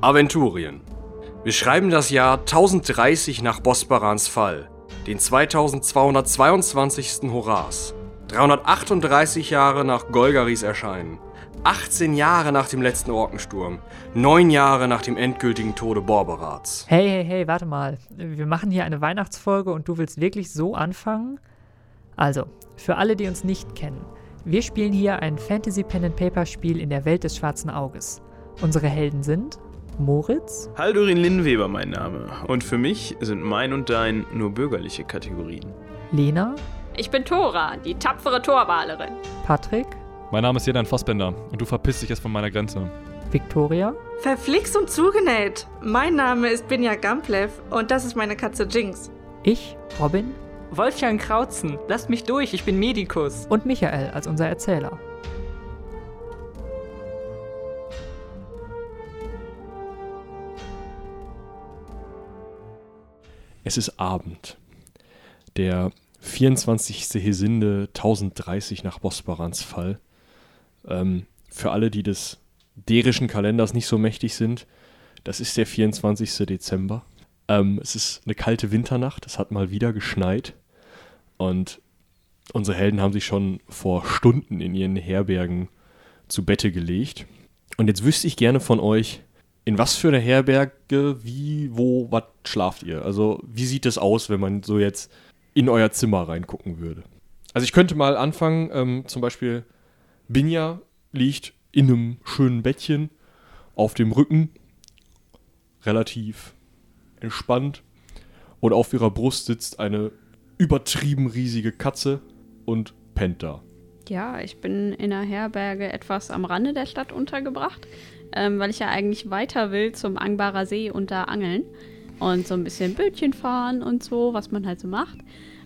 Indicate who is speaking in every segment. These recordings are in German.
Speaker 1: Aventurien. Wir schreiben das Jahr 1030 nach Bosbarans Fall, den 2222. Horas, 338 Jahre nach Golgaris Erscheinen, 18 Jahre nach dem letzten Orkensturm, 9 Jahre nach dem endgültigen Tode Borberats.
Speaker 2: Hey, hey, hey, warte mal. Wir machen hier eine Weihnachtsfolge und du willst wirklich so anfangen? Also, für alle, die uns nicht kennen, wir spielen hier ein Fantasy Pen and Paper Spiel in der Welt des schwarzen Auges. Unsere Helden sind Moritz,
Speaker 3: Haldurin Linnweber mein Name. Und für mich sind mein und dein nur bürgerliche Kategorien.
Speaker 2: Lena,
Speaker 4: Ich bin Tora, die tapfere Torwalerin.
Speaker 2: Patrick,
Speaker 5: Mein Name ist Jedan Fassbender und du verpisst dich jetzt von meiner Grenze.
Speaker 2: Victoria,
Speaker 6: Verflixt und zugenäht. Mein Name ist Binja Gamplev und das ist meine Katze Jinx.
Speaker 2: ich, Robin
Speaker 7: Wolfgang Krautzen, lasst mich durch, ich bin Medikus.
Speaker 2: und Michael als unser Erzähler.
Speaker 5: Es ist Abend. Der 24. Hesinde 1030 nach Bosbarans Fall. Ähm, für alle, die des derischen Kalenders nicht so mächtig sind, das ist der 24. Dezember. Ähm, es ist eine kalte Winternacht, es hat mal wieder geschneit. Und unsere Helden haben sich schon vor Stunden in ihren Herbergen zu Bette gelegt. Und jetzt wüsste ich gerne von euch, in was für einer Herberge, wie, wo, was schlaft ihr? Also, wie sieht es aus, wenn man so jetzt in euer Zimmer reingucken würde? Also, ich könnte mal anfangen, ähm, zum Beispiel, Binja liegt in einem schönen Bettchen auf dem Rücken, relativ entspannt. Und auf ihrer Brust sitzt eine übertrieben riesige Katze und pennt da.
Speaker 4: Ja, ich bin in einer Herberge etwas am Rande der Stadt untergebracht, ähm, weil ich ja eigentlich weiter will zum Angbarer See und da angeln und so ein bisschen Bötchen fahren und so, was man halt so macht.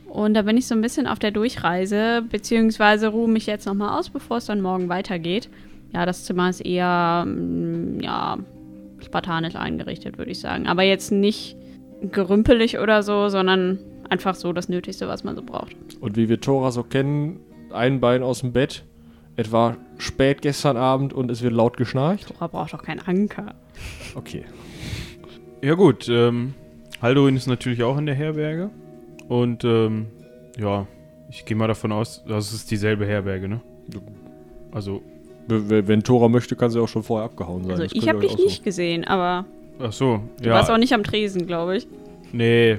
Speaker 4: Und da bin ich so ein bisschen auf der Durchreise, beziehungsweise ruhe mich jetzt nochmal aus, bevor es dann morgen weitergeht. Ja, das Zimmer ist eher, mm, ja, spartanisch eingerichtet, würde ich sagen. Aber jetzt nicht gerümpelig oder so, sondern einfach so das Nötigste, was man so braucht.
Speaker 5: Und wie wir Tora so kennen, ein Bein aus dem Bett, etwa spät gestern Abend und es wird laut geschnarcht.
Speaker 4: Man braucht doch keinen Anker.
Speaker 5: Okay.
Speaker 3: Ja gut, ähm, Haldurin ist natürlich auch in der Herberge. Und ähm, ja, ich gehe mal davon aus, das ist dieselbe Herberge, ne? Also,
Speaker 5: W- w- Wenn Tora möchte, kann sie auch schon vorher abgehauen sein.
Speaker 4: Also
Speaker 5: Das
Speaker 4: ich
Speaker 5: könnt ihr
Speaker 4: habe
Speaker 5: euch
Speaker 4: dich
Speaker 5: aussuchen.
Speaker 4: nicht gesehen, aber
Speaker 3: ach so,
Speaker 4: du
Speaker 3: ja.
Speaker 4: warst auch nicht am Tresen, glaube ich.
Speaker 3: Nee,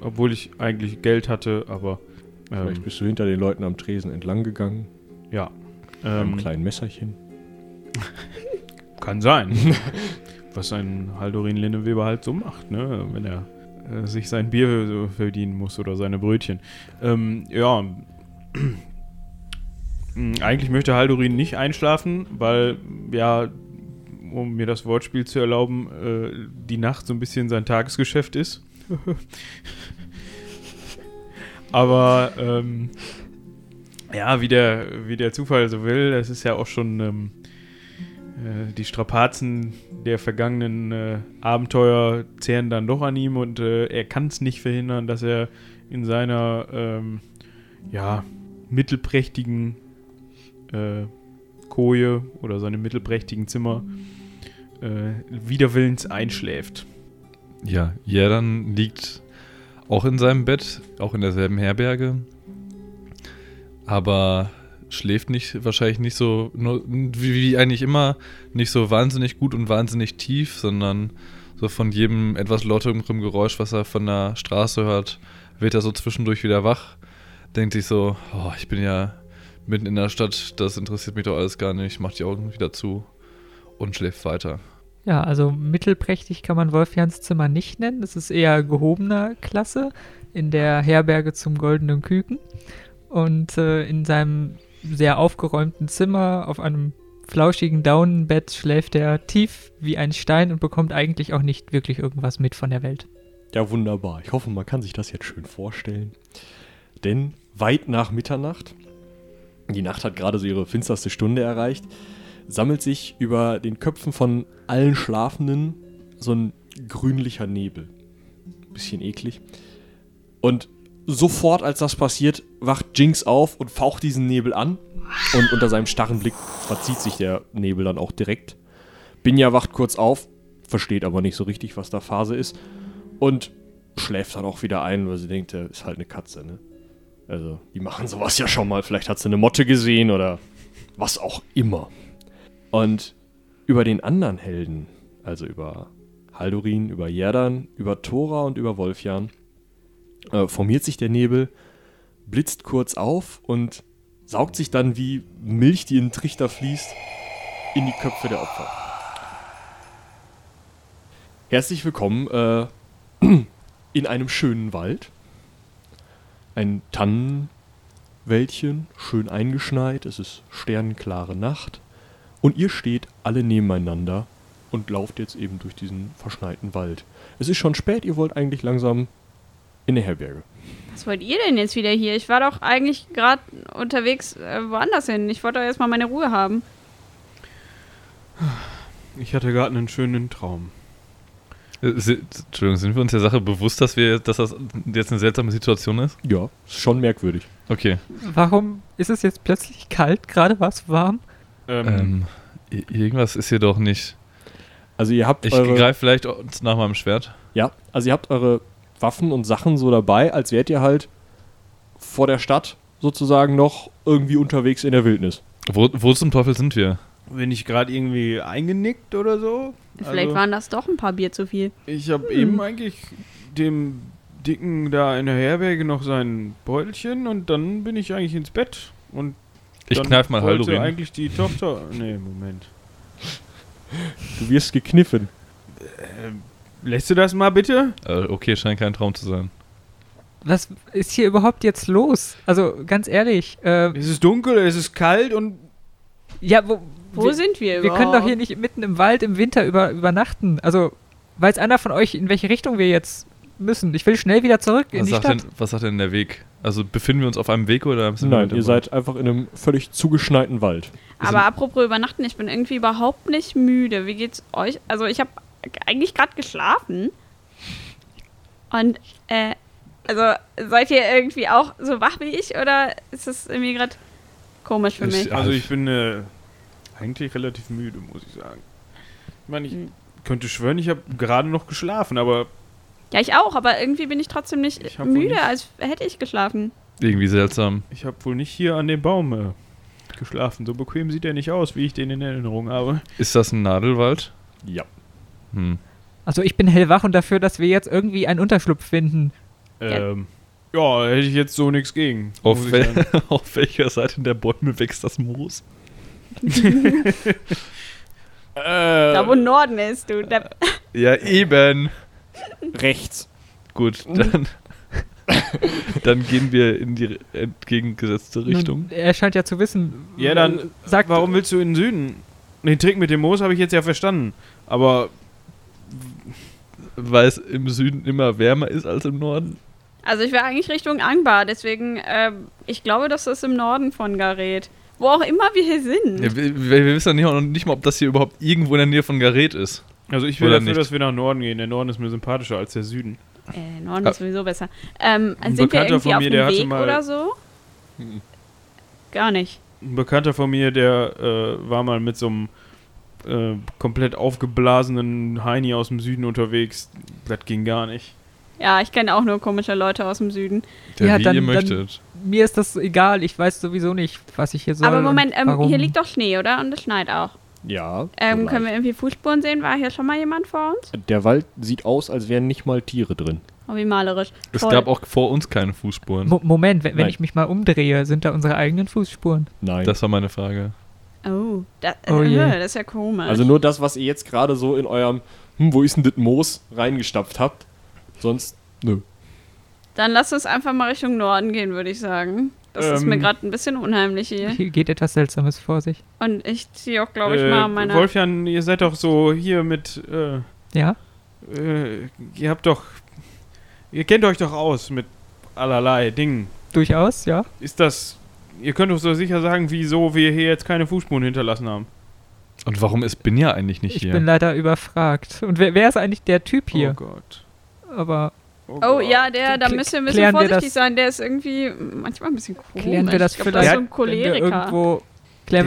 Speaker 3: obwohl ich eigentlich Geld hatte, aber
Speaker 5: Vielleicht
Speaker 3: ähm,
Speaker 5: bist du hinter den Leuten am Tresen entlang gegangen,
Speaker 3: ja.
Speaker 5: mit einem
Speaker 3: Ähm,
Speaker 5: kleinen Messerchen.
Speaker 3: Kann sein. Was ein Haldorin Linneweber halt so macht, ne? Wenn er äh, sich sein Bier so verdienen muss oder seine Brötchen. Ähm, ja. Mm, Eigentlich möchte Haldorin nicht einschlafen, weil, ja, um mir das Wortspiel zu erlauben, äh, die Nacht so ein bisschen sein Tagesgeschäft ist. Aber, ähm, ja, wie der, wie der Zufall so will, das ist ja auch schon, ähm, äh, die Strapazen der vergangenen äh, Abenteuer zehren dann doch an ihm und äh, er kann es nicht verhindern, dass er in seiner ähm, ja, mittelprächtigen äh, Koje oder seinem mittelprächtigen Zimmer äh, widerwillens einschläft.
Speaker 8: Ja, Jedan liegt auch in seinem Bett, auch in derselben Herberge, aber schläft nicht, wahrscheinlich nicht so, nur, wie, wie eigentlich immer, nicht so wahnsinnig gut und wahnsinnig tief, sondern so von jedem etwas lauterem Geräusch, was er von der Straße hört, wird er so zwischendurch wieder wach, denkt sich so, oh, ich bin ja mitten in der Stadt, das interessiert mich doch alles gar nicht, macht die Augen wieder zu und schläft weiter.
Speaker 2: Ja, also mittelprächtig kann man Wolfjans Zimmer nicht nennen. Das ist eher gehobener Klasse in der Herberge zum Goldenen Küken. Und äh, in seinem sehr aufgeräumten Zimmer auf einem flauschigen Daunenbett schläft er tief wie ein Stein und bekommt eigentlich auch nicht wirklich irgendwas mit von der Welt.
Speaker 5: Ja, wunderbar. Ich hoffe, man kann sich das jetzt schön vorstellen. Denn weit nach Mitternacht, die Nacht hat gerade so ihre finsterste Stunde erreicht, sammelt sich über den Köpfen von allen Schlafenden so ein grünlicher Nebel. Bisschen eklig. Und sofort, als das passiert, wacht Jinx auf und faucht diesen Nebel an. Und unter seinem starren Blick verzieht sich der Nebel dann auch direkt. Binja wacht kurz auf, versteht aber nicht so richtig, was da Phase ist. Und schläft dann auch wieder ein, weil sie denkt, der ist halt eine Katze, ne? Also, die machen sowas ja schon mal. Vielleicht hat sie eine Motte gesehen oder was auch immer. Und über den anderen Helden, also über Haldurin, über Jerdan, über Thora und über Wolfjan, äh, formiert sich der Nebel, blitzt kurz auf und saugt sich dann wie Milch, die in den Trichter fließt, in die Köpfe der Opfer. Herzlich willkommen äh, in einem schönen Wald. Ein Tannenwäldchen, schön eingeschneit, es ist sternklare Nacht. Und ihr steht alle nebeneinander und lauft jetzt eben durch diesen verschneiten Wald. Es ist schon spät, ihr wollt eigentlich langsam in eine Herberge.
Speaker 4: Was wollt ihr denn jetzt wieder hier? Ich war doch eigentlich gerade unterwegs äh, woanders hin. Ich wollte doch erstmal meine Ruhe haben.
Speaker 3: Ich hatte gerade einen schönen Traum.
Speaker 8: Äh, si- Entschuldigung, sind wir uns der Sache bewusst, dass, wir, dass das jetzt eine seltsame Situation ist?
Speaker 5: Ja, ist schon merkwürdig.
Speaker 8: Okay.
Speaker 2: Warum ist es jetzt plötzlich kalt? Gerade war es warm.
Speaker 3: Ähm,
Speaker 8: Ähm, i- irgendwas ist hier doch nicht.
Speaker 5: Also ihr habt
Speaker 8: Ich
Speaker 5: eure,
Speaker 8: greife vielleicht o- nach meinem Schwert.
Speaker 5: ja, also ihr habt eure Waffen und Sachen so dabei, als wärt ihr halt vor der Stadt sozusagen noch irgendwie unterwegs in der Wildnis.
Speaker 8: Wo, wo zum Teufel sind wir?
Speaker 3: bin ich gerade irgendwie eingenickt oder so?
Speaker 4: Vielleicht
Speaker 3: Also-
Speaker 4: waren das doch ein paar Bier zu viel.
Speaker 3: Ich
Speaker 8: Hm.
Speaker 3: habe eben eigentlich dem Dicken da in der Herberge noch sein Beutelchen und dann bin ich eigentlich ins Bett. Und
Speaker 8: Ich
Speaker 3: dann
Speaker 8: kneif mal
Speaker 3: wollte
Speaker 8: Haldorin.
Speaker 3: eigentlich die Tochter. Nee, Moment.
Speaker 5: Du wirst gekniffen.
Speaker 3: Lässt du das mal bitte?
Speaker 8: Äh, okay, scheint kein Traum zu sein.
Speaker 2: Was ist hier überhaupt jetzt los? Also ganz ehrlich, äh,
Speaker 3: Es ist dunkel, es ist kalt und.
Speaker 2: ja, wo,
Speaker 4: Wo
Speaker 2: wir,
Speaker 4: sind wir
Speaker 2: wir
Speaker 4: überhaupt?
Speaker 3: Ah.
Speaker 2: können doch hier nicht mitten im Wald im Winter über, übernachten. Also weiß einer von euch, in welche Richtung wir jetzt müssen. Ich will schnell wieder zurück in
Speaker 8: Was
Speaker 2: die
Speaker 8: sagt,
Speaker 2: Stadt.
Speaker 8: denn, was sagt denn der Weg? Also befinden wir uns auf einem Weg oder sind
Speaker 5: Nein,
Speaker 8: wir
Speaker 5: ihr seid einfach in einem völlig zugeschneiten Wald.
Speaker 4: Aber apropos übernachten, ich bin irgendwie überhaupt nicht müde. Wie geht's euch? Also ich habe eigentlich gerade geschlafen. Und äh, also seid ihr irgendwie auch so wach wie ich oder ist das irgendwie gerade komisch für
Speaker 8: Ich-
Speaker 4: mich?
Speaker 8: Ja,
Speaker 3: Also
Speaker 8: ich-
Speaker 3: ich bin äh, eigentlich relativ müde, muss ich sagen. Ich meine, ich
Speaker 4: Hm.
Speaker 3: könnte schwören, ich habe gerade noch geschlafen, aber
Speaker 4: Ja, ich auch, aber irgendwie bin ich trotzdem nicht
Speaker 3: Ich hab wohl
Speaker 4: müde,
Speaker 3: nicht-
Speaker 4: als hätte ich geschlafen.
Speaker 8: Irgendwie seltsam.
Speaker 3: ich habe wohl nicht hier an dem Baum äh, geschlafen. So bequem sieht er nicht aus, wie ich den in Erinnerung habe.
Speaker 8: Ist das ein Nadelwald?
Speaker 5: Ja.
Speaker 8: Hm.
Speaker 2: Also ich bin hellwach und dafür, dass wir jetzt irgendwie einen Unterschlupf finden.
Speaker 4: Ja.
Speaker 3: Ähm, ja, hätte ich jetzt so nichts gegen. muss
Speaker 8: Auf,
Speaker 3: ich
Speaker 8: wel
Speaker 3: sagen.
Speaker 8: auf welcher Seite der Bäume wächst das Moos?
Speaker 4: da wo Norden ist, du. Da,
Speaker 8: Ja, eben.
Speaker 5: Rechts.
Speaker 8: Gut, dann, dann gehen wir in die entgegengesetzte Richtung.
Speaker 2: Nun, er scheint ja zu wissen.
Speaker 3: Ja, dann
Speaker 2: Sagt,
Speaker 3: Warum willst du in den Süden? Den Trick mit dem Moos habe ich jetzt ja verstanden. Aber
Speaker 8: Weil es im Süden immer wärmer ist als im Norden.
Speaker 4: also ich wäre eigentlich Richtung Angbar, deswegen, ähm, ich glaube, dass das im Norden von Gareth. Wo auch immer wir hier sind.
Speaker 8: Ja, wir, wir wir wissen ja nicht, noch nicht mal, ob das hier überhaupt irgendwo in der Nähe von Gareth ist.
Speaker 3: also ich will
Speaker 8: Oder
Speaker 3: dafür,
Speaker 8: nicht.
Speaker 3: dass wir nach Norden gehen. Der Norden ist mir sympathischer als der Süden.
Speaker 4: Äh, Norden
Speaker 8: Ah.
Speaker 4: ist sowieso besser. Ähm,
Speaker 3: Ein
Speaker 4: sind wir
Speaker 3: Bekannter
Speaker 4: irgendwie
Speaker 3: von
Speaker 4: auf
Speaker 3: mir,
Speaker 4: dem
Speaker 3: der hatte
Speaker 4: Weg
Speaker 3: mal- Mhm.
Speaker 4: oder so? Gar nicht.
Speaker 3: Ein Bekannter von mir, der äh, war mal mit so einem äh, komplett aufgeblasenen Heini aus dem Süden unterwegs. Das ging gar nicht.
Speaker 4: Ja, ich kenne auch nur komische Leute aus dem Süden.
Speaker 8: Der,
Speaker 2: Ja,
Speaker 8: wie
Speaker 2: dann-
Speaker 8: ihr
Speaker 2: dann-
Speaker 8: möchtet.
Speaker 2: Mir ist das egal. Ich weiß sowieso nicht, was ich hier soll.
Speaker 4: Aber
Speaker 2: und
Speaker 4: Moment, ähm,
Speaker 2: warum.
Speaker 4: hier liegt doch Schnee, oder? Und es schneit auch.
Speaker 5: Ja.
Speaker 4: Ähm,
Speaker 5: so
Speaker 4: können wir irgendwie Fußspuren sehen? War hier schon mal jemand vor uns?
Speaker 5: leicht. Der Wald sieht aus, als wären nicht mal Tiere drin.
Speaker 4: Oh, wie malerisch.
Speaker 8: Es
Speaker 4: Toll.
Speaker 8: gab auch vor uns keine Fußspuren.
Speaker 2: Mo Moment, wenn, wenn
Speaker 5: Nein.
Speaker 2: ich mich mal umdrehe, sind da unsere eigenen Fußspuren.
Speaker 5: Nein.
Speaker 8: Das war meine Frage.
Speaker 4: Oh, da,
Speaker 2: Oh
Speaker 4: äh,
Speaker 2: je.
Speaker 4: das ist ja komisch.
Speaker 5: also nur das, was ihr jetzt gerade so in eurem, hm, wo ist denn das Moos reingestapft habt. Sonst, nö.
Speaker 4: Dann lass uns einfach mal Richtung Norden gehen, würde ich sagen. Das ist
Speaker 3: Ähm.
Speaker 4: mir gerade ein bisschen unheimlich hier.
Speaker 2: Hier geht etwas Seltsames vor sich.
Speaker 4: Und ich ziehe auch, glaube ich,
Speaker 3: Äh,
Speaker 4: mal meine.
Speaker 3: Wolfjan, ihr seid doch so hier mit. Äh,
Speaker 2: Ja?
Speaker 3: äh, ihr habt doch. Ihr kennt euch doch aus mit allerlei Dingen.
Speaker 2: Durchaus, ja.
Speaker 3: Ist das. Ihr könnt doch so sicher sagen, wieso wir hier jetzt keine Fußspuren hinterlassen haben.
Speaker 8: Und warum ist Binja eigentlich nicht
Speaker 2: Ich
Speaker 8: hier?
Speaker 2: bin leider überfragt. Und wer, wer ist eigentlich der Typ hier?
Speaker 3: Oh Gott.
Speaker 2: Aber
Speaker 4: Oh ja, der, da
Speaker 2: Kl-
Speaker 4: müssen wir ein bisschen
Speaker 2: klären wir
Speaker 4: vorsichtig
Speaker 2: das-
Speaker 4: sein. Der ist irgendwie manchmal ein bisschen komisch.
Speaker 2: klären wir das
Speaker 4: ich glaub,
Speaker 2: vielleicht,
Speaker 4: Das ist so ein
Speaker 2: wenn wir
Speaker 4: Choleriker.
Speaker 2: irgendwo, klären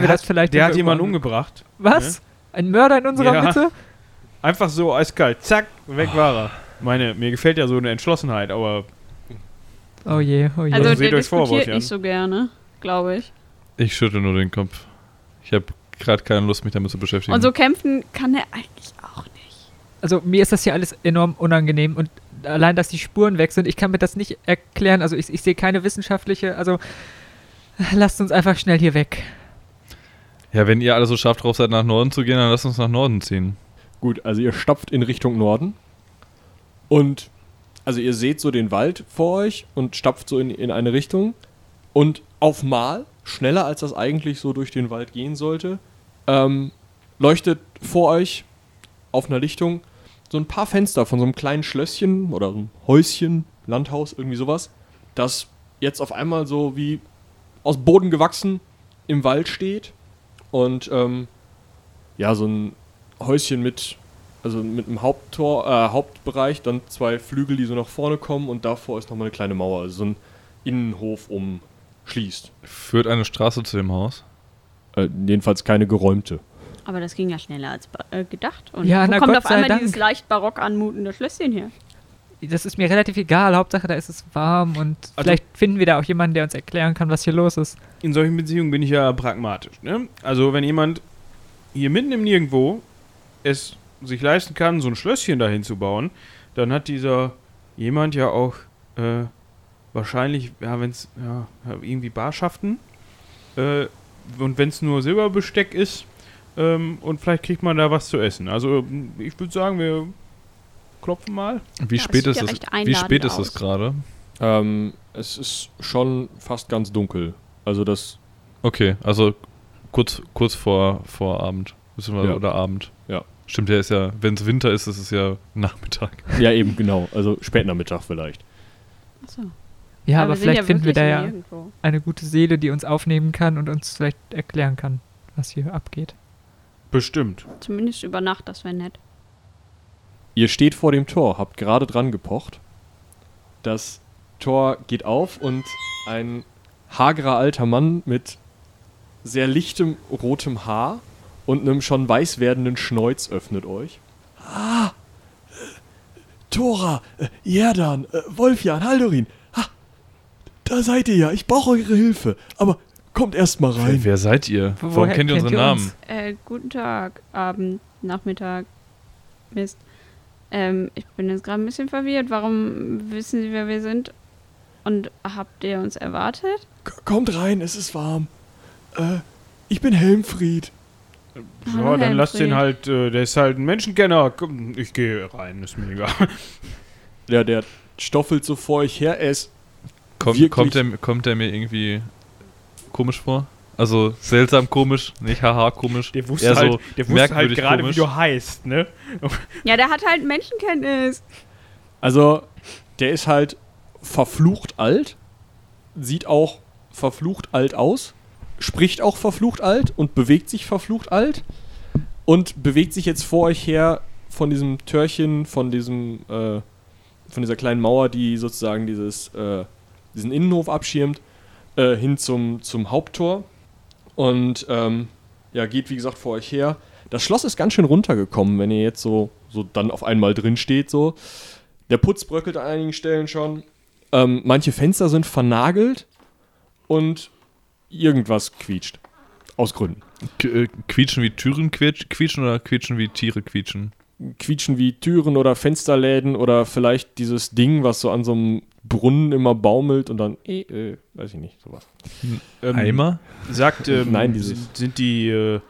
Speaker 3: Der
Speaker 2: wir das
Speaker 3: hat-
Speaker 2: vielleicht
Speaker 3: Der
Speaker 2: wenn
Speaker 3: hat
Speaker 2: wir
Speaker 3: jemanden
Speaker 2: irgendwo-
Speaker 3: umgebracht.
Speaker 2: Was? Ein Mörder in unserer
Speaker 3: Ja.
Speaker 2: Mitte?
Speaker 3: Einfach so eiskalt. Zack, weg war
Speaker 2: Ah.
Speaker 3: er. Meine, mir gefällt ja so eine Entschlossenheit, aber
Speaker 2: Oh je, oh je.
Speaker 4: Also
Speaker 3: seht
Speaker 4: der
Speaker 3: euch vor,
Speaker 4: diskutiert
Speaker 3: Wolfgang.
Speaker 4: nicht so gerne, glaube ich.
Speaker 8: Ich schüttel nur den Kopf. Ich habe gerade keine Lust, mich damit zu beschäftigen.
Speaker 4: Und so kämpfen kann er eigentlich auch nicht.
Speaker 2: also mir ist das hier alles enorm unangenehm und allein, dass die Spuren weg sind, ich kann mir das nicht erklären. Also ich, ich sehe keine wissenschaftliche, also lasst uns einfach schnell hier weg.
Speaker 8: ja, wenn ihr alle so scharf drauf seid, nach Norden zu gehen, dann lasst uns nach Norden ziehen.
Speaker 5: Gut, also ihr stapft in Richtung Norden und also ihr seht so den Wald vor euch und stapft so in, in eine Richtung und auf Mal, schneller als das eigentlich so durch den Wald gehen sollte, ähm, leuchtet vor euch auf einer Lichtung so ein paar Fenster von so einem kleinen Schlösschen oder so einem Häuschen, Landhaus, irgendwie sowas, das jetzt auf einmal so wie aus Boden gewachsen im Wald steht und ähm, ja, so ein Häuschen mit, also mit einem Haupttor, äh, Hauptbereich, dann zwei Flügel, die so nach vorne kommen und davor ist nochmal eine kleine Mauer, also so ein Innenhof umschließt.
Speaker 8: Führt eine Straße zu dem Haus?
Speaker 5: Äh, jedenfalls keine geräumte.
Speaker 4: Aber das ging ja schneller als ba- äh, gedacht. Und
Speaker 2: Ja,
Speaker 4: wo
Speaker 2: na
Speaker 4: kommt
Speaker 2: Gott
Speaker 4: auf
Speaker 2: sei
Speaker 4: einmal
Speaker 2: Dank.
Speaker 4: dieses leicht barock anmutende Schlösschen hier?
Speaker 2: Das ist mir relativ egal, Hauptsache da ist es warm und vielleicht finden wir da auch jemanden, der uns erklären kann, was hier los ist.
Speaker 3: in solchen Beziehungen bin ich ja pragmatisch. Ne? Also wenn jemand hier mitten im Nirgendwo es sich leisten kann, so ein Schlösschen dahin zu bauen, dann hat dieser jemand ja auch äh, wahrscheinlich, ja, wenn es ja, irgendwie Barschaften äh, und wenn es nur Silberbesteck ist ähm, und vielleicht kriegt man da was zu essen. Also m, ich würde sagen, wir klopfen mal.
Speaker 8: Wie
Speaker 4: Ja, es
Speaker 8: spät
Speaker 4: sieht
Speaker 8: ist
Speaker 4: ja
Speaker 8: es?
Speaker 4: recht
Speaker 8: Wie
Speaker 4: einladend
Speaker 8: spät ist
Speaker 4: aus.
Speaker 8: es gerade?
Speaker 5: Ähm, es ist schon fast ganz dunkel. Also das,
Speaker 8: Okay, also kurz, kurz vor, vor Abend. Beziehungsweise
Speaker 5: Ja.
Speaker 8: Oder Abend.
Speaker 5: Ja.
Speaker 8: Stimmt, der ist ja, wenn es Winter ist, ist es ja Nachmittag.
Speaker 5: ja eben genau, also Spätnachmittag vielleicht.
Speaker 4: Achso.
Speaker 2: Ja, aber, vielleicht finden wir da ja
Speaker 4: Irgendwo.
Speaker 2: eine gute Seele, die uns aufnehmen kann und uns vielleicht erklären kann, was hier abgeht.
Speaker 3: Bestimmt.
Speaker 4: Zumindest über Nacht, das wäre nett.
Speaker 5: Ihr steht vor dem Tor, habt gerade dran gepocht. Das Tor geht auf und ein hagerer alter Mann mit sehr lichtem rotem Haar und einem schon weiß werdenden Schneuz öffnet euch. Ah! Tora, Jerdan, Wolfjan, Haldorin. da seid ihr ja. Ich brauche eure Hilfe. Aber kommt erst mal
Speaker 8: Wer, wer seid ihr?
Speaker 2: Wo-
Speaker 8: Warum
Speaker 2: woher
Speaker 8: kennt ihr
Speaker 2: kennt
Speaker 8: unseren
Speaker 2: ihr
Speaker 8: Namen?
Speaker 2: uns?
Speaker 4: Äh, guten Tag, Abend, Nachmittag, Mist. Ähm, ich bin jetzt gerade ein bisschen verwirrt. Warum wissen Sie, wer wir sind? Und habt ihr uns erwartet?
Speaker 5: Kommt rein, es ist warm. Äh, ich bin Helmfried.
Speaker 4: Hallo,
Speaker 3: Ja, dann
Speaker 4: Herr
Speaker 3: lasst den
Speaker 4: Elmfried.
Speaker 3: halt, äh, der ist halt ein Menschenkenner. Komm, ich gehe rein, ist mir egal.
Speaker 5: Ja, der stoffelt so vor euch her. Er ist
Speaker 8: Kommt,
Speaker 5: Wirklich?
Speaker 8: kommt, der, kommt der mir irgendwie komisch vor? Also seltsam komisch, nicht haha komisch.
Speaker 3: Der wusste
Speaker 8: eher so
Speaker 3: halt, der wusste halt
Speaker 8: merkwürdig
Speaker 3: gerade,
Speaker 8: komisch.
Speaker 3: wie du heißt, ne?
Speaker 4: Ja, der hat halt Menschenkenntnis.
Speaker 5: Also, der ist halt verflucht alt, sieht auch verflucht alt aus, spricht auch verflucht alt und bewegt sich verflucht alt und bewegt sich jetzt vor euch her von diesem Türchen, von diesem, äh, von dieser kleinen Mauer, die sozusagen dieses, äh, diesen Innenhof abschirmt, äh, hin zum, zum Haupttor und ähm, ja, geht wie gesagt vor euch her. Das Schloss ist ganz schön runtergekommen, wenn ihr jetzt so, so dann auf einmal drin steht, so. Der Putz bröckelt an einigen Stellen schon. Ähm, manche Fenster sind vernagelt und irgendwas quietscht. Aus Gründen.
Speaker 8: K- äh, Quietschen wie Türen quietsch- quietschen oder quietschen wie Tiere quietschen?
Speaker 5: Quietschen wie Türen oder Fensterläden oder vielleicht dieses Ding, was so an so einem Brunnen immer baumelt und dann, eh, äh, weiß ich nicht, sowas.
Speaker 3: Ähm,
Speaker 8: Eimer?
Speaker 3: Sagt, ähm,
Speaker 5: Nein, dieses-
Speaker 3: sind, sind die, äh,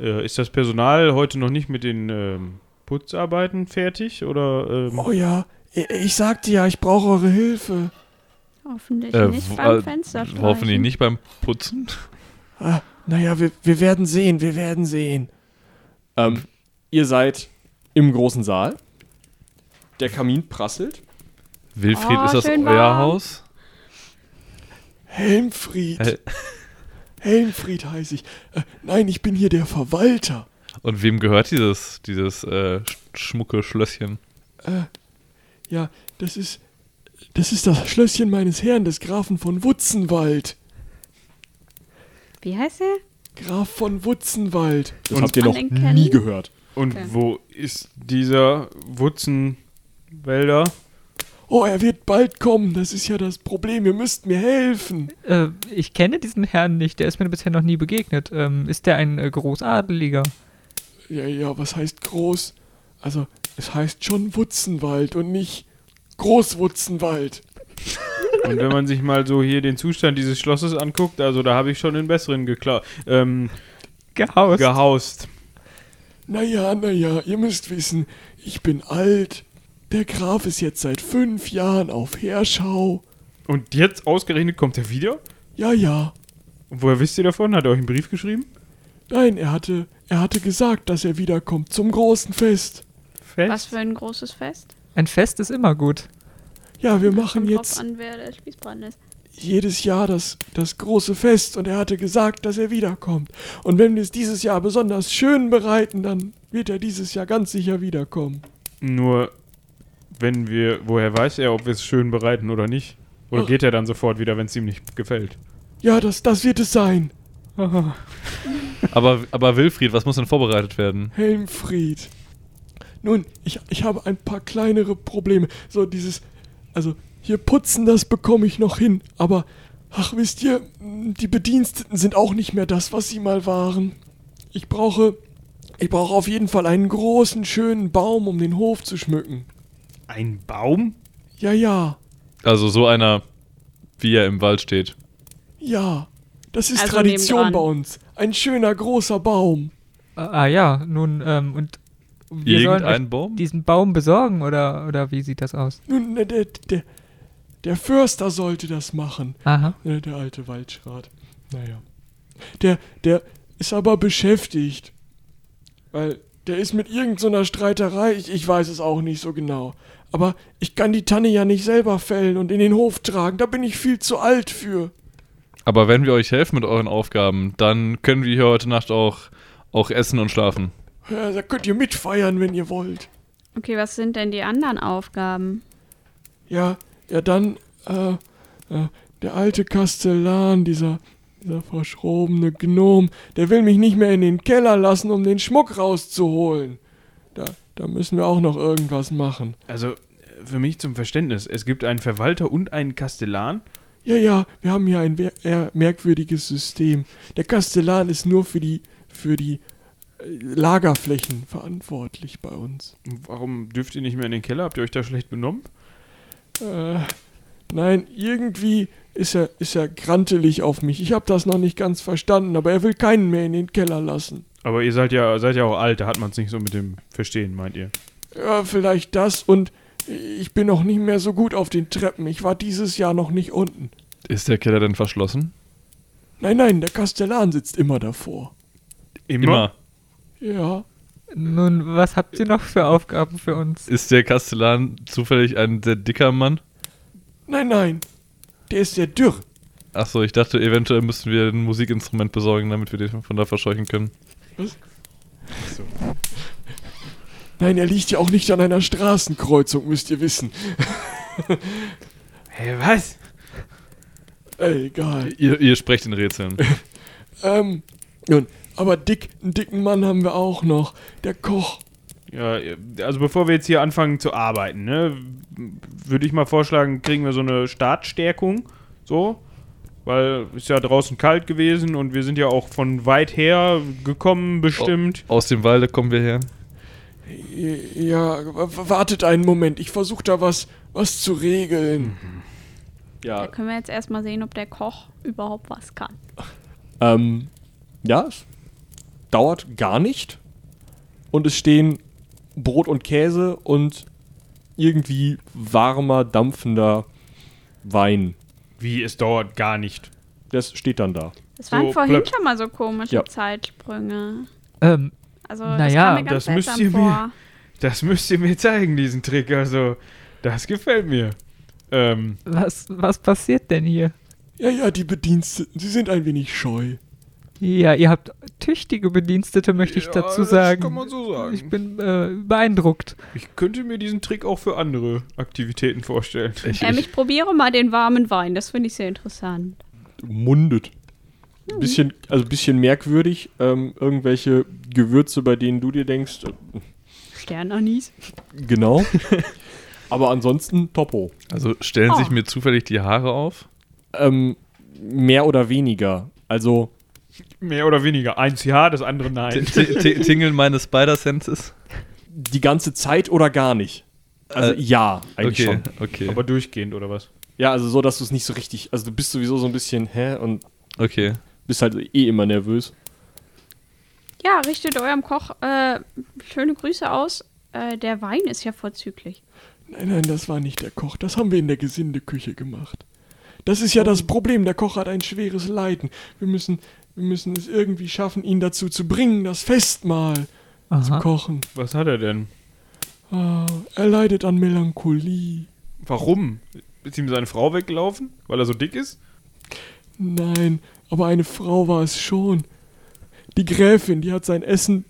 Speaker 3: äh, ist das Personal heute noch nicht mit den ähm, Putzarbeiten fertig oder? Ähm,
Speaker 5: Oh ja, äh, ich sagte ja, ich brauche eure Hilfe.
Speaker 4: Hoffentlich
Speaker 8: Äh,
Speaker 4: nicht
Speaker 8: wo-
Speaker 4: beim
Speaker 8: äh,
Speaker 4: Fenster streichen.
Speaker 8: Hoffentlich nicht beim Putzen.
Speaker 5: Ah, naja, wir, wir werden sehen, wir werden sehen. Ähm, ihr seid im großen Saal. Der Kamin prasselt.
Speaker 8: Wilfried,
Speaker 4: Oh,
Speaker 8: ist das
Speaker 4: schön
Speaker 8: euer
Speaker 4: warm.
Speaker 8: Haus?
Speaker 5: Helmfried.
Speaker 8: Hel-
Speaker 5: Helmfried heiße ich. Äh, nein, ich bin hier der Verwalter.
Speaker 8: Und wem gehört dieses, dieses äh, sch- schmucke Schlösschen?
Speaker 5: Ja, das ist das ist das Schlösschen meines Herrn, des Grafen von Wutzenwald.
Speaker 4: Wie heißt er?
Speaker 5: Graf von Wutzenwald. Das
Speaker 3: Und-
Speaker 5: habt ihr noch
Speaker 4: Man den kennen?
Speaker 5: nie gehört.
Speaker 3: Und
Speaker 4: Ja.
Speaker 3: wo ist dieser Wutzenwälder?
Speaker 5: Oh, er wird bald kommen. Das ist ja das Problem. Ihr müsst mir helfen.
Speaker 2: Äh, ich kenne diesen Herrn nicht, der ist mir bisher noch nie begegnet. Ähm, ist der ein äh, Großadeliger?
Speaker 5: Ja, ja, was heißt groß? Also, es heißt schon Wutzenwald und nicht Großwutzenwald.
Speaker 3: Und wenn man sich mal so hier den Zustand dieses Schlosses anguckt, also da habe ich schon den besseren gekla ähm,
Speaker 2: Gehaust.
Speaker 3: gehaust.
Speaker 5: Naja, naja, ihr müsst wissen, ich bin alt. Der Graf ist jetzt seit fünf Jahren auf Heerschau.
Speaker 3: Und jetzt ausgerechnet kommt er wieder?
Speaker 5: Ja, ja.
Speaker 3: Und woher wisst ihr davon? Hat er euch einen Brief geschrieben?
Speaker 5: Nein, er hatte, er hatte gesagt, dass er wiederkommt zum großen Fest.
Speaker 3: Fest?
Speaker 4: Was für ein großes Fest.
Speaker 2: Ein Fest ist immer gut.
Speaker 5: Ja, wir machen
Speaker 4: Kommt
Speaker 5: jetzt
Speaker 4: drauf an, wer der Spießbrand ist.
Speaker 5: jedes Jahr das, das große Fest und er hatte gesagt, dass er wiederkommt. Und wenn wir es dieses Jahr besonders schön bereiten, dann wird er dieses Jahr ganz sicher wiederkommen.
Speaker 3: Nur, wenn wir, woher weiß er, ob wir es schön bereiten oder nicht? Oder
Speaker 5: Oh.
Speaker 3: geht er dann sofort wieder, wenn es ihm nicht gefällt?
Speaker 5: Ja, das, das wird es sein.
Speaker 8: Aber, aber Wilfried, was muss denn vorbereitet werden?
Speaker 5: Helmfried. Nun, ich, ich habe ein paar kleinere Probleme. So dieses, also hier putzen, das bekomme ich noch hin. Aber, ach wisst ihr, m, die Bediensteten sind auch nicht mehr das, was sie mal waren. Ich brauche, ich brauche auf jeden Fall einen großen, schönen Baum, um den Hof zu schmücken.
Speaker 3: Ein Baum?
Speaker 5: Ja, ja,
Speaker 8: Also so einer, wie er im Wald steht.
Speaker 5: ja. Das ist
Speaker 4: Also
Speaker 5: Tradition
Speaker 4: nebendran.
Speaker 5: bei uns. Ein schöner, großer Baum.
Speaker 2: Äh, ah ja, nun, ähm, und wir sollen euch
Speaker 8: Irgendein Baum?
Speaker 2: diesen Baum besorgen oder, oder wie sieht das aus?
Speaker 5: Nun, der, der, der, der Förster sollte das machen.
Speaker 2: Aha.
Speaker 5: Ja, Äh, der alte Waldschrat. Naja. Der, der ist aber beschäftigt. Weil der ist mit irgendeiner so einer Streiterei. Ich, ich weiß es auch nicht so genau. Aber ich kann die Tanne ja nicht selber fällen und in den Hof tragen. Da bin ich viel zu alt für.
Speaker 8: Aber wenn wir euch helfen mit euren Aufgaben, dann können wir hier heute Nacht auch, auch essen und schlafen.
Speaker 5: Ja, da könnt ihr mitfeiern, wenn ihr wollt.
Speaker 4: Okay, was sind denn die anderen Aufgaben?
Speaker 5: Ja, ja, dann, äh, äh, der alte Kastellan, dieser, dieser verschrobene Gnom, der will mich nicht mehr in den Keller lassen, um den Schmuck rauszuholen. Da, da müssen wir auch noch irgendwas machen.
Speaker 3: Also, äh, für mich zum Verständnis. Es gibt einen Verwalter und einen Kastellan.
Speaker 5: Ja, ja, wir haben hier ein wer- eher merkwürdiges System. Der Kastellan ist nur für die, für die äh, Lagerflächen verantwortlich bei uns.
Speaker 3: Warum dürft ihr nicht mehr in den Keller? Habt ihr euch da schlecht benommen?
Speaker 5: Äh, nein, irgendwie ist er, ist er grantelig auf mich. Ich habe das noch nicht ganz verstanden, aber er will keinen mehr in den Keller lassen.
Speaker 3: Aber ihr seid ja, seid ja auch alt, da hat man es nicht so mit dem Verstehen, meint ihr?
Speaker 5: Ja, vielleicht das und ich bin noch nicht mehr so gut auf den Treppen. Ich war dieses Jahr noch nicht unten.
Speaker 8: Ist der Keller denn verschlossen?
Speaker 5: Nein, nein, der Kastellan sitzt immer davor.
Speaker 8: Immer.
Speaker 5: Ja,
Speaker 2: Nun, was habt ihr noch für Aufgaben für uns?
Speaker 8: Ist der Kastellan zufällig ein sehr dicker Mann?
Speaker 5: nein, nein, der ist sehr dürr.
Speaker 8: Achso, ich dachte, eventuell müssten wir ein Musikinstrument besorgen, damit wir den von da verscheuchen können.
Speaker 5: Nein, er liegt ja auch nicht an einer Straßenkreuzung, müsst ihr wissen.
Speaker 3: Hä, was?
Speaker 5: Egal.
Speaker 8: Ihr, ihr sprecht in Rätseln.
Speaker 5: Ähm, nun, aber dick, einen dicken Mann haben wir auch noch. Der Koch.
Speaker 3: Ja, also bevor wir jetzt hier anfangen zu arbeiten, ne, würde ich mal vorschlagen, kriegen wir so eine Startstärkung, so, weil ist ja draußen kalt gewesen und wir sind ja auch von weit her gekommen bestimmt.
Speaker 8: Aus dem Walde kommen wir her.
Speaker 5: Ja, w- w- wartet einen Moment. Ich versuche da was, was zu regeln.
Speaker 4: Da können wir jetzt erstmal sehen, ob der Koch überhaupt was kann.
Speaker 5: Ähm, ja, es dauert gar nicht. Und es stehen Brot und Käse und irgendwie warmer, dampfender Wein.
Speaker 3: Wie, es dauert gar nicht.
Speaker 5: Das steht dann da.
Speaker 4: Es waren
Speaker 3: So,
Speaker 4: vorhin
Speaker 3: plöpp.
Speaker 4: schon mal so komische
Speaker 5: Ja.
Speaker 4: Zeitsprünge.
Speaker 2: Ähm,
Speaker 4: Also das
Speaker 2: Naja,
Speaker 4: kam mir ganz
Speaker 3: das müsst
Speaker 4: seltsam
Speaker 3: ihr mir-
Speaker 4: vor.
Speaker 3: Das müsst ihr mir zeigen, diesen Trick, also, das gefällt mir. Ähm,
Speaker 2: was, was passiert denn hier?
Speaker 5: Ja, ja, die Bediensteten, sie sind ein wenig scheu.
Speaker 2: Ja, ihr habt tüchtige Bedienstete, möchte ich
Speaker 3: ja,
Speaker 2: dazu
Speaker 3: das
Speaker 2: sagen.
Speaker 3: kann man so sagen.
Speaker 2: Ich bin äh, beeindruckt.
Speaker 3: ich könnte mir diesen Trick auch für andere Aktivitäten vorstellen.
Speaker 4: Äh, Ähm, ich probiere mal den warmen Wein, das finde ich sehr interessant.
Speaker 5: Mundet. bisschen, also bisschen merkwürdig. Ähm, irgendwelche Gewürze, bei denen du dir denkst, äh,
Speaker 4: Sternanis.
Speaker 5: genau. Aber ansonsten Topo.
Speaker 8: Also stellen
Speaker 4: Oh.
Speaker 8: sich mir zufällig die Haare auf.
Speaker 5: Ähm, mehr oder weniger. Also
Speaker 3: Mehr oder weniger. Eins ja, das andere
Speaker 8: T-
Speaker 3: nein.
Speaker 8: t- t- Tingeln meine Spider-Senses.
Speaker 5: die ganze Zeit oder gar nicht. Also
Speaker 8: Äh,
Speaker 5: ja, eigentlich
Speaker 8: Okay,
Speaker 5: schon.
Speaker 8: okay.
Speaker 3: Aber durchgehend oder was?
Speaker 5: Ja, also so, dass du es nicht so richtig, also du bist sowieso so ein bisschen, hä, und
Speaker 8: okay.
Speaker 5: bist halt eh immer nervös.
Speaker 4: Ja, richtet eurem Koch äh, schöne Grüße aus. Äh, der Wein ist ja vorzüglich.
Speaker 5: Nein, nein, das war nicht der Koch. Das haben wir in der Gesindeküche gemacht. Das ist ja das Problem. Der Koch hat ein schweres Leiden. Wir müssen, wir müssen es irgendwie schaffen, ihn dazu zu bringen, das Festmahl zu
Speaker 2: Aha.
Speaker 5: kochen.
Speaker 3: Was hat er denn?
Speaker 5: Ah, er leidet an Melancholie.
Speaker 3: Warum? Ist ihm seine Frau weggelaufen? Weil er so dick ist?
Speaker 5: Nein, aber eine Frau war es schon. Die Gräfin, die hat sein Essen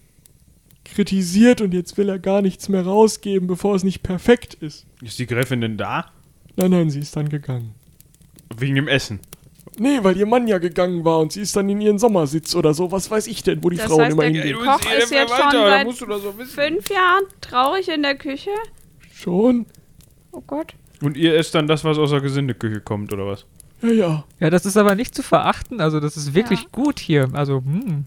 Speaker 5: kritisiert und jetzt will er gar nichts mehr rausgeben, bevor es nicht perfekt ist.
Speaker 3: Ist die Gräfin denn da?
Speaker 5: Nein, nein, sie ist dann gegangen.
Speaker 3: Wegen dem Essen.
Speaker 5: Nee, weil ihr Mann ja gegangen war und sie ist dann in ihren Sommersitz oder so, was weiß ich denn, wo die
Speaker 4: Das
Speaker 5: Frauen
Speaker 4: heißt,
Speaker 5: immer
Speaker 4: der-
Speaker 5: hingehen.
Speaker 4: Koch ist jetzt schon seit
Speaker 3: oder so wissen.
Speaker 4: Fünf Jahren traurig in der Küche.
Speaker 5: Schon?
Speaker 4: Oh Gott.
Speaker 3: Und ihr esst dann das, was aus der Gesindeküche kommt, oder was?
Speaker 5: Ja, ja.
Speaker 2: Ja, das ist aber nicht zu verachten. Also, das ist wirklich
Speaker 4: Ja.
Speaker 2: gut hier. Also, hm.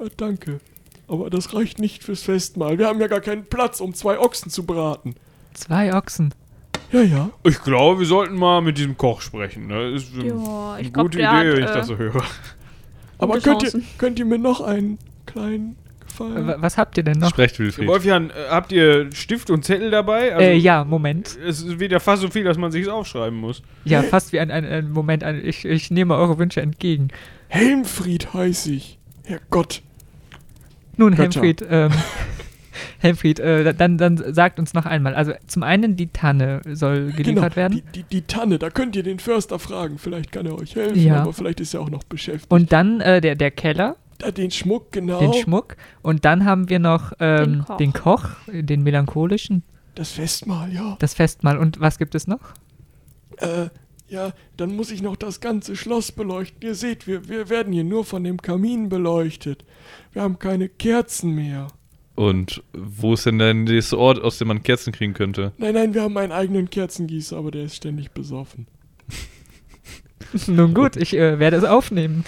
Speaker 5: Ah, Danke. Aber das reicht nicht fürs Festmahl. Wir haben ja gar keinen Platz, um zwei Ochsen zu braten.
Speaker 2: Zwei Ochsen.
Speaker 5: Ja, ja.
Speaker 3: Ich glaube, wir sollten mal mit diesem Koch sprechen. Ne? Ist ähm,
Speaker 4: Ja,
Speaker 3: eine
Speaker 4: ich glaub,
Speaker 3: gute
Speaker 4: der
Speaker 3: Idee,
Speaker 4: hat,
Speaker 3: wenn ich
Speaker 4: äh,
Speaker 3: das so höre.
Speaker 5: Aber
Speaker 4: Gute
Speaker 5: könnt ihr,
Speaker 4: Chancen. Äh,
Speaker 5: könnt ihr mir noch einen kleinen Gefallen?
Speaker 2: Äh, Wa- Was habt ihr denn noch?
Speaker 8: Sprecht, Wilfried.
Speaker 3: Wolfian, äh, habt ihr Stift und Zettel dabei? Also,
Speaker 2: äh, ja, Moment.
Speaker 3: Es ist wieder fast so viel, dass man sich aufschreiben muss.
Speaker 2: Ja, fast wie ein, ein, ein Moment. Ein, ich, ich nehme eure Wünsche entgegen.
Speaker 5: Helmfried heiß ich. Herrgott.
Speaker 2: Nun,
Speaker 5: Götter.
Speaker 2: Helmfried, ähm, Helmfried, äh, dann, dann sagt uns noch einmal. Also, zum einen die Tanne soll geliefert werden.
Speaker 5: Die, Genau, die, die Tanne, da könnt ihr den Förster fragen. Vielleicht kann er euch helfen,
Speaker 2: Ja.
Speaker 5: aber vielleicht ist er auch noch beschäftigt.
Speaker 2: Und dann äh, der, der Keller,
Speaker 5: Da, den Schmuck, genau.
Speaker 2: den Schmuck. Und dann haben wir noch
Speaker 4: Den
Speaker 2: ähm,
Speaker 4: Koch.
Speaker 2: den, Koch. den melancholischen,
Speaker 5: Das Festmahl, ja.
Speaker 2: das Festmahl. Und was gibt es noch?
Speaker 5: Äh, ja, dann muss ich noch das ganze Schloss beleuchten. Ihr seht, wir, wir werden hier nur von dem Kamin beleuchtet. Wir haben keine Kerzen mehr.
Speaker 8: Und wo ist denn der nächste Ort, aus dem man Kerzen kriegen könnte?
Speaker 5: Nein, nein, wir haben einen eigenen Kerzengießer, aber der ist ständig besoffen.
Speaker 2: Nun gut, ich äh, werde es aufnehmen.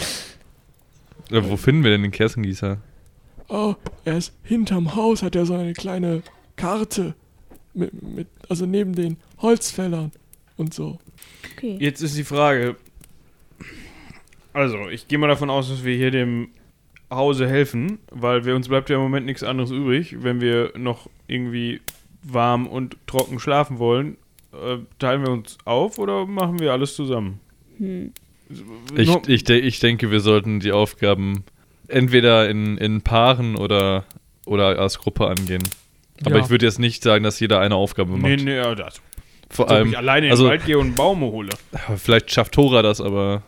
Speaker 8: Äh, wo finden wir denn den Kerzengießer?
Speaker 5: Oh, er ist hinterm Haus, hat er so eine kleine Karte. Mit, mit, also neben den Holzfällern und so.
Speaker 4: Okay.
Speaker 3: Jetzt ist die Frage. Also, ich gehe mal davon aus, dass wir hier dem Hause helfen, weil wir, uns bleibt ja im Moment nichts anderes übrig, wenn wir noch irgendwie warm und trocken schlafen wollen. Äh, teilen wir uns auf oder machen wir alles zusammen?
Speaker 4: Hm.
Speaker 8: Ich,
Speaker 3: No-
Speaker 8: ich, de ich denke, wir sollten die Aufgaben entweder in, in Paaren oder, oder als Gruppe angehen. Aber
Speaker 2: Ja.
Speaker 8: ich würde jetzt nicht sagen, dass jeder eine Aufgabe macht.
Speaker 3: nee, nee, ja, das.
Speaker 8: Vor
Speaker 3: Als ob
Speaker 8: allem,
Speaker 3: ich alleine in
Speaker 8: also-
Speaker 3: den Wald gehe und einen Baum hole.
Speaker 8: vielleicht schafft Tora das, aber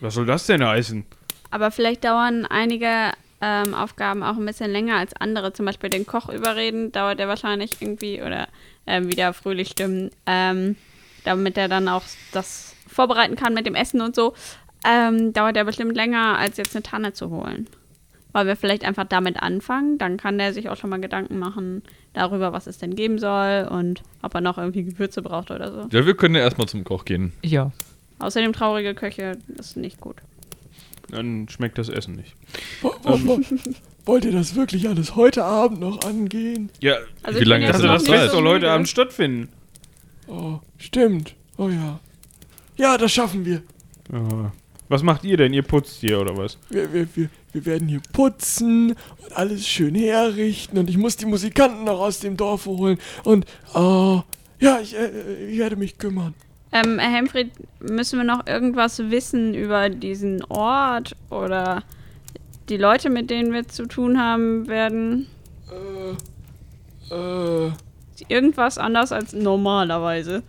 Speaker 3: Was soll das denn heißen?
Speaker 4: Aber vielleicht dauern einige ähm, Aufgaben auch ein bisschen länger als andere. Zum Beispiel den Koch überreden, dauert er wahrscheinlich irgendwie oder ähm, wieder fröhlich stimmen, ähm, damit er dann auch das vorbereiten kann mit dem Essen und so. Ähm, dauert er bestimmt länger, als jetzt eine Tanne zu holen. Weil wir vielleicht einfach damit anfangen, dann kann der sich auch schon mal Gedanken machen darüber, was es denn geben soll und ob er noch irgendwie Gewürze braucht oder so.
Speaker 8: ja, wir können ja erstmal zum Koch gehen.
Speaker 2: Ja.
Speaker 4: Außerdem traurige Köche ist nicht gut.
Speaker 3: Dann schmeckt das Essen nicht.
Speaker 5: Wo- wo- wo- Ähm, Wollt ihr das wirklich alles heute Abend noch angehen?
Speaker 3: Ja,
Speaker 4: Also
Speaker 8: Wie
Speaker 4: ich
Speaker 8: lange
Speaker 4: bin jetzt
Speaker 8: ist
Speaker 3: also
Speaker 8: denn
Speaker 4: noch
Speaker 3: das
Speaker 8: das
Speaker 4: nicht
Speaker 8: Fest?
Speaker 3: lässt
Speaker 4: so
Speaker 3: doch heute
Speaker 4: müde.
Speaker 3: Abend stattfinden.
Speaker 5: Oh, stimmt. Oh ja. Ja, das schaffen wir.
Speaker 3: Ja. Was macht ihr denn? Ihr putzt hier oder was?
Speaker 5: Wir, wir, wir, wir werden hier putzen und alles schön herrichten und ich muss die Musikanten noch aus dem Dorf holen und oh, ja, ich, äh, ich werde mich kümmern.
Speaker 4: Ähm, Herr Hemfried, müssen wir noch irgendwas wissen über diesen Ort oder die Leute, mit denen wir zu tun haben werden?
Speaker 5: Äh, äh,
Speaker 4: Ist Irgendwas anders als normalerweise.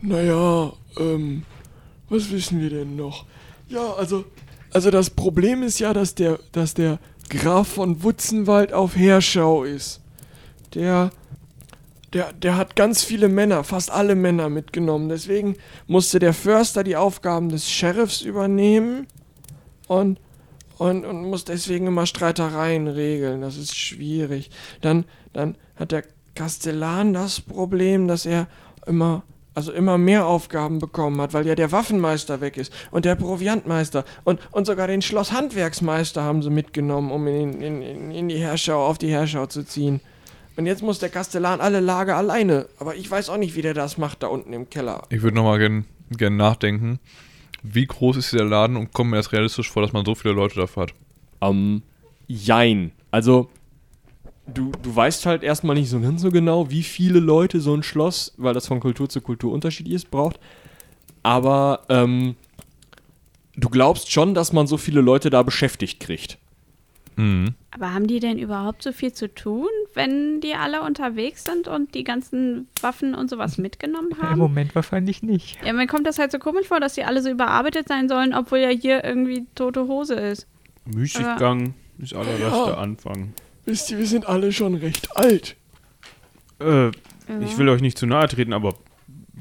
Speaker 5: naja, ähm, was wissen wir denn noch? Ja, also, also das Problem ist ja, dass der, dass der Graf von Wutzenwald auf Herschau ist. Der Der, der hat ganz viele Männer, fast alle Männer mitgenommen. Deswegen musste der Förster die Aufgaben des Sheriffs übernehmen und, und, und muss deswegen immer Streitereien regeln. Das ist schwierig. Dann, dann hat der Kastellan das Problem, dass er immer, also immer mehr Aufgaben bekommen hat, weil ja der Waffenmeister weg ist und der Proviantmeister und, und sogar den Schlosshandwerksmeister haben sie mitgenommen, um in, in, in, in die Herrschau, auf die Herrschau zu ziehen. Und jetzt muss der Kastellan alle Lager alleine. Aber ich weiß auch nicht, wie der das macht da unten im Keller.
Speaker 8: Ich würde nochmal gerne gern nachdenken. Wie groß ist der Laden und kommt mir das realistisch vor, dass man so viele Leute dafür hat?
Speaker 1: Ähm, jein. Also, du, du weißt halt erstmal nicht so ganz so genau, wie viele Leute so ein Schloss, weil das von Kultur zu Kultur unterschiedlich ist, braucht. Aber ähm, du glaubst schon, dass man so viele Leute da beschäftigt kriegt.
Speaker 8: Mhm.
Speaker 4: Aber haben die denn überhaupt so viel zu tun, wenn die alle unterwegs sind und die ganzen Waffen und sowas mitgenommen
Speaker 2: Im
Speaker 4: haben?
Speaker 2: Moment wahrscheinlich nicht.
Speaker 4: Ja, mir kommt das halt so komisch vor, dass die alle so überarbeitet sein sollen, obwohl ja hier irgendwie tote Hose ist.
Speaker 3: Müßiggang ist allererster Anfang.
Speaker 5: Wisst ihr, wir sind alle schon recht alt.
Speaker 3: Äh, ich will euch nicht zu nahe treten, aber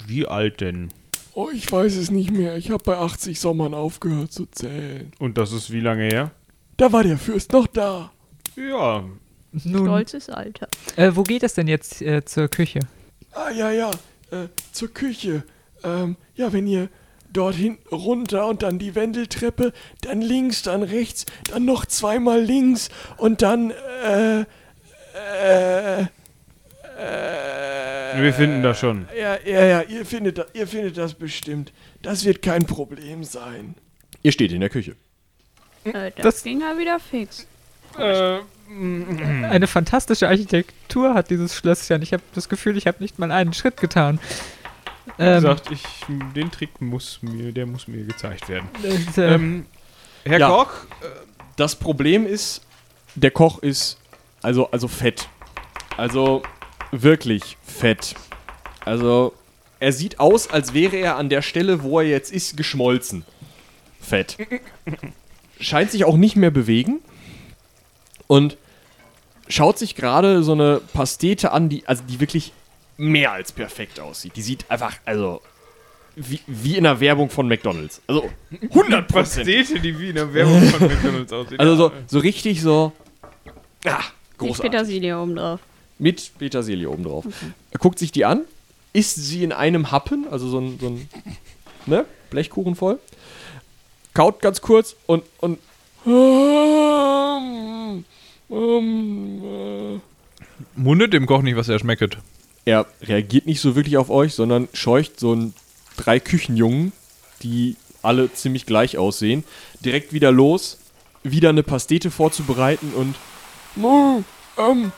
Speaker 3: wie alt denn?
Speaker 5: Oh, ich weiß es nicht mehr. Ich habe bei 80 Sommern aufgehört zu zählen.
Speaker 3: Und das ist wie lange her?
Speaker 5: Da war der Fürst noch da.
Speaker 3: Ja,
Speaker 2: Nun,
Speaker 4: Stolzes Alter.
Speaker 2: äh, wo geht es denn jetzt äh, zur Küche?
Speaker 5: Ah, ja, ja. Äh, zur Küche. Ähm, ja, wenn ihr dorthin runter und dann die Wendeltreppe, dann links, dann rechts, dann noch zweimal links und dann, äh, äh, äh,
Speaker 3: wir finden das schon.
Speaker 5: Ja, ja, ja, ihr findet, da- ihr findet das bestimmt. Das wird kein Problem sein.
Speaker 1: Ihr steht in der Küche.
Speaker 4: Äh, das,
Speaker 2: Das-
Speaker 4: ging ja wieder fix.
Speaker 2: Eine fantastische Architektur hat dieses Schlösschen. Ich habe das Gefühl, ich habe nicht mal einen Schritt getan.
Speaker 3: Wie
Speaker 2: Ähm,
Speaker 3: gesagt, ich, den Trick muss mir, der muss mir gezeigt werden.
Speaker 2: das, äh,
Speaker 3: Ähm, Herr
Speaker 1: ja.
Speaker 3: Koch,
Speaker 1: Das Problem ist, der Koch ist also, also fett. Also wirklich fett. Also er sieht aus, als wäre er an der Stelle, wo er jetzt ist, geschmolzen. Fett. Scheint sich auch nicht mehr bewegen. Und schaut sich gerade so eine Pastete an, die, also die wirklich mehr als perfekt aussieht. Die sieht einfach, also wie, wie in der Werbung von McDonalds. Also 100 Prozent.
Speaker 3: Pastete, die wie in der Werbung von McDonalds aussieht.
Speaker 1: Also so, so richtig so. Ah,
Speaker 4: Nicht
Speaker 1: großartig. Mhm.
Speaker 4: Petersilie oben drauf.
Speaker 1: Mit Petersilie oben drauf. Er Guckt sich die an, isst sie in einem Happen, also so ein, so ein ne, Blechkuchen voll. Kaut ganz kurz und, und
Speaker 5: Ähm, ähm, äh.
Speaker 8: Mundet dem Koch nicht, was er schmecket.
Speaker 1: er reagiert nicht so wirklich auf euch, sondern scheucht so einen drei Küchenjungen, die alle ziemlich gleich aussehen, direkt wieder los, wieder eine Pastete vorzubereiten und
Speaker 5: Mo, ähm,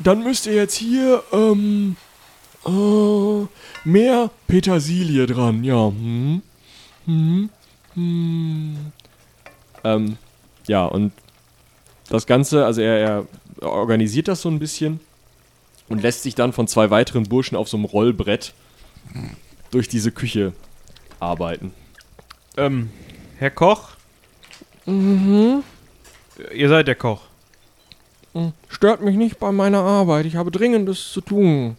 Speaker 5: dann müsst ihr jetzt hier, ähm, äh, mehr Petersilie dran, ja. Hm, hm, hm.
Speaker 1: Ähm, ja, und das Ganze, also er, er organisiert das so ein bisschen und lässt sich dann von zwei weiteren Burschen auf so einem Rollbrett durch diese Küche arbeiten.
Speaker 3: Ähm, Herr Koch? Mhm. Ihr seid der Koch.
Speaker 5: Stört mich nicht bei meiner Arbeit, ich habe Dringendes zu tun.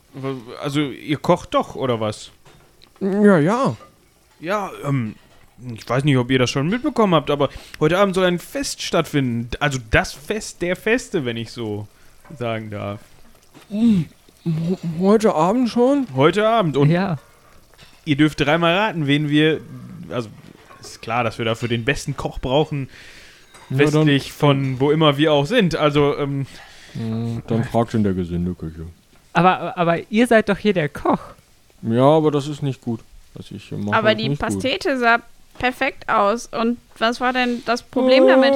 Speaker 3: Also, ihr kocht doch, oder was?
Speaker 5: Ja, ja.
Speaker 3: Ja, ähm, ich weiß nicht, ob ihr das schon mitbekommen habt, aber heute Abend soll ein Fest stattfinden. Also das Fest der Feste, wenn ich so sagen darf.
Speaker 5: Heute Abend schon?
Speaker 3: Heute Abend. Und
Speaker 2: ja.
Speaker 3: ihr dürft dreimal raten, wen wir. Also, ist klar, dass wir dafür den besten Koch brauchen.
Speaker 5: dann-
Speaker 3: Westlich von wo immer wir auch sind. Also, ähm,
Speaker 1: Dann fragt in der Gesindeküche.
Speaker 2: Aber, aber ihr seid doch hier der Koch.
Speaker 5: Ja, aber das ist nicht gut, was ich hier mache.
Speaker 4: Aber
Speaker 5: ist
Speaker 4: die
Speaker 5: nicht gut.
Speaker 4: Pastete sah perfekt aus. Und was war denn das Problem damit?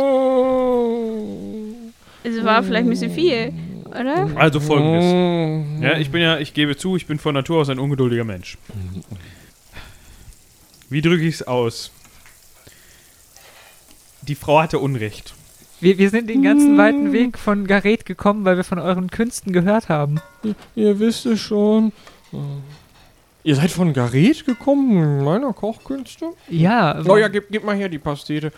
Speaker 4: Es war vielleicht ein bisschen viel, oder?
Speaker 3: also folgendes.
Speaker 5: Hm.
Speaker 3: Ja, ich bin ja, ich gebe zu, ich bin von Natur aus ein ungeduldiger Mensch. Wie drücke ich es aus? Die Frau hatte Unrecht.
Speaker 2: Wir, wir sind den ganzen
Speaker 1: Mm.
Speaker 2: weiten Weg von Gareth gekommen, weil wir von euren Künsten gehört haben.
Speaker 5: Ihr wisst es schon. Ihr seid von Gareth gekommen, meiner Kochkünste?
Speaker 2: Ja,
Speaker 5: Oh ja, gib, gib mal her die Pastete.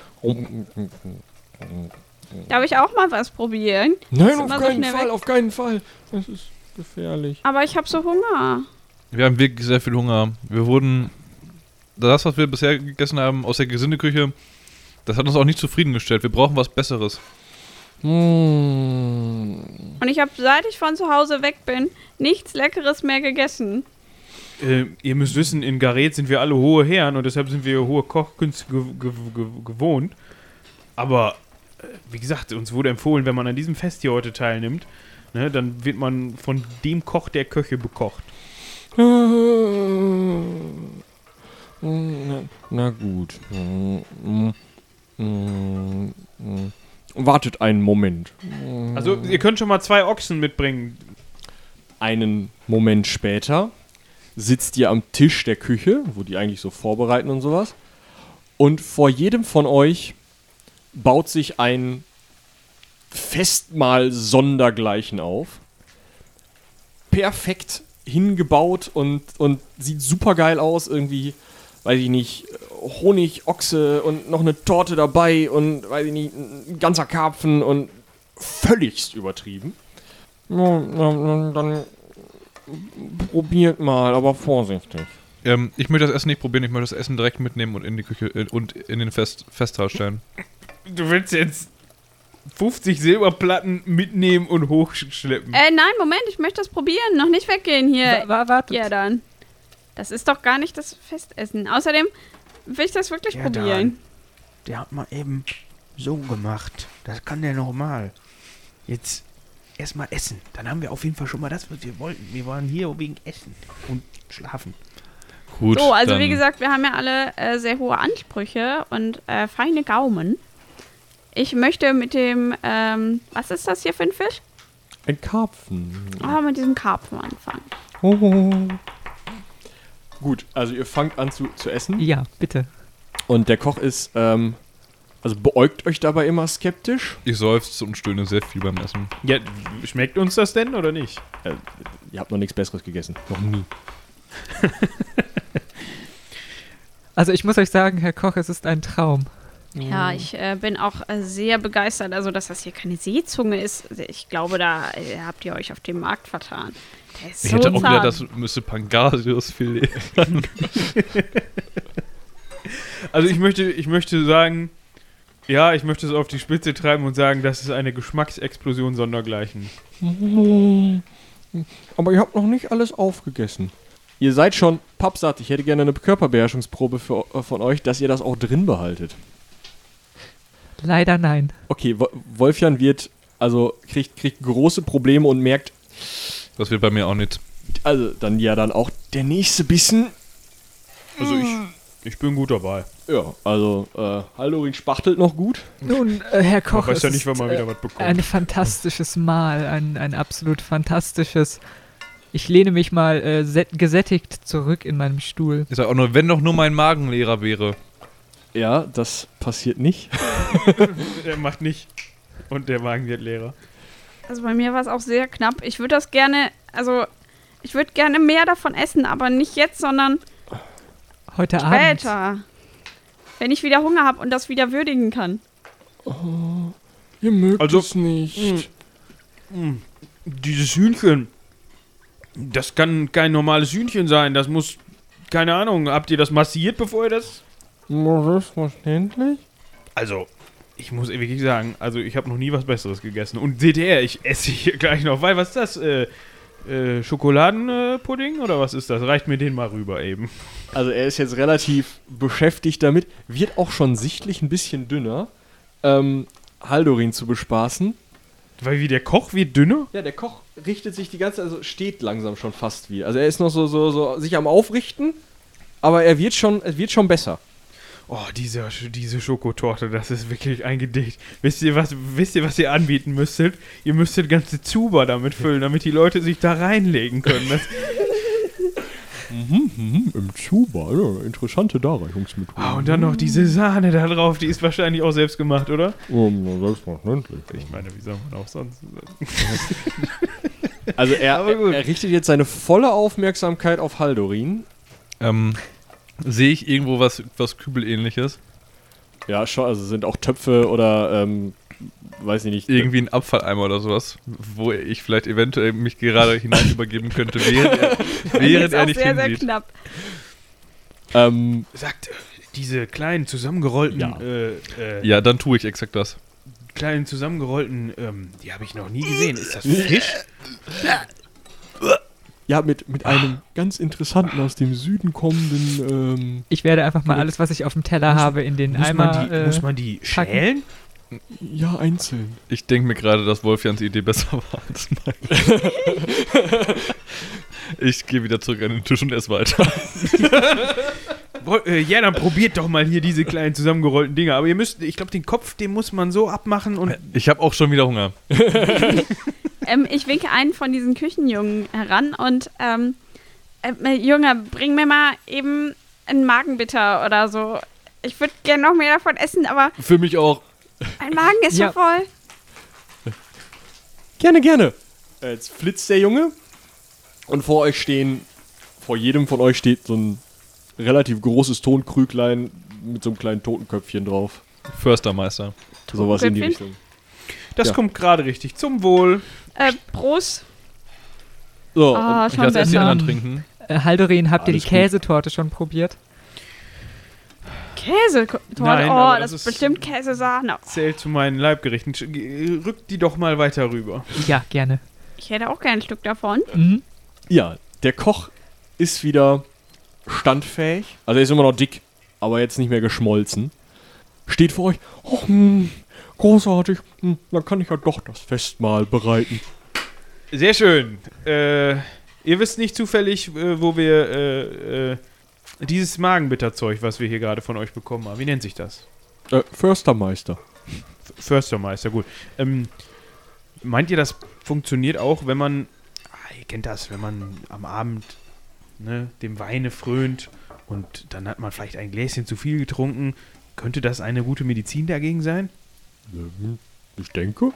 Speaker 4: Darf ich auch mal was probieren?
Speaker 5: Nein,
Speaker 4: immer
Speaker 5: auf
Speaker 4: so
Speaker 5: keinen
Speaker 4: schnell
Speaker 5: Fall,
Speaker 4: weg.
Speaker 5: auf keinen Fall. Das ist gefährlich.
Speaker 4: Aber ich habe so Hunger.
Speaker 8: Wir haben wirklich sehr viel Hunger. Wir wurden. Das, was wir bisher gegessen haben aus der Gesindeküche, das hat uns auch nicht zufriedengestellt. Wir brauchen was Besseres.
Speaker 4: Und ich habe, seit ich von zu Hause weg bin, nichts Leckeres mehr gegessen.
Speaker 3: Äh, ihr müsst wissen, in Gareth sind wir alle hohe Herren und deshalb sind wir hohe Kochkünste gew gew gew gewohnt. Aber äh, wie gesagt, uns wurde empfohlen, wenn man an diesem Fest hier heute teilnimmt, ne, dann wird man von dem Koch der Köche bekocht.
Speaker 5: Na, na gut. Mm, mm, mm, mm. Wartet einen Moment.
Speaker 3: Also ihr könnt schon mal zwei Ochsen mitbringen.
Speaker 5: Einen Moment später sitzt ihr am Tisch der Küche, wo die eigentlich so vorbereiten und sowas. Und vor jedem von euch baut sich ein Festmahl sondergleichen auf. Perfekt hingebaut und, und sieht super geil aus. Irgendwie, weiß ich nicht, Honig, Ochse und noch eine Torte dabei und, weiß ich nicht, ein ganzer Karpfen und völligst übertrieben.
Speaker 9: Dann probiert mal, aber vorsichtig.
Speaker 8: Ähm, ich möchte das Essen nicht probieren, ich möchte das Essen direkt mitnehmen und in die Küche äh, und in den Fest, Festsaal stellen.
Speaker 3: Du willst jetzt 50 Silberplatten mitnehmen und hochschleppen.
Speaker 4: Äh, nein, Moment, ich möchte das probieren. Noch nicht weggehen hier.
Speaker 2: Wa- wa- wartet.
Speaker 4: Ja, dann. Das ist doch gar nicht das Festessen. Außerdem will ich das wirklich
Speaker 10: Ja,
Speaker 4: probieren.
Speaker 10: Der hat mal eben so gemacht. Das kann der nochmal. Jetzt erstmal essen. Dann haben wir auf jeden Fall schon mal das, was wir wollten. Wir waren hier wegen Essen und Schlafen.
Speaker 8: Gut.
Speaker 4: so, also wie
Speaker 8: dann-
Speaker 4: gesagt, wir haben ja alle äh, sehr hohe Ansprüche und äh, feine Gaumen. Ich möchte mit dem, ähm, was ist das hier für ein Fisch?
Speaker 5: Ein Karpfen.
Speaker 4: Ah, mit diesem Karpfen anfangen.
Speaker 1: Oh.
Speaker 5: Gut, also ihr fangt an zu, zu essen.
Speaker 2: Ja, bitte.
Speaker 5: Und der Koch ist, ähm, also beäugt euch dabei immer skeptisch.
Speaker 8: Ich seufze und stöhne sehr viel beim Essen.
Speaker 3: Ja, schmeckt uns das denn oder nicht?
Speaker 5: Äh, ihr habt noch nichts Besseres gegessen. Noch nie.
Speaker 2: Also ich muss euch sagen, Herr Koch, es ist ein Traum.
Speaker 4: Ja, ich äh, bin auch äh, sehr begeistert, also dass das hier keine Seezunge ist. Ich glaube, da äh, habt ihr euch auf dem Markt vertan. Der ist
Speaker 8: Ich
Speaker 4: so
Speaker 8: hätte auch gedacht,
Speaker 4: zart.
Speaker 8: das müsste Pangasius-Filet.
Speaker 3: Also ich möchte, ich möchte sagen, ja, ich möchte es auf die Spitze treiben und sagen, das ist eine Geschmacksexplosion sondergleichen.
Speaker 5: Aber ihr habt noch nicht alles aufgegessen. Ihr seid schon pappsatt. Ich hätte gerne eine Körperbeherrschungsprobe für, äh, von euch, dass ihr das auch drin behaltet.
Speaker 2: Leider nein.
Speaker 5: Okay, Wo- Wolfjan wird, also kriegt, kriegt große Probleme und merkt,
Speaker 8: Das wird bei mir auch nicht.
Speaker 5: also dann ja dann auch der nächste Bissen.
Speaker 3: Also ich, ich bin gut dabei.
Speaker 5: Ja, also äh, Haldorin spachtelt noch gut.
Speaker 2: Nun, äh, Herr
Speaker 3: Man
Speaker 2: Koch,
Speaker 3: weiß
Speaker 2: es
Speaker 3: ja nicht,
Speaker 2: ist äh,
Speaker 3: wann man wieder
Speaker 10: äh,
Speaker 3: was bekommt.
Speaker 2: ein fantastisches Mahl, ein, ein absolut fantastisches. Ich lehne mich mal äh, set- gesättigt zurück in meinem Stuhl.
Speaker 8: Ich sag auch nur, wenn doch nur mein Magenlehrer wäre.
Speaker 5: Ja, das passiert nicht.
Speaker 3: Der macht nicht. Und der Wagen wird leerer.
Speaker 4: Also bei mir war es auch sehr knapp. Ich würde das gerne, also ich würde gerne mehr davon essen, aber nicht jetzt, sondern
Speaker 2: Heute Abend.
Speaker 4: später. Wenn ich wieder Hunger habe und das wieder würdigen kann.
Speaker 9: Ihr mögt
Speaker 3: Also- mm,
Speaker 9: es nicht.
Speaker 3: Dieses Hühnchen, das kann kein normales Hühnchen sein. Das muss, keine Ahnung, habt ihr das massiert, bevor ihr das...
Speaker 9: Selbstverständlich.
Speaker 3: Also, ich muss wirklich sagen, also ich habe noch nie was Besseres gegessen. Und seht ihr, ich esse hier gleich noch. Weil, was ist das? Äh, äh, Schokoladenpudding oder was ist das? Reicht mir den mal rüber eben.
Speaker 5: Also er ist jetzt relativ beschäftigt damit, wird auch schon sichtlich ein bisschen dünner, ähm, Haldorin zu bespaßen.
Speaker 3: Weil wie der Koch wird dünner?
Speaker 5: Ja, der Koch richtet sich die ganze, also steht langsam schon fast wie. Also er ist noch so, so, so sich am Aufrichten, aber er wird schon, es wird schon besser.
Speaker 3: Oh, diese, diese Schokotorte, das ist wirklich eingedickt. Wisst ihr, was, wisst ihr, was ihr anbieten müsstet? Ihr müsstet ganze Zuber damit füllen, damit die Leute sich da reinlegen können. Das,
Speaker 5: Im Zuba,
Speaker 3: ne,
Speaker 5: ja, interessante Darreichungsmethode.
Speaker 3: Ah, und dann noch diese Sahne da drauf, die ist wahrscheinlich auch selbst gemacht, oder? Um, Ich meine, wie soll man auch sonst.
Speaker 5: Also er, er, er richtet jetzt seine volle Aufmerksamkeit auf Haldorin.
Speaker 8: Ähm, sehe ich irgendwo was, was Kübelähnliches?
Speaker 5: Ja, schon, also sind auch Töpfe oder ähm, weiß ich nicht.
Speaker 8: Irgendwie einen Abfalleimer oder sowas, wo ich vielleicht eventuell mich gerade hinein übergeben könnte, während er, während er nicht
Speaker 4: sehr, sehr
Speaker 8: hinsieht.
Speaker 4: knapp.
Speaker 5: Ähm,
Speaker 3: Sagt, äh, diese kleinen zusammengerollten,
Speaker 5: Ja.
Speaker 3: äh, äh,
Speaker 8: Ja, dann tue ich exakt das.
Speaker 3: kleinen zusammengerollten, ähm, die habe ich noch nie gesehen. Ist das Fisch?
Speaker 5: ja, mit,
Speaker 3: Ah.
Speaker 5: mit einem ganz interessanten aus dem Süden kommenden. Ähm,
Speaker 2: Ich werde einfach mal alles, was ich auf dem Teller habe, in den
Speaker 3: Muss
Speaker 2: Eimer.
Speaker 3: man die,
Speaker 2: äh,
Speaker 3: muss man die
Speaker 2: packen.
Speaker 3: schälen?
Speaker 5: ja, einzeln.
Speaker 8: Ich denke mir gerade, dass Wolfjans Idee besser war als meine. ich gehe wieder zurück an den Tisch und esse weiter.
Speaker 3: Woll- äh, Ja, dann probiert doch mal hier diese kleinen zusammengerollten Dinger. Aber ihr müsst, ich glaube, den Kopf, den muss man so abmachen und
Speaker 8: Ich habe auch schon wieder Hunger.
Speaker 4: Ähm, ich winke einen von diesen Küchenjungen heran und ähm, äh, Junge, bring mir mal eben einen Magenbitter oder so. Ich würde gerne noch mehr davon essen, aber
Speaker 5: Für mich auch.
Speaker 4: mein Magen ist
Speaker 2: Ja.
Speaker 4: schon voll.
Speaker 5: Gerne, gerne. Äh, Jetzt flitzt der Junge und vor euch stehen, vor jedem von euch steht so ein relativ großes Tonkrüglein mit so einem kleinen Totenköpfchen drauf.
Speaker 8: Förstermeister.
Speaker 5: Sowas in die
Speaker 4: Totenköpfchen?
Speaker 5: Richtung.
Speaker 3: das
Speaker 5: Ja.
Speaker 3: kommt gerade richtig. Zum Wohl.
Speaker 4: Äh, Prost.
Speaker 5: So, und
Speaker 4: Ah,
Speaker 8: Ich
Speaker 4: schon
Speaker 8: lasse erst die
Speaker 4: besser.
Speaker 8: anderen trinken.
Speaker 2: äh, Haldorin, habt ihr die
Speaker 5: Alles gut.
Speaker 2: Käsetorte schon probiert?
Speaker 4: Käse.
Speaker 3: Nein,
Speaker 4: oh,
Speaker 3: aber
Speaker 4: das,
Speaker 3: das
Speaker 4: ist
Speaker 3: ist-
Speaker 4: bestimmt Käsesahne.
Speaker 3: Zählt zu meinen Leibgerichten. Sch- ge- Rückt die doch mal weiter rüber.
Speaker 2: Ja, gerne.
Speaker 4: Ich hätte auch gerne ein Stück davon.
Speaker 2: Mhm.
Speaker 5: Ja, der Koch ist wieder standfähig. Also er ist immer noch dick, aber jetzt nicht mehr geschmolzen. Steht vor euch. Oh, hm, großartig. Hm, dann kann ich ja doch das Festmahl bereiten.
Speaker 3: Sehr schön. Äh, ihr wisst nicht zufällig, äh, wo wir äh, äh, dieses Magenbitterzeug, was wir hier gerade von euch bekommen haben. Wie nennt sich das?
Speaker 5: Äh, Förstermeister.
Speaker 3: F- Förstermeister, gut. Ähm, meint ihr, das funktioniert auch, wenn man. Ah, ihr kennt das, wenn man am Abend ne, dem Weine frönt und dann hat man vielleicht ein Gläschen zu viel getrunken. Könnte das eine gute Medizin dagegen sein?
Speaker 5: Ähm, Ich denke,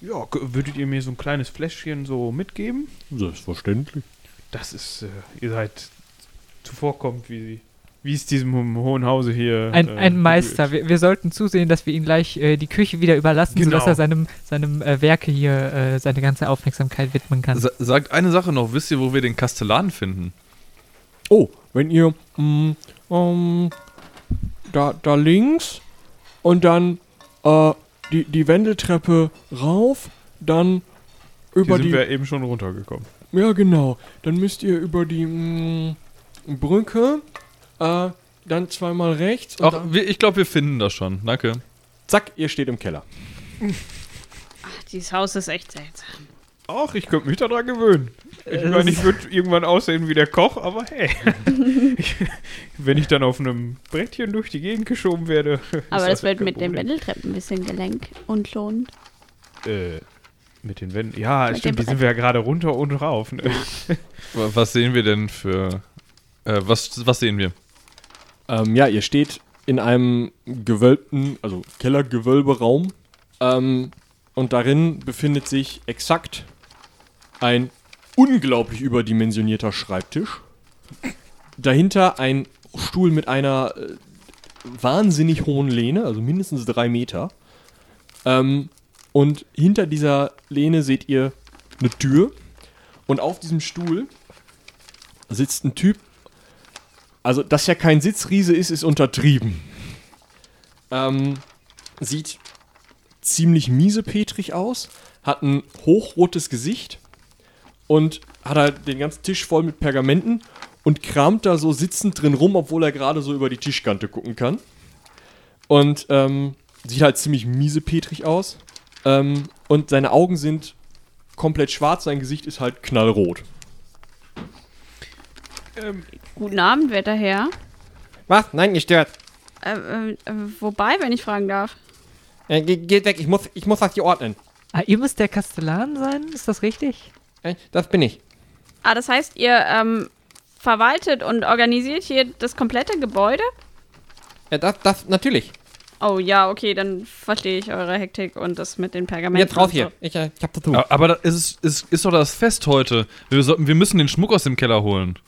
Speaker 3: Ja, k- würdet ihr mir so ein kleines Fläschchen so mitgeben?
Speaker 5: selbstverständlich.
Speaker 3: Das ist, äh, ihr seid zuvorkommend, wie sie. Wie es diesem ho- hohen Hause hier.
Speaker 2: Ein,
Speaker 3: äh,
Speaker 2: ein Meister.
Speaker 3: gebührt.
Speaker 2: Wir, wir sollten zusehen, dass wir ihm gleich äh, die Küche wieder überlassen,
Speaker 3: Genau.
Speaker 2: sodass er seinem, seinem äh, Werke hier äh, seine ganze Aufmerksamkeit widmen kann.
Speaker 8: Sa sagt eine Sache noch, wisst ihr, wo wir den Kastellan finden?
Speaker 5: Oh, wenn ihr. Mh, ähm, da, da links und dann äh, die, die Wendeltreppe rauf, dann
Speaker 3: Hier
Speaker 5: über
Speaker 3: sind
Speaker 5: die
Speaker 3: wir eben schon runtergekommen.
Speaker 5: Ja, genau. Dann müsst ihr über die mm, Brücke, äh, dann zweimal rechts und
Speaker 8: Auch,
Speaker 5: dann,
Speaker 8: wir, ich glaube, wir finden das schon. Danke.
Speaker 5: zack, ihr steht im Keller.
Speaker 4: Ach, dieses Haus ist echt seltsam.
Speaker 3: Ach, ich könnte mich daran gewöhnen. Ich
Speaker 4: Äh,
Speaker 3: meine, ich würde irgendwann aussehen wie der Koch, aber hey. ich, wenn ich dann auf einem Brettchen durch die Gegend geschoben werde.
Speaker 4: Aber
Speaker 3: ist
Speaker 4: das wird
Speaker 3: kein
Speaker 4: mit den
Speaker 3: Problem.
Speaker 4: Wendeltreppen ein bisschen gelenk und lohnend.
Speaker 3: Äh, mit den Wänden. Ja,
Speaker 4: Mit
Speaker 3: stimmt,
Speaker 4: dem
Speaker 3: die sind wir ja gerade runter und rauf. Ne?
Speaker 8: W- Was sehen wir denn für. Äh, was, was sehen wir?
Speaker 5: Ähm, ja, ihr steht in einem gewölbten, also Kellergewölberaum. Ähm, und darin befindet sich exakt ein unglaublich überdimensionierter Schreibtisch. Dahinter ein Stuhl mit einer äh, wahnsinnig hohen Lehne, also mindestens drei Meter. Ähm, und hinter dieser Lehne seht ihr eine Tür. Und auf diesem Stuhl sitzt ein Typ, also, dass er kein Sitzriese ist, ist untertrieben. Ähm, sieht ziemlich miesepetrig aus, hat ein hochrotes Gesicht und hat halt den ganzen Tisch voll mit Pergamenten und kramt da so sitzend drin rum, obwohl er gerade so über die Tischkante gucken kann. Und ähm, sieht halt ziemlich miesepetrig aus. Ähm, und seine Augen sind komplett schwarz, sein Gesicht ist halt knallrot.
Speaker 4: Guten Abend, werter Herr.
Speaker 9: Was? Nein, gestört.
Speaker 4: Äh, äh, äh, wobei, wenn ich fragen darf.
Speaker 9: Äh, ge geht weg, ich muss, ich muss das hier ordnen.
Speaker 2: Ah, ihr müsst der Kastellan sein, ist das richtig?
Speaker 9: Äh, das bin ich.
Speaker 4: Ah, das heißt, ihr ähm, verwaltet und organisiert hier das komplette Gebäude?
Speaker 9: Äh, das, das, natürlich.
Speaker 4: Oh ja, okay, dann verstehe ich eure Hektik und das mit den Pergamenten.
Speaker 9: Jetzt rauf
Speaker 4: und
Speaker 9: hier. Ich, äh, ich hab zu
Speaker 5: Oh.
Speaker 9: tun.
Speaker 8: Aber, aber da ist, es- ist, ist doch das Fest heute. Wir, sollten, wir müssen den Schmuck aus dem Keller holen.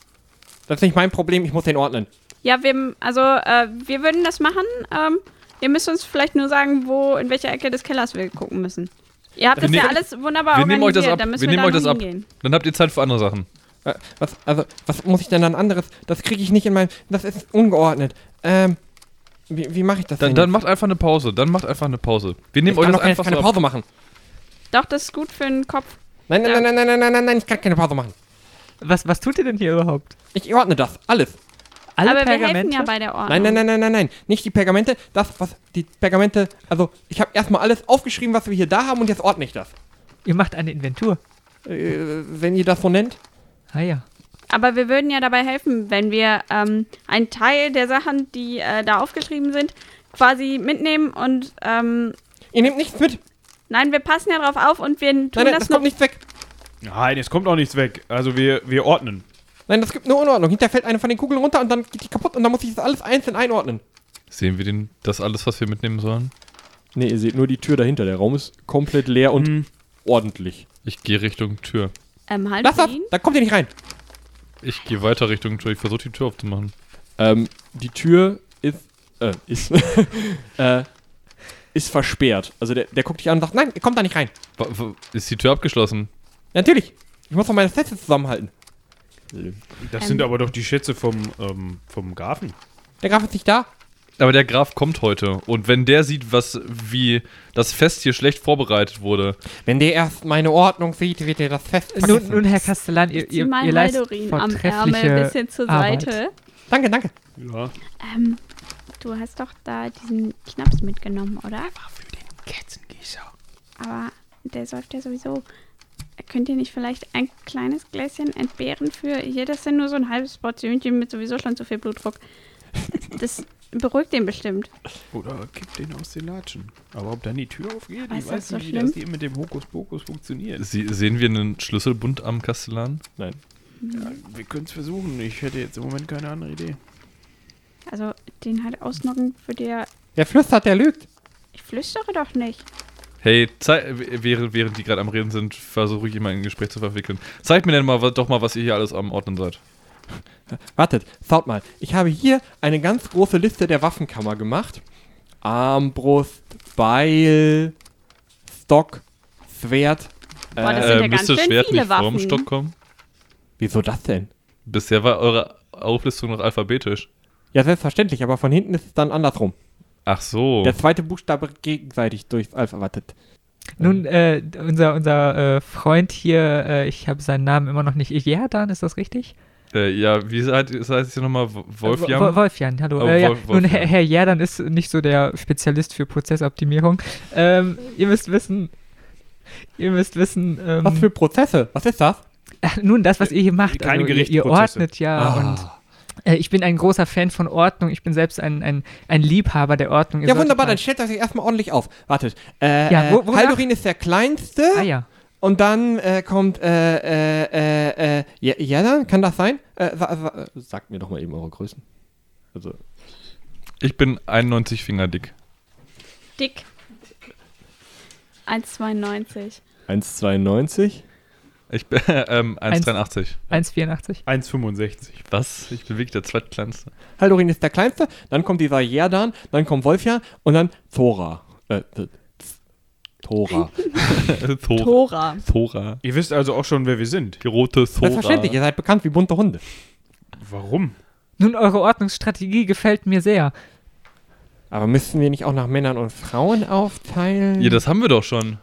Speaker 9: Das ist nicht mein Problem, ich muss den ordnen.
Speaker 4: So. Ja, wir, also äh, wir würden das machen. Ähm, Ihr müsst uns vielleicht nur sagen, wo, in welcher Ecke des Kellers wir gucken müssen. Ihr habt das ja alles wunderbar
Speaker 8: wir nehmen euch das
Speaker 4: organisiert,
Speaker 8: ab.
Speaker 4: dann müssen
Speaker 8: wir
Speaker 4: wir,
Speaker 8: nehmen
Speaker 4: da
Speaker 8: euch das
Speaker 4: noch
Speaker 8: ab.
Speaker 4: hingehen.
Speaker 8: Dann habt ihr Zeit für andere Sachen.
Speaker 5: Äh, Was, also, was muss ich denn dann anderes? Das kriege ich nicht in meinem. Das ist ungeordnet. Ähm, wie, wie mache ich das
Speaker 8: Dann,
Speaker 5: denn?
Speaker 8: dann macht einfach eine Pause. Dann macht einfach eine Pause. Wir nehmen
Speaker 5: ich
Speaker 8: euch
Speaker 5: kann
Speaker 8: das
Speaker 5: doch keine,
Speaker 8: einfach
Speaker 5: keine
Speaker 8: so
Speaker 5: Pause
Speaker 8: ab.
Speaker 5: machen.
Speaker 4: Doch, das ist gut für den Kopf.
Speaker 5: Nein, nein,
Speaker 4: Ja.
Speaker 5: nein, nein, nein, nein, nein, nein, ich kann keine Pause machen.
Speaker 9: Was, was tut ihr denn hier überhaupt?
Speaker 5: Ich ordne das, alles.
Speaker 9: Alle
Speaker 4: Aber wir helfen
Speaker 9: Pergamente?
Speaker 4: ja bei der Ordnung.
Speaker 5: Nein, nein, nein, nein, nein, nein. Nicht die Pergamente, das, was die Pergamente. Also, ich habe erstmal alles aufgeschrieben, was wir hier da haben und jetzt ordne ich das.
Speaker 9: Ihr macht eine Inventur.
Speaker 5: Äh, wenn ihr das so nennt.
Speaker 9: Ah ja.
Speaker 4: Aber wir würden ja dabei helfen, wenn wir ähm, einen Teil der Sachen, die äh, da aufgeschrieben sind, quasi mitnehmen und ähm,
Speaker 5: Ihr nehmt nichts mit.
Speaker 4: nein, wir passen ja drauf auf und wir tun
Speaker 5: Nein, nein, das,
Speaker 4: das,
Speaker 5: kommt
Speaker 4: nur.
Speaker 5: nichts weg.
Speaker 3: Nein, es kommt auch nichts weg. Also wir, wir ordnen.
Speaker 5: Nein, das gibt eine Unordnung. Hinterher fällt eine von den Kugeln runter und dann geht die kaputt und dann muss ich das alles einzeln einordnen.
Speaker 8: Sehen wir den, das alles, was wir mitnehmen sollen?
Speaker 11: Ne, ihr seht nur die Tür dahinter. Der Raum ist komplett leer und
Speaker 5: Hm.
Speaker 11: ordentlich.
Speaker 8: Ich gehe Richtung Tür.
Speaker 4: Ähm, halt
Speaker 5: Lass das,
Speaker 4: ihn.
Speaker 5: da kommt ihr nicht rein.
Speaker 8: Ich gehe weiter Richtung Tür. Ich versuche die Tür aufzumachen.
Speaker 11: Ähm, die Tür ist, äh, ist, äh, ist versperrt. Also der, der guckt dich an und sagt, nein, ihr kommt da nicht rein.
Speaker 8: Wa- wa- Ist die Tür abgeschlossen?
Speaker 5: Natürlich. Ich muss noch meine Sätze zusammenhalten.
Speaker 3: Das
Speaker 4: Ähm.
Speaker 3: sind aber doch die Schätze vom, ähm, vom Grafen.
Speaker 5: Der Graf ist nicht da.
Speaker 8: Aber der Graf kommt heute. Und wenn der sieht, was, wie das Fest hier schlecht vorbereitet wurde,
Speaker 5: Wenn der erst meine Ordnung sieht, wird er das fest
Speaker 9: Nun,
Speaker 5: vergessen.
Speaker 9: nun, Herr Kastellan, ihr,
Speaker 4: Zieh
Speaker 9: ihr,
Speaker 4: mal
Speaker 9: ihr leistet
Speaker 4: Haldorin am Ärmel
Speaker 9: vortreffliche
Speaker 4: ein bisschen zur
Speaker 9: Arbeit.
Speaker 4: Seite.
Speaker 5: danke, danke.
Speaker 3: Ja.
Speaker 4: Ähm, du hast doch da diesen Schnaps mitgenommen, oder?
Speaker 12: Ketzengießer.
Speaker 4: Aber der säuft ja sowieso. Könnt ihr nicht vielleicht ein kleines Gläschen entbehren für hier? Das ist ja nur so ein halbes Portionchen mit sowieso schon zu viel Blutdruck. Das beruhigt den bestimmt.
Speaker 12: Oder kipp den aus den Latschen. Aber ob dann die Tür aufgeht,
Speaker 4: Aber
Speaker 12: ich
Speaker 4: ist das
Speaker 12: weiß
Speaker 4: so
Speaker 12: nicht, wie
Speaker 4: schlimm?
Speaker 12: das hier mit dem Hokuspokus funktioniert.
Speaker 8: sie, sehen wir einen Schlüsselbund am Kastellan?
Speaker 12: Ja, wir können es versuchen. Ich hätte jetzt im Moment keine andere Idee.
Speaker 4: Also den halt ausnocken für dir.
Speaker 5: Wer flüstert, der lügt.
Speaker 4: Ich flüstere doch nicht.
Speaker 8: Hey, zei- w- während, während die gerade am Reden sind, versuche ich immer in ein Gespräch zu verwickeln. Zeigt mir denn mal wa- doch mal, was ihr hier alles am Ordnen seid.
Speaker 5: Wartet, schaut mal. Ich habe hier eine ganz große Liste der Waffenkammer gemacht. Ah, Armbrust, Beil, Stock, Schwert.
Speaker 4: Boah, das
Speaker 5: Äh,
Speaker 4: sind ja ganz
Speaker 8: Ähm, müsste
Speaker 4: schön
Speaker 8: Schwert
Speaker 4: viele
Speaker 8: nicht vorm
Speaker 4: Waffen.
Speaker 8: Stock kommen?
Speaker 5: Wieso das denn?
Speaker 8: Bisher war eure Auflistung noch alphabetisch.
Speaker 5: Ja, selbstverständlich, aber von hinten ist es dann andersrum.
Speaker 8: Ach
Speaker 9: Oh.
Speaker 8: so.
Speaker 5: Der zweite Buchstabe gegenseitig durchs Alpha. Wartet.
Speaker 9: Nun, äh, unser, unser äh, Freund hier, äh, ich habe seinen Namen immer noch nicht. Jerdan, ist das richtig?
Speaker 8: Äh, ja, wie heißt, das heißt hier nochmal? Wo- Wolfjam?
Speaker 9: Wo- Wolfjan, hallo.
Speaker 8: Oh,
Speaker 9: äh, ja.
Speaker 8: Wolf-
Speaker 9: Nun,
Speaker 8: Wolfjan.
Speaker 9: Herr, Herr Jerdan ist nicht so der Spezialist für Prozessoptimierung. Ähm, ihr müsst wissen, ihr müsst wissen, ähm,
Speaker 5: Was für Prozesse? Was ist das?
Speaker 9: nun, das, was ihr hier macht.
Speaker 12: Also
Speaker 9: also,
Speaker 3: Keine
Speaker 9: ihr, ihr
Speaker 3: Gerichtsprozesse.
Speaker 9: ordnet ja
Speaker 5: Ah.
Speaker 9: und äh, ich bin ein großer Fan von Ordnung. Ich bin selbst ein, ein, ein Liebhaber der Ordnung. Ihr
Speaker 5: Ja,
Speaker 9: solltet
Speaker 5: wunderbar,
Speaker 9: mal-
Speaker 5: dann stellt euch erstmal ordentlich auf. Wartet. Äh,
Speaker 9: äh, Ja, wo-
Speaker 5: äh,
Speaker 9: wonach-
Speaker 5: Haldorin ist der kleinste.
Speaker 9: Ah ja.
Speaker 5: Und dann äh, kommt, äh, äh, äh, äh, ja, ja, dann kann das sein? Äh, wa- wa-
Speaker 11: Sagt mir doch mal eben eure Größen. Also,
Speaker 8: Ich bin 91 Finger dick.
Speaker 4: Dick. 1,92.
Speaker 11: 1,92.
Speaker 8: Ich bin ähm,
Speaker 9: Eins-
Speaker 8: 1,83.
Speaker 9: 1,84.
Speaker 3: 1,65.
Speaker 8: Was? Ich bin wirklich der zweitkleinste.
Speaker 5: Haldorin ist der kleinste, dann kommt dieser Jerdan, dann kommt Wolfja und dann Thora. Äh, äh, Thora.
Speaker 8: Thora.
Speaker 4: Tora.
Speaker 8: Thora.
Speaker 3: Ihr wisst also auch schon, wer wir sind.
Speaker 8: Die rote Thora.
Speaker 5: Selbstverständlich, ihr seid bekannt wie bunte Hunde.
Speaker 3: Warum?
Speaker 9: Nun, eure Ordnungsstrategie gefällt mir sehr.
Speaker 5: Aber müssen wir nicht auch nach Männern und Frauen aufteilen?
Speaker 8: Ja, das haben wir doch schon.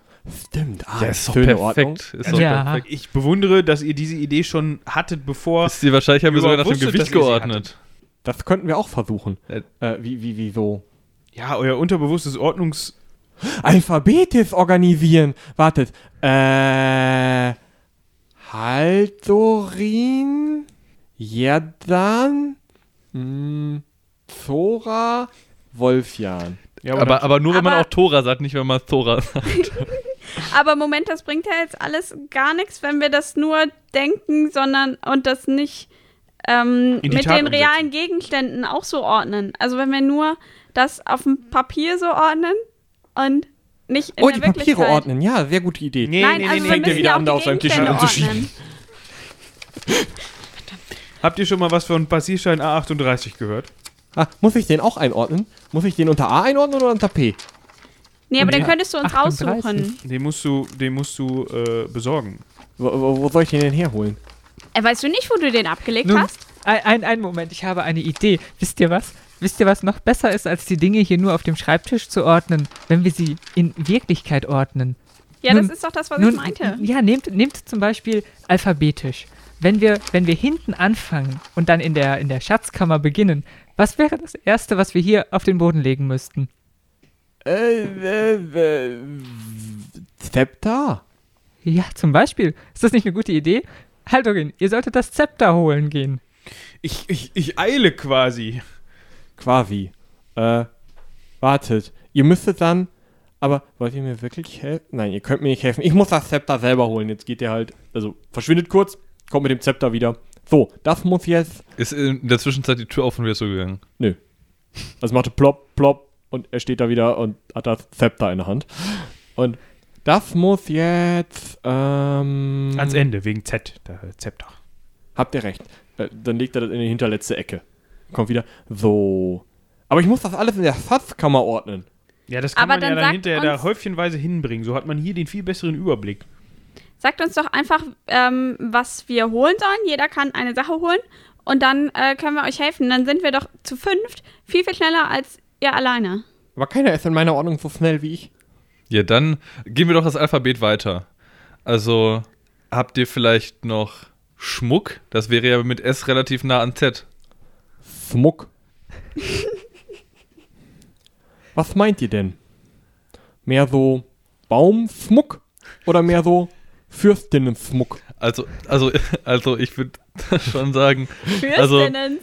Speaker 5: Stimmt, ah,
Speaker 8: Ja, ist doch
Speaker 5: schöne
Speaker 8: perfekt.
Speaker 5: Ordnung.
Speaker 8: Ist doch
Speaker 9: Ja.
Speaker 8: perfekt.
Speaker 3: Ich bewundere, dass ihr diese Idee schon hattet, bevor.
Speaker 8: Ist die, wahrscheinlich haben wir sogar nach dem
Speaker 3: Überhaupt wusstet,
Speaker 8: Gewicht
Speaker 3: dass ihr sie
Speaker 8: geordnet.
Speaker 5: Das könnten wir auch versuchen.
Speaker 8: Äh,
Speaker 5: Äh, wie, wie, wieso?
Speaker 3: Ja, euer unterbewusstes Ordnungs.
Speaker 5: Alphabetisch organisieren. Wartet. Äh. Haldorin. Jerdan. mm, Zora. Wolfjan.
Speaker 3: Ja,
Speaker 8: aber, aber nur, wenn man
Speaker 4: Aber-
Speaker 8: auch Thora sagt, nicht, wenn man Thora sagt.
Speaker 4: Aber Moment, das bringt ja jetzt alles gar nichts, wenn wir das nur denken, sondern und das nicht ähm,
Speaker 3: In
Speaker 4: mit
Speaker 3: die Tat umsetzen.
Speaker 4: den realen Gegenständen auch so ordnen. Also wenn wir nur das auf dem Papier so ordnen und nicht in
Speaker 5: oh,
Speaker 4: der
Speaker 5: die
Speaker 4: Wirklichkeit.
Speaker 5: Papiere ordnen. Ja, sehr gute Idee.
Speaker 3: Nee,
Speaker 4: Nein,
Speaker 3: nee,
Speaker 4: also
Speaker 3: nee,
Speaker 4: wir
Speaker 3: nee.
Speaker 4: müssen
Speaker 5: wieder
Speaker 4: ja
Speaker 5: an, da
Speaker 4: auch
Speaker 5: auf
Speaker 4: die
Speaker 5: seinem Tisch
Speaker 4: Gegenstände
Speaker 5: anzuschieben.
Speaker 4: ordnen.
Speaker 3: Habt ihr schon mal was von Passierschein A38 gehört?
Speaker 5: Ah, muss ich den auch einordnen? Muss ich den unter A einordnen oder unter P?
Speaker 4: Nee, aber dann könntest du uns
Speaker 5: 38.
Speaker 4: raussuchen.
Speaker 3: Den musst du, den musst du äh, besorgen.
Speaker 5: Wo, wo, wo soll ich den denn herholen?
Speaker 4: Äh, weißt du nicht, wo du den abgelegt
Speaker 2: Nun,
Speaker 4: hast?
Speaker 2: Ein, ein, ein Moment, ich habe eine Idee. Wisst ihr was? Wisst ihr, was noch besser ist, als die Dinge hier nur auf dem Schreibtisch zu ordnen, wenn wir sie in Wirklichkeit ordnen?
Speaker 4: Ja,
Speaker 2: Nun-
Speaker 4: das ist doch das, was
Speaker 2: nun,
Speaker 4: ich meinte.
Speaker 2: Ja, nehmt, nehmt zum Beispiel alphabetisch. Wenn wir, wenn wir hinten anfangen und dann in der, in der Schatzkammer beginnen, was wäre das Erste, was wir hier auf den Boden legen müssten?
Speaker 5: Äh, äh, äh, Zepter?
Speaker 2: Ja, zum Beispiel. Ist das nicht eine gute Idee? Haldorin, ihr solltet das Zepter holen gehen.
Speaker 3: Ich, ich, ich eile quasi.
Speaker 5: Quavi. Äh, wartet. Ihr müsstet dann. Aber wollt ihr mir wirklich helfen? Nein, ihr könnt mir nicht helfen. Ich muss das Zepter selber holen. Jetzt geht ihr halt. Also, verschwindet kurz, kommt mit dem Zepter wieder. So, das muss jetzt.
Speaker 8: Ist in der Zwischenzeit die Tür auf und wieder zugegangen.
Speaker 5: Nö. Also machte plopp, plopp und er steht da wieder und hat das Zepter in der Hand. Und das muss jetzt. Ähm,
Speaker 3: Ans
Speaker 4: Mhm.
Speaker 3: Ende, wegen Z, der Zepter.
Speaker 5: Habt ihr recht. Äh, Dann legt er das in die hinterletzte Ecke. Kommt wieder. So. Aber ich muss das alles in der Schatzkammer ordnen.
Speaker 3: Ja, das kann
Speaker 4: Aber
Speaker 3: man ja
Speaker 4: dann
Speaker 3: dann
Speaker 4: sagt
Speaker 3: hinterher da
Speaker 4: uns-
Speaker 3: häufchenweise hinbringen. So hat man hier den viel besseren Überblick.
Speaker 4: Sagt uns doch einfach, ähm, was wir holen sollen. Jeder kann eine Sache holen und dann äh, können wir euch helfen. Dann sind wir doch zu fünft viel, viel schneller als ihr alleine.
Speaker 5: Aber keiner ist in meiner Ordnung so schnell wie ich.
Speaker 8: Ja, dann gehen wir doch das Alphabet weiter. Also, habt ihr vielleicht noch Schmuck? Das wäre ja mit S relativ nah an Z.
Speaker 5: Schmuck. Was meint ihr denn? Mehr so Baumschmuck oder mehr so Fürstinnen-Schmuck?
Speaker 8: Also, also, also ich würde schon sagen,
Speaker 4: Fürstinnen,
Speaker 8: also,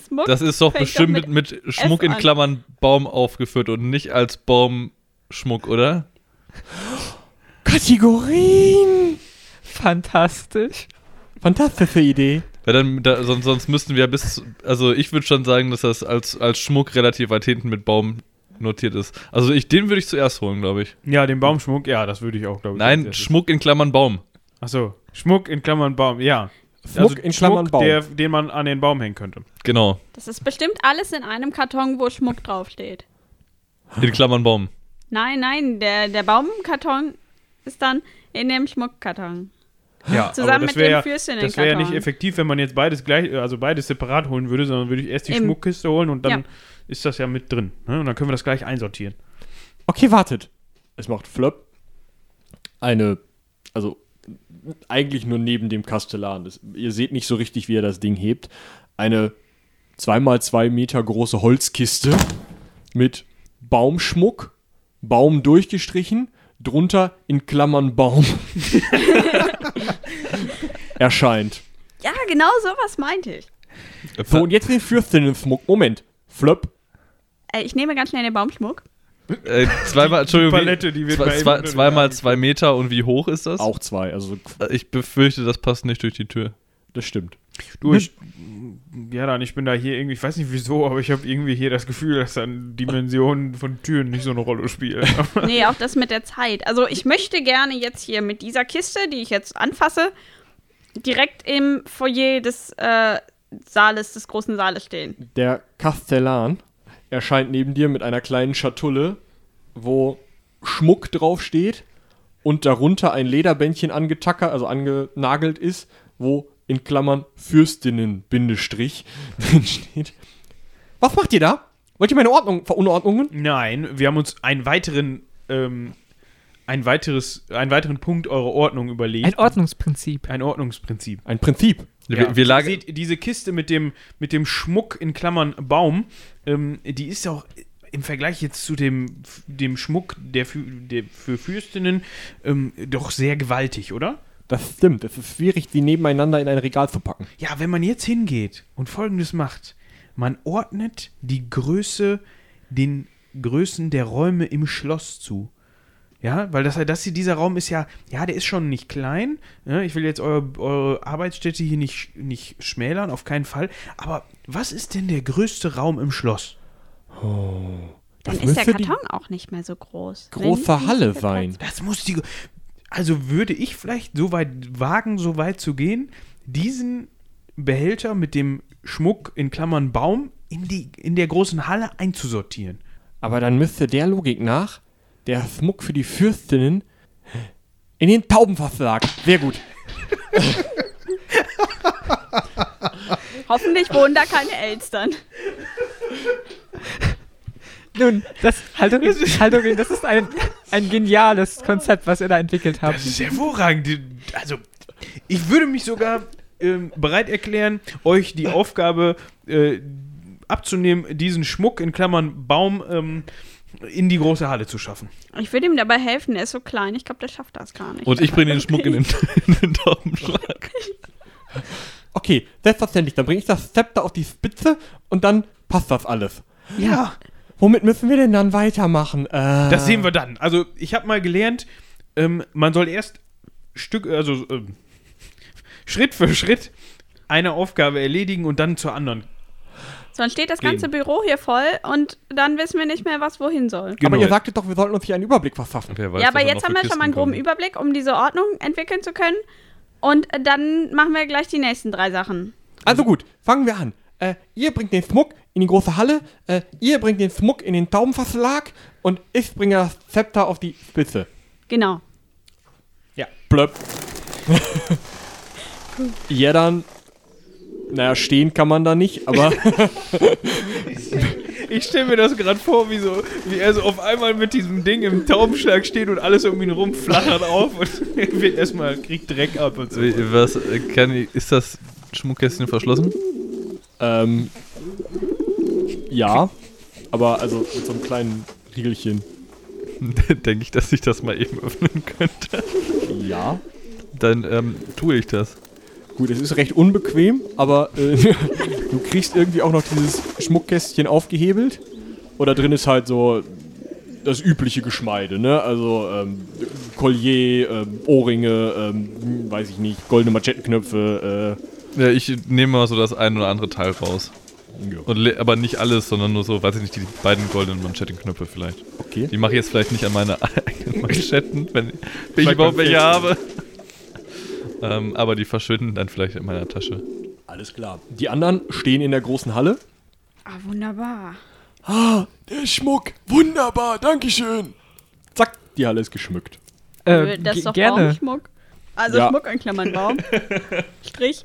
Speaker 4: Schmuck
Speaker 8: das ist doch
Speaker 4: fängt doch
Speaker 8: bestimmt
Speaker 4: mit
Speaker 8: mit, mit
Speaker 4: S
Speaker 8: Schmuck in
Speaker 4: an.
Speaker 8: Klammern Baum aufgeführt und nicht als Baumschmuck, oder?
Speaker 5: Kategorien!
Speaker 2: Fantastisch.
Speaker 5: Fantastische Idee.
Speaker 8: Weil dann, da, sonst, sonst müssten wir bis, also ich würde schon sagen, dass das als, als Schmuck relativ weit hinten mit Baum notiert ist. Also ich, den würde ich zuerst holen, glaube ich.
Speaker 3: Ja, den Baumschmuck, ja, das würde ich auch, glaube ich.
Speaker 8: Nein, Schmuck in Klammern Baum.
Speaker 3: Achso, Schmuck in Klammern Baum, ja.
Speaker 8: Schmuck in Klammern Baum.
Speaker 3: Also Der, den man an den Baum hängen könnte.
Speaker 8: Genau,
Speaker 4: Das ist bestimmt alles in einem Karton, wo Schmuck draufsteht.
Speaker 8: in Klammern Baum.
Speaker 4: Nein, nein, der, der Baumkarton ist dann in dem Schmuckkarton.
Speaker 3: Ja,
Speaker 4: Zusammen
Speaker 3: aber das
Speaker 4: mit
Speaker 3: wär
Speaker 4: dem
Speaker 3: ja,
Speaker 4: Fürstinnenkarton.
Speaker 3: Das wäre ja nicht effektiv, wenn man jetzt beides gleich, also beides separat holen würde, sondern würde ich erst die
Speaker 4: Eben.
Speaker 3: Schmuckkiste holen und dann
Speaker 4: Ja.
Speaker 3: ist das ja mit drin. Ne? Und dann können wir das gleich einsortieren.
Speaker 5: Okay, wartet. Es macht Flop. Eine, also eigentlich nur neben dem Kastellan. Das, ihr seht nicht so richtig, wie er das Ding hebt. Eine zweimal zwei Meter große Holzkiste mit Baumschmuck, Baum durchgestrichen, drunter in Klammern Baum. Erscheint.
Speaker 4: Ja, genau sowas meinte ich.
Speaker 5: So, und jetzt den Fürstinnen-Schmuck. Moment. Flop.
Speaker 4: Äh, ich nehme ganz schnell den Baumschmuck.
Speaker 8: Äh, zweimal, Entschuldigung.
Speaker 3: Palette, die wird
Speaker 8: zwei,
Speaker 3: bei ihm
Speaker 8: zwei,
Speaker 3: unter den
Speaker 8: Zweimal zwei Meter und wie hoch ist das?
Speaker 5: Auch zwei, also.
Speaker 3: Äh,
Speaker 8: Ich befürchte, das passt nicht durch die Tür.
Speaker 5: Das stimmt.
Speaker 3: Du, ich, ja, dann, ich bin da hier irgendwie, ich weiß nicht wieso, aber ich habe irgendwie hier das Gefühl, dass dann Dimensionen von Türen nicht so eine Rolle spielen.
Speaker 4: Nee, auch das mit der Zeit. Also ich möchte gerne jetzt hier mit dieser Kiste, die ich jetzt anfasse, direkt im Foyer des äh, Saales, des großen Saales stehen.
Speaker 5: Der Kastellan erscheint neben dir mit einer kleinen Schatulle, wo Schmuck draufsteht und darunter ein Lederbändchen angetackert, also angenagelt ist, wo in Klammern Fürstinnen Bindestrich drin steht. Was macht ihr da? Wollt ihr meine Ordnung verunordnungen?
Speaker 3: Nein, wir haben uns einen weiteren, ähm, ein weiteres, einen weiteren Punkt eurer Ordnung überlegt.
Speaker 2: Ein Ordnungsprinzip.
Speaker 3: Ein Ordnungsprinzip.
Speaker 5: Ein Prinzip.
Speaker 8: Wir, wir lagen,
Speaker 3: Seht, diese Kiste mit dem, mit dem Schmuck in Klammern Baum, ähm, die ist ja auch im Vergleich jetzt zu dem, dem Schmuck der für, der für Fürstinnen ähm, doch sehr gewaltig, oder?
Speaker 5: Das stimmt, es ist schwierig, die nebeneinander in ein Regal zu packen.
Speaker 3: Ja, wenn man jetzt hingeht und folgendes macht: Man ordnet die Größe den Größen der Räume im Schloss zu. Ja, weil das, das hier, dieser Raum ist ja, ja, der ist schon nicht klein. Ne? Ich will jetzt eure, eure Arbeitsstätte hier nicht, nicht schmälern, auf keinen Fall. Aber was ist denn der größte Raum im Schloss?
Speaker 4: Dann
Speaker 5: Das
Speaker 4: ist der
Speaker 5: müsste die
Speaker 4: Karton auch nicht mehr so groß. Wenn-
Speaker 5: große Halle sein.
Speaker 3: Das muss die. Also würde ich vielleicht so weit wagen, so weit zu gehen, diesen Behälter mit dem Schmuck in Klammern Baum
Speaker 13: in, die, in der großen Halle einzusortieren.
Speaker 5: Aber dann müsste der Logik nach der Schmuck für die Fürstinnen in den Taubenverschlag. Sehr gut.
Speaker 4: Hoffentlich wohnen da keine Elstern.
Speaker 2: Nun, das, halt, Haldorin, Haldorin, das ist ein, ein geniales Konzept, was ihr da entwickelt habt.
Speaker 3: Das ist hervorragend. Die- Also, ich würde mich sogar ähm, bereit erklären, euch die Aufgabe äh, abzunehmen, diesen Schmuck in Klammern Baum ähm, in die große Halle zu schaffen.
Speaker 4: Ich würde ihm dabei helfen, er ist so klein. Ich glaube, der schafft das gar nicht.
Speaker 3: Und ich bringe den Schmuck in den, in den Taubenschlag.
Speaker 5: Okay, selbstverständlich. Dann bringe ich das Zepter auf die Spitze und dann passt das alles.
Speaker 13: Ja.
Speaker 5: Womit müssen wir denn dann weitermachen? Äh,
Speaker 3: Das sehen wir dann. Also, ich habe mal gelernt, ähm, man soll erst Stück, also ähm, Schritt für Schritt eine Aufgabe erledigen und dann zur anderen.
Speaker 4: Sonst steht das ganze Büro hier voll und dann wissen wir nicht mehr, was wohin soll.
Speaker 5: Aber ihr sagtet doch, wir sollten uns hier einen Überblick verschaffen.
Speaker 4: ja, aber jetzt haben wir schon mal einen groben Überblick, um diese Ordnung entwickeln zu können. Und äh, dann machen wir gleich die nächsten drei Sachen.
Speaker 5: Also gut, fangen wir an. Äh, ihr bringt den Schmuck in die große Halle, äh, ihr bringt den Schmuck in den Taubenverschlag und ich bringe das Zepter auf die Spitze.
Speaker 4: Genau.
Speaker 5: Ja. Blöpp. ja, dann. Naja, stehen kann man da nicht, aber.
Speaker 3: Ich stelle mir das gerade vor, wie, so, wie er so auf einmal mit diesem Ding im Taubenschlag steht und alles um ihn rum flattert auf und er wird erstmal, kriegt Dreck ab und so. Was, äh, kann, ich- ist das Schmuckkästchen verschlossen?
Speaker 5: ähm. Ja, aber also mit so einem kleinen Riegelchen.
Speaker 3: Denke ich, dass ich das mal eben öffnen könnte.
Speaker 5: Ja.
Speaker 3: Dann ähm, tue ich das.
Speaker 5: Gut, es ist recht unbequem, aber äh, du kriegst irgendwie auch noch dieses Schmuckkästchen aufgehebelt. Und da drin ist halt so das übliche Geschmeide, ne? Also ähm, Collier, ähm, Ohrringe, ähm, hm, weiß ich nicht, goldene Manschettenknöpfe.
Speaker 3: Ja, ich nehme mal so das ein oder andere Teil raus.
Speaker 5: äh, Ja.
Speaker 3: Und le- aber nicht alles, sondern nur so, weiß ich nicht, die beiden goldenen Manschettenknöpfe vielleicht.
Speaker 5: Okay.
Speaker 3: Die mache ich jetzt vielleicht nicht an meine eigenen Manschetten, wenn, wenn ich
Speaker 5: Vielleicht
Speaker 3: überhaupt
Speaker 5: beim
Speaker 3: welche
Speaker 5: Fetzen.
Speaker 3: habe. ähm, aber die verschwinden dann vielleicht in meiner Tasche.
Speaker 5: Äh, alles klar. Die anderen stehen in der großen Halle.
Speaker 4: Ah, wunderbar.
Speaker 6: Ah, der Schmuck. Wunderbar, Dankeschön.
Speaker 5: Zack, die Halle ist geschmückt.
Speaker 2: Äh,
Speaker 4: Also, das ist
Speaker 2: ge-
Speaker 4: doch
Speaker 2: gerne.
Speaker 4: Baumschmuck. Also
Speaker 5: Ja.
Speaker 4: Schmuck in Klammern Baum. Strich.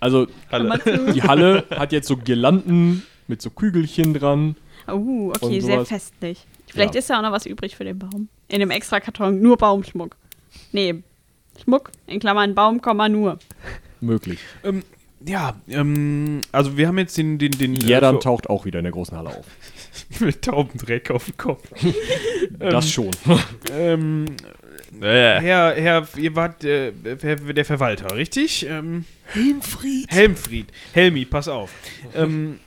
Speaker 5: Also
Speaker 4: Klammer zu.
Speaker 5: die Halle hat jetzt so Girlanden mit so Kügelchen dran.
Speaker 4: Oh, okay,
Speaker 5: Und
Speaker 4: sehr
Speaker 5: sowas.
Speaker 4: festlich. Vielleicht
Speaker 5: Ja.
Speaker 4: ist ja auch noch was übrig für den Baum. In einem extra Karton, nur Baumschmuck. Nee, Schmuck in Klammern Baum, Komma nur.
Speaker 5: Möglich.
Speaker 3: Ähm, ja, ähm, also wir haben jetzt den. den, den
Speaker 5: Ja, dann
Speaker 3: äh, für-
Speaker 5: taucht auch wieder in der großen Halle auf.
Speaker 3: mit Taubendreck auf dem Kopf.
Speaker 5: Das schon.
Speaker 3: Ähm, Herr, Herr, ihr wart äh, Herr- der Verwalter, richtig? Ähm,
Speaker 6: Helmfried.
Speaker 3: Helmfried. Helmi, pass auf. Ähm,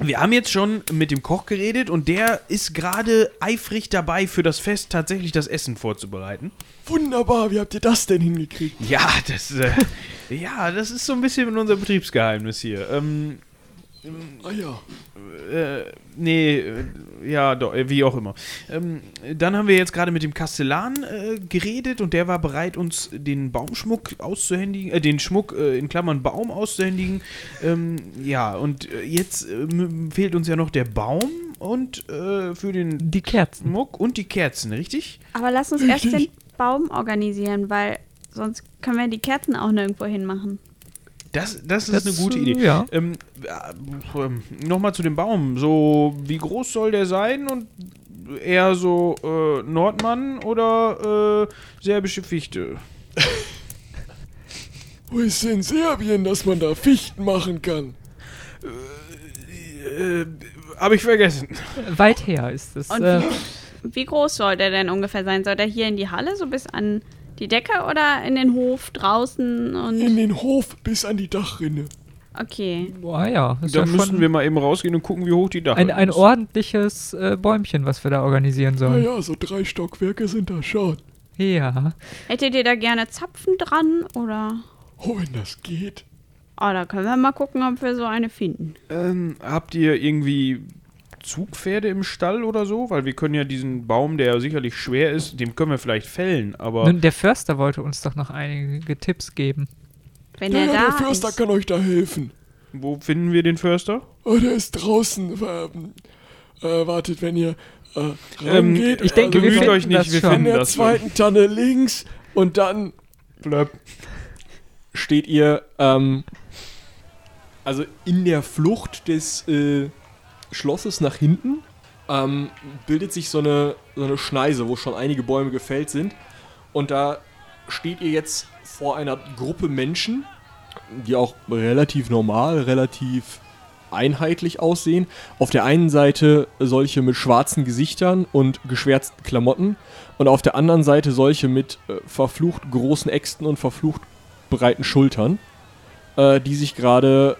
Speaker 3: wir haben jetzt schon mit dem Koch geredet und der ist gerade eifrig dabei, für das Fest tatsächlich das Essen vorzubereiten.
Speaker 6: Wunderbar, wie habt ihr das denn hingekriegt?
Speaker 3: Ja, das, äh, ja, das ist so ein bisschen unser Betriebsgeheimnis hier. Ähm,
Speaker 6: Ah ja.
Speaker 3: äh, nee, äh, ja, doch, äh, wie auch immer. Ähm, dann haben wir jetzt gerade mit dem Kastellan äh, geredet und der war bereit, uns den Baumschmuck auszuhändigen, äh, den Schmuck äh, in Klammern Baum auszuhändigen. Ähm, ja, und äh, jetzt äh, m- fehlt uns ja noch der Baum und äh, für den
Speaker 2: Die Kerzen.
Speaker 3: Schmuck und die Kerzen, richtig?
Speaker 4: Aber lass uns erst den Baum organisieren, weil sonst können wir die Kerzen auch nirgendwo hinmachen.
Speaker 3: Das, das ist
Speaker 2: Das,
Speaker 3: eine gute
Speaker 2: äh,
Speaker 3: Idee.
Speaker 2: ja.
Speaker 3: Ähm, Nochmal zu dem Baum. So, wie groß soll der sein? Und eher so äh, Nordmann oder äh, serbische Fichte?
Speaker 6: Wo ist denn Serbien, dass man da Fichten machen kann?
Speaker 3: Äh, Habe ich vergessen.
Speaker 2: Weit her ist es.
Speaker 4: Und
Speaker 2: Äh,
Speaker 4: Wie groß soll der denn ungefähr sein? Soll der hier in die Halle, so bis an die Decke oder in den Hof draußen?
Speaker 6: In
Speaker 4: Und
Speaker 6: den Hof bis an die Dachrinne.
Speaker 4: okay,
Speaker 2: boah, ja. Ist
Speaker 3: Da
Speaker 2: ja
Speaker 3: müssen
Speaker 2: schon
Speaker 3: wir mal eben rausgehen und gucken, wie hoch die Dach
Speaker 2: ein, ein
Speaker 3: ist.
Speaker 2: ordentliches äh, Bäumchen, was wir da organisieren sollen.
Speaker 6: Naja, so drei Stockwerke sind da schon.
Speaker 2: Ja.
Speaker 4: hättet ihr da gerne Zapfen dran oder?
Speaker 6: Oh, wenn das geht.
Speaker 4: Oh, da können wir mal gucken, ob wir so eine finden.
Speaker 3: Ähm, habt ihr irgendwie Zugpferde im Stall oder so? Weil wir können ja diesen Baum, der ja sicherlich schwer ist, dem können wir vielleicht fällen, aber.
Speaker 2: Nun, der Förster wollte uns doch noch einige Tipps geben.
Speaker 4: Wenn
Speaker 6: Naja,
Speaker 4: er da
Speaker 6: der Förster
Speaker 4: ist.
Speaker 6: kann euch da helfen.
Speaker 3: Wo finden wir den Förster?
Speaker 9: oh, der ist draußen. Ähm, äh, wartet, wenn ihr äh,
Speaker 3: Ähm,
Speaker 9: rangeht.
Speaker 3: ich
Speaker 2: Also
Speaker 6: Also,
Speaker 3: denke, wir Bemüht euch finden nicht, das wir schon.
Speaker 9: In
Speaker 3: finden
Speaker 9: der
Speaker 3: das schon.
Speaker 9: zweiten Tanne links und dann... Blöp.
Speaker 5: steht ihr ähm, also in der Flucht des äh, Schlosses nach hinten ähm, bildet sich so eine, so eine Schneise, wo schon einige Bäume gefällt sind. Und da steht ihr jetzt vor einer Gruppe Menschen, die auch relativ normal, relativ einheitlich aussehen. Auf der einen Seite solche mit schwarzen Gesichtern und geschwärzten Klamotten und auf der anderen Seite solche mit äh, verflucht großen Äxten und verflucht breiten Schultern, äh, die sich gerade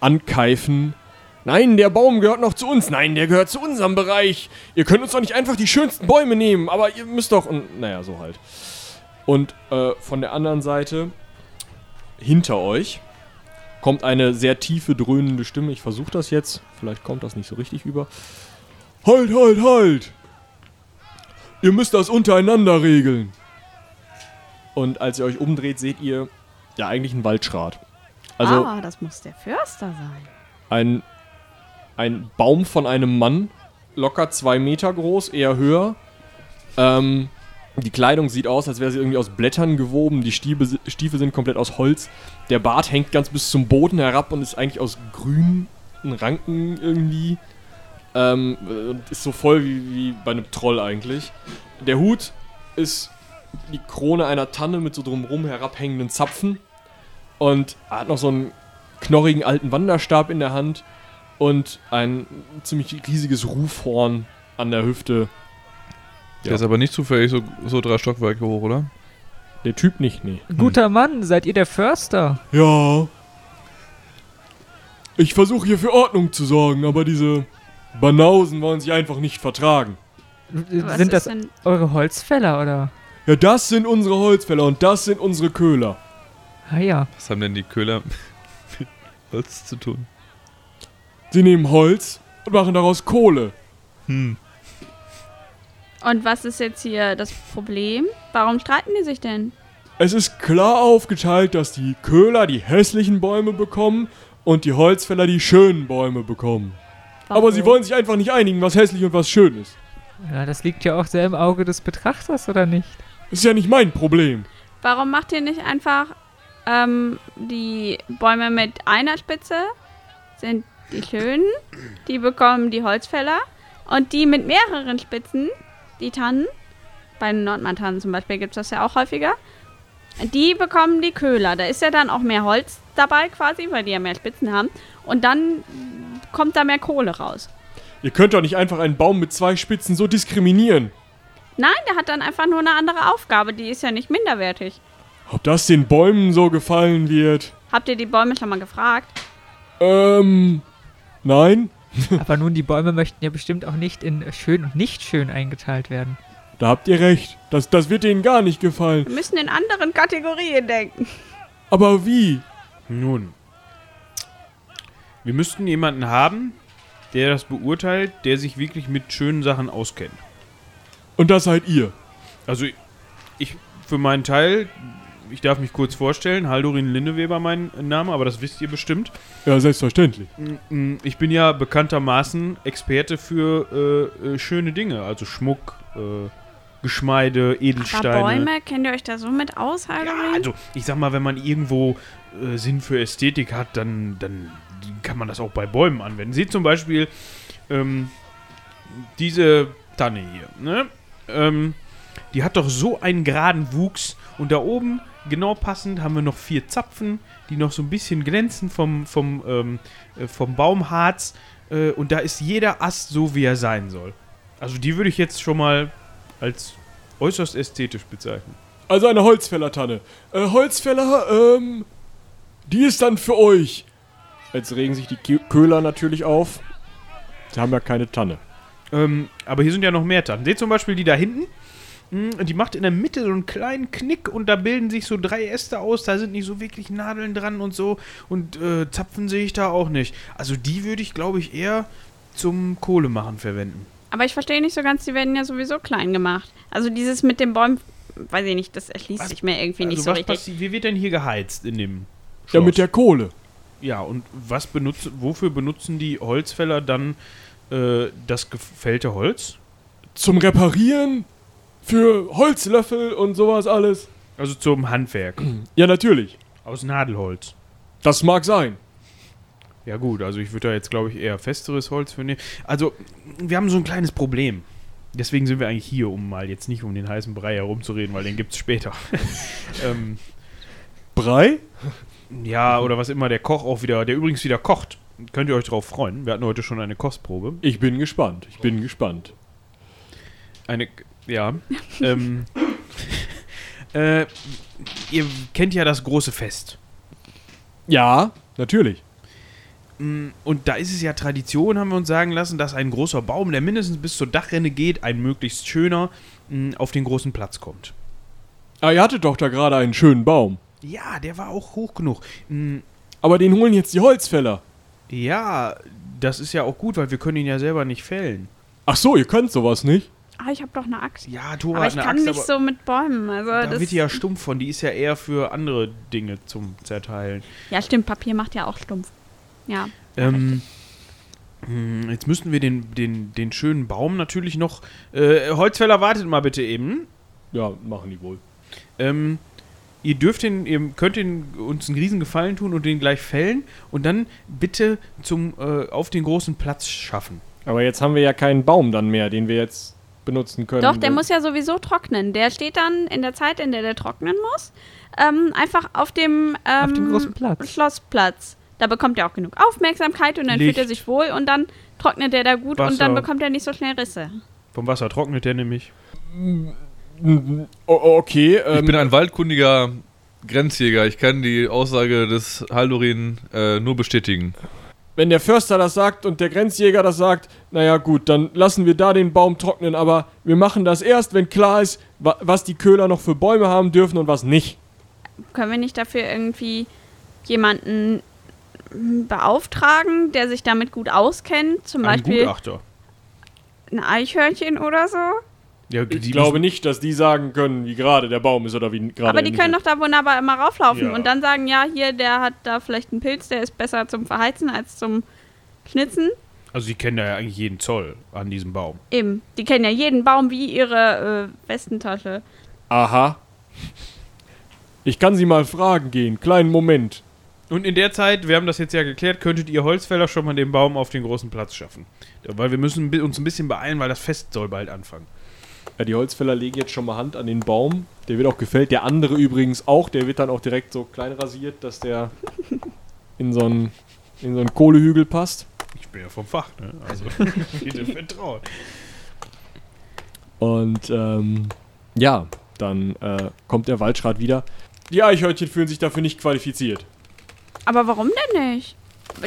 Speaker 5: ankeifen. Nein, der Baum gehört noch zu uns. Nein, der gehört zu unserem Bereich. Ihr könnt uns doch nicht einfach die schönsten Bäume nehmen, aber ihr müsst doch... Und, naja, so halt. Und äh, von der anderen Seite, hinter euch, kommt eine sehr tiefe, dröhnende Stimme. Ich versuche das jetzt. Vielleicht kommt das nicht so richtig über. Halt, halt, halt! Ihr müsst das untereinander regeln. Und als ihr euch umdreht, seht ihr ja eigentlich einen Waldschrat. Also
Speaker 4: ah, das muss der Förster sein.
Speaker 5: ein, ein Baum von einem Mann, locker zwei Meter groß, eher höher. Ähm, die Kleidung sieht aus, als wäre sie irgendwie aus Blättern gewoben. Die Stiebe, Stiefel sind komplett aus Holz. Der Bart hängt ganz bis zum Boden herab und ist eigentlich aus grünen Ranken irgendwie. Ähm, und ist so voll wie, wie bei einem Troll eigentlich. Der Hut ist die Krone einer Tanne mit so drumrum herabhängenden Zapfen. Und er hat noch so einen knorrigen alten Wanderstab in der Hand und ein ziemlich riesiges Rufhorn an der Hüfte.
Speaker 8: Der ist aber nicht zufällig so, so drei Stockwerke hoch, oder?
Speaker 5: Der Typ nicht, nee.
Speaker 2: Guter Mann, seid ihr der Förster?
Speaker 9: Ja. Ich versuche hier für Ordnung zu sorgen, aber diese
Speaker 5: Banausen wollen sich einfach nicht vertragen.
Speaker 4: Was
Speaker 2: Sind das
Speaker 4: ist denn-
Speaker 2: eure Holzfäller oder?
Speaker 5: Ja, das sind unsere Holzfäller und das sind unsere Köhler.
Speaker 2: Ah ja.
Speaker 8: Was haben denn die Köhler mit Holz zu tun?
Speaker 5: Sie nehmen Holz und machen daraus Kohle.
Speaker 8: Hm.
Speaker 4: Und was ist jetzt hier das Problem? Warum streiten die sich denn?
Speaker 5: Es ist klar aufgeteilt, dass die Köhler die hässlichen Bäume bekommen und die Holzfäller die schönen Bäume bekommen. Aber sie wollen sich einfach nicht einigen, was hässlich und was schön ist.
Speaker 2: ja, das liegt ja auch sehr im Auge des Betrachters, oder nicht?
Speaker 5: Ist ja nicht mein Problem.
Speaker 4: Warum macht ihr nicht einfach ähm, die Bäume mit einer Spitze? Sind die schönen, die bekommen die Holzfäller. Und die mit mehreren Spitzen, die Tannen, bei den Nordmann-Tannen zum Beispiel gibt es das ja auch häufiger, die bekommen die Köhler. Da ist ja dann auch mehr Holz dabei quasi, weil die ja mehr Spitzen haben. Und dann kommt da mehr Kohle raus.
Speaker 5: Ihr könnt doch nicht einfach einen Baum mit zwei Spitzen so diskriminieren.
Speaker 4: Nein, der hat dann einfach nur eine andere Aufgabe. Die ist ja nicht minderwertig.
Speaker 5: Ob das den Bäumen so gefallen wird?
Speaker 4: Habt ihr die Bäume schon mal gefragt?
Speaker 5: Ähm, nein.
Speaker 2: Aber nun, die Bäume möchten ja bestimmt auch nicht in schön und nicht schön eingeteilt werden.
Speaker 5: Da habt ihr recht. Das, das wird denen gar nicht
Speaker 4: Wir
Speaker 5: gefallen.
Speaker 4: müssen in anderen Kategorien denken.
Speaker 5: Aber wie?
Speaker 3: Nun, wir müssten jemanden haben, der das beurteilt, der sich wirklich mit schönen Sachen auskennt.
Speaker 5: Und das seid ihr.
Speaker 3: Also ich für meinen Teil, ich darf mich kurz vorstellen, Haldorin Lindeweber mein Name, aber das wisst ihr bestimmt.
Speaker 5: Ja, selbstverständlich.
Speaker 3: Mm, Ich bin ja bekanntermaßen Experte für äh, äh, schöne Dinge, also Schmuck, äh, Geschmeide, Edelsteine.
Speaker 4: Aber Bäume, kennt ihr euch da so mit aus, Haldorin?
Speaker 3: Also, ich sag mal, wenn man irgendwo äh, Sinn für Ästhetik hat, dann, dann kann man das auch bei Bäumen anwenden. Seht zum Beispiel ähm, diese Tanne hier, ne? Ähm, die hat doch so einen geraden Wuchs und da oben, genau passend, haben wir noch vier Zapfen, die noch so ein bisschen glänzen vom, vom, ähm, äh, vom Baumharz. Äh, und da ist jeder Ast so, wie er sein soll. Also die würde ich jetzt schon mal als äußerst ästhetisch bezeichnen.
Speaker 5: Also eine Holzfällertanne. Äh, Holzfäller, ähm, die ist dann für euch. Jetzt regen sich die Ki- Köhler natürlich auf. Sie haben ja keine Tanne.
Speaker 3: Ähm, aber hier sind ja noch mehr Tannen. Seht zum Beispiel die da hinten. Mm, Die macht in der Mitte so einen kleinen Knick und da bilden sich so drei Äste aus. Da sind nicht so wirklich Nadeln dran und so. Und äh, Zapfen sehe ich da auch nicht. Also die würde ich, glaube ich, eher zum Kohlemachen verwenden.
Speaker 4: Aber ich verstehe nicht so ganz, die werden ja sowieso klein gemacht. Also dieses mit den Bäumen, weiß ich nicht, das erschließt
Speaker 3: Was-
Speaker 4: sich mir irgendwie
Speaker 3: also
Speaker 4: nicht so
Speaker 3: was
Speaker 4: richtig.
Speaker 3: passi- Wie wird denn hier geheizt in dem
Speaker 5: Ja, mit der Kohle.
Speaker 3: ja, und was benutzt, wofür benutzen die Holzfäller dann äh, das gefällte Holz?
Speaker 9: Zum Reparieren? Für Holzlöffel und sowas alles?
Speaker 3: Also zum Handwerk.
Speaker 9: Ja, natürlich.
Speaker 3: Aus Nadelholz.
Speaker 9: Das mag sein.
Speaker 3: Ja gut, also ich würde da jetzt, glaube ich, eher festeres Holz für nehmen. Also, wir haben so ein kleines Problem. Deswegen sind wir eigentlich hier, um mal jetzt nicht um den heißen Brei herumzureden, weil den gibt's später. ähm,
Speaker 9: Brei?
Speaker 3: ja, oder was immer der Koch auch wieder, der übrigens wieder kocht. Könnt ihr euch drauf freuen. Wir hatten heute schon eine Kostprobe.
Speaker 5: Ich bin gespannt. Ich bin gespannt.
Speaker 3: Eine, ja. ähm, äh, ihr kennt ja das große Fest.
Speaker 5: Ja, natürlich.
Speaker 3: Mm, Und da ist es ja Tradition, haben wir uns sagen lassen, dass ein großer Baum, der mindestens bis zur Dachrinne geht, ein möglichst schöner, mm, auf den großen Platz kommt.
Speaker 5: Ah, ihr hattet doch da gerade einen schönen Baum.
Speaker 3: Ja, der war auch hoch genug. Mm,
Speaker 5: Aber den holen jetzt die Holzfäller.
Speaker 3: Ja, das ist ja auch gut, weil wir können ihn ja selber nicht fällen.
Speaker 5: Ach so, ihr könnt sowas nicht?
Speaker 4: Ah, ich habe doch eine Axt.
Speaker 3: Ja, Tora
Speaker 4: aber
Speaker 3: hat
Speaker 4: ich
Speaker 3: eine
Speaker 4: kann
Speaker 3: Axt,
Speaker 4: nicht
Speaker 3: aber
Speaker 4: so mit Bäumen. Also
Speaker 3: da
Speaker 4: das,
Speaker 3: wird die ja stumpf von. Die ist ja eher für andere Dinge zum Zerteilen.
Speaker 4: ja, stimmt, Papier macht ja auch stumpf. Ja.
Speaker 3: Ähm, mh, jetzt müssten wir den, den, den schönen Baum natürlich noch... Äh, Holzfäller, wartet mal bitte eben.
Speaker 5: Ja, machen die wohl.
Speaker 3: Ähm, ihr dürft den, ihr könnt den, uns einen riesen Gefallen tun und den gleich fällen und dann bitte zum, äh, auf den großen Platz schaffen.
Speaker 5: Aber jetzt haben wir ja keinen Baum dann mehr, den wir jetzt benutzen können. Äh,
Speaker 4: Doch, der muss ja sowieso trocknen. Der steht dann in der Zeit, in der der trocknen muss, ähm, einfach auf dem, ähm,
Speaker 2: Auf dem großen Platz.
Speaker 4: Schlossplatz. Da bekommt er auch genug Aufmerksamkeit und dann
Speaker 3: Licht.
Speaker 4: fühlt er sich wohl und dann trocknet er da gut und dann
Speaker 3: Wasser.
Speaker 4: bekommt er nicht so schnell Risse.
Speaker 3: Vom Wasser trocknet der nämlich.
Speaker 5: Mhm. O- o- Okay,
Speaker 8: Ich
Speaker 5: ähm,
Speaker 8: bin ein waldkundiger Grenzjäger. Ich kann die Aussage des Haldorin äh, nur bestätigen.
Speaker 5: wenn der Förster das sagt und der Grenzjäger das sagt, naja gut, dann lassen wir da den Baum trocknen, aber wir machen das erst, wenn klar ist, wa was die Köhler noch für Bäume haben dürfen und was nicht.
Speaker 4: Können wir nicht dafür irgendwie jemanden mm, beauftragen, der sich damit gut auskennt? Zum
Speaker 3: Ein
Speaker 4: Beispiel
Speaker 3: Gutachter.
Speaker 4: ein Eichhörnchen oder so?
Speaker 3: Ja,
Speaker 5: Ich glaube nicht, dass die sagen können, wie gerade der Baum ist oder wie gerade
Speaker 4: Aber die
Speaker 5: er
Speaker 4: können doch
Speaker 5: nicht
Speaker 4: da wunderbar immer rauflaufen
Speaker 3: Ja.
Speaker 4: und dann sagen, ja, hier, der hat da vielleicht einen Pilz, der ist besser zum Verheizen als zum Schnitzen.
Speaker 3: Also die kennen da ja eigentlich jeden Zoll an diesem Baum.
Speaker 4: Eben, die kennen ja jeden Baum wie ihre äh, Westentasche.
Speaker 5: ist. Aha. Ich kann sie mal fragen gehen. Kleinen Moment.
Speaker 3: Und in der Zeit, wir haben das jetzt ja geklärt, könntet ihr Holzfäller schon mal den Baum auf den großen Platz schaffen. Weil wir müssen bi- uns ein bisschen beeilen, weil das Fest soll bald anfangen.
Speaker 5: Ja, die Holzfäller legen jetzt schon mal Hand an den Baum. Der wird auch gefällt. Der andere übrigens auch. Der wird dann auch direkt so klein rasiert, dass der in so einen, in so einen Kohlehügel passt.
Speaker 3: Ich bin ja vom Fach, ne? Also, bitte vertraut.
Speaker 5: Und ähm, ja, dann äh, kommt der Waldschrat wieder. Die Eichhörnchen fühlen sich dafür nicht qualifiziert.
Speaker 4: Aber warum denn nicht?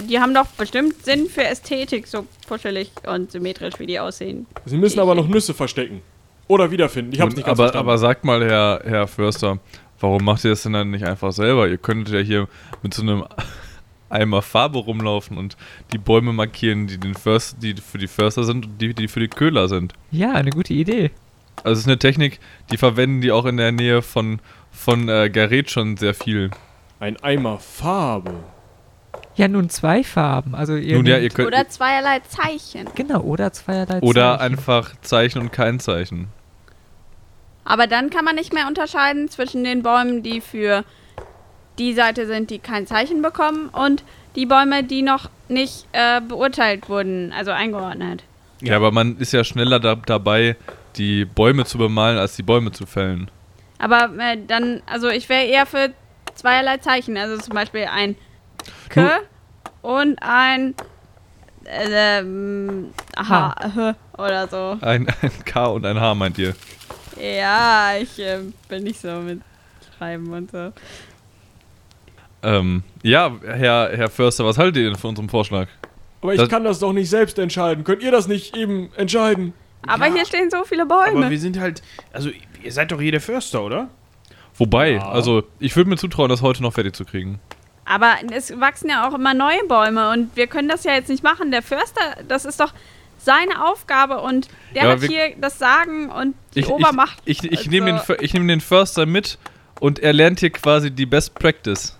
Speaker 4: Die haben doch bestimmt Sinn für Ästhetik, so puschelig und symmetrisch, wie die aussehen.
Speaker 5: Sie müssen aber noch Nüsse verstecken. Oder wiederfinden. Ich hab's
Speaker 8: Und-
Speaker 5: nicht ganz
Speaker 8: aber,
Speaker 5: verstanden.
Speaker 8: aber sagt mal, Herr, Herr Förster, warum macht ihr das denn dann nicht einfach selber? Ihr könntet ja hier mit so einem Eimer Farbe rumlaufen und die Bäume markieren, die, den Först, die für die Förster sind und die, die für die Köhler sind.
Speaker 2: Ja, eine gute Idee.
Speaker 8: Also es ist eine Technik, die verwenden die auch in der Nähe von, von äh, Gareth schon sehr viel.
Speaker 5: Ein Eimer Farbe.
Speaker 2: Ja, nun zwei Farben. Also ihr
Speaker 8: Nun ja, ihr
Speaker 2: nehmt-
Speaker 8: könnt.
Speaker 4: Oder zweierlei Zeichen.
Speaker 2: genau, oder zweierlei
Speaker 8: Oder
Speaker 2: Zeichen.
Speaker 8: einfach Zeichen und kein Zeichen.
Speaker 4: Aber dann kann man nicht mehr unterscheiden zwischen den Bäumen, die für die Seite sind, die kein Zeichen bekommen, und die Bäume, die noch nicht äh, beurteilt wurden, also eingeordnet.
Speaker 8: Ja, aber man ist ja schneller da, dabei, die Bäume zu bemalen, als die Bäume zu fällen.
Speaker 4: Aber äh, dann, also ich wäre eher für zweierlei Zeichen, also zum Beispiel ein K und ein äh, ähm, H oder so.
Speaker 8: Ein, ein K und ein H, meint ihr?
Speaker 4: Ja, ich äh, bin nicht so mit Schreiben und so.
Speaker 8: Ähm, ja, Herr, Herr Förster, was haltet ihr denn von unserem Vorschlag?
Speaker 5: Aber ich
Speaker 8: Das-
Speaker 5: kann das doch nicht selbst entscheiden. Könnt ihr das nicht eben entscheiden?
Speaker 4: Aber
Speaker 3: Ja.
Speaker 4: hier stehen so viele Bäume.
Speaker 3: Aber wir sind halt. Also, ihr seid doch hier der Förster, oder?
Speaker 8: Wobei,
Speaker 5: Ja.
Speaker 8: also ich würde mir zutrauen, das heute noch fertig zu kriegen.
Speaker 4: Aber es wachsen ja auch immer neue Bäume und wir können das ja jetzt nicht machen. Der Förster, das ist doch seine Aufgabe und der
Speaker 8: Ja,
Speaker 4: hat
Speaker 8: wir-
Speaker 4: hier das Sagen und die
Speaker 8: ich,
Speaker 4: Obermacht.
Speaker 8: Ich, ich, ich
Speaker 4: Also-
Speaker 8: nehme den, För- ich nehm den Förster mit und er lernt hier quasi die Best Practice.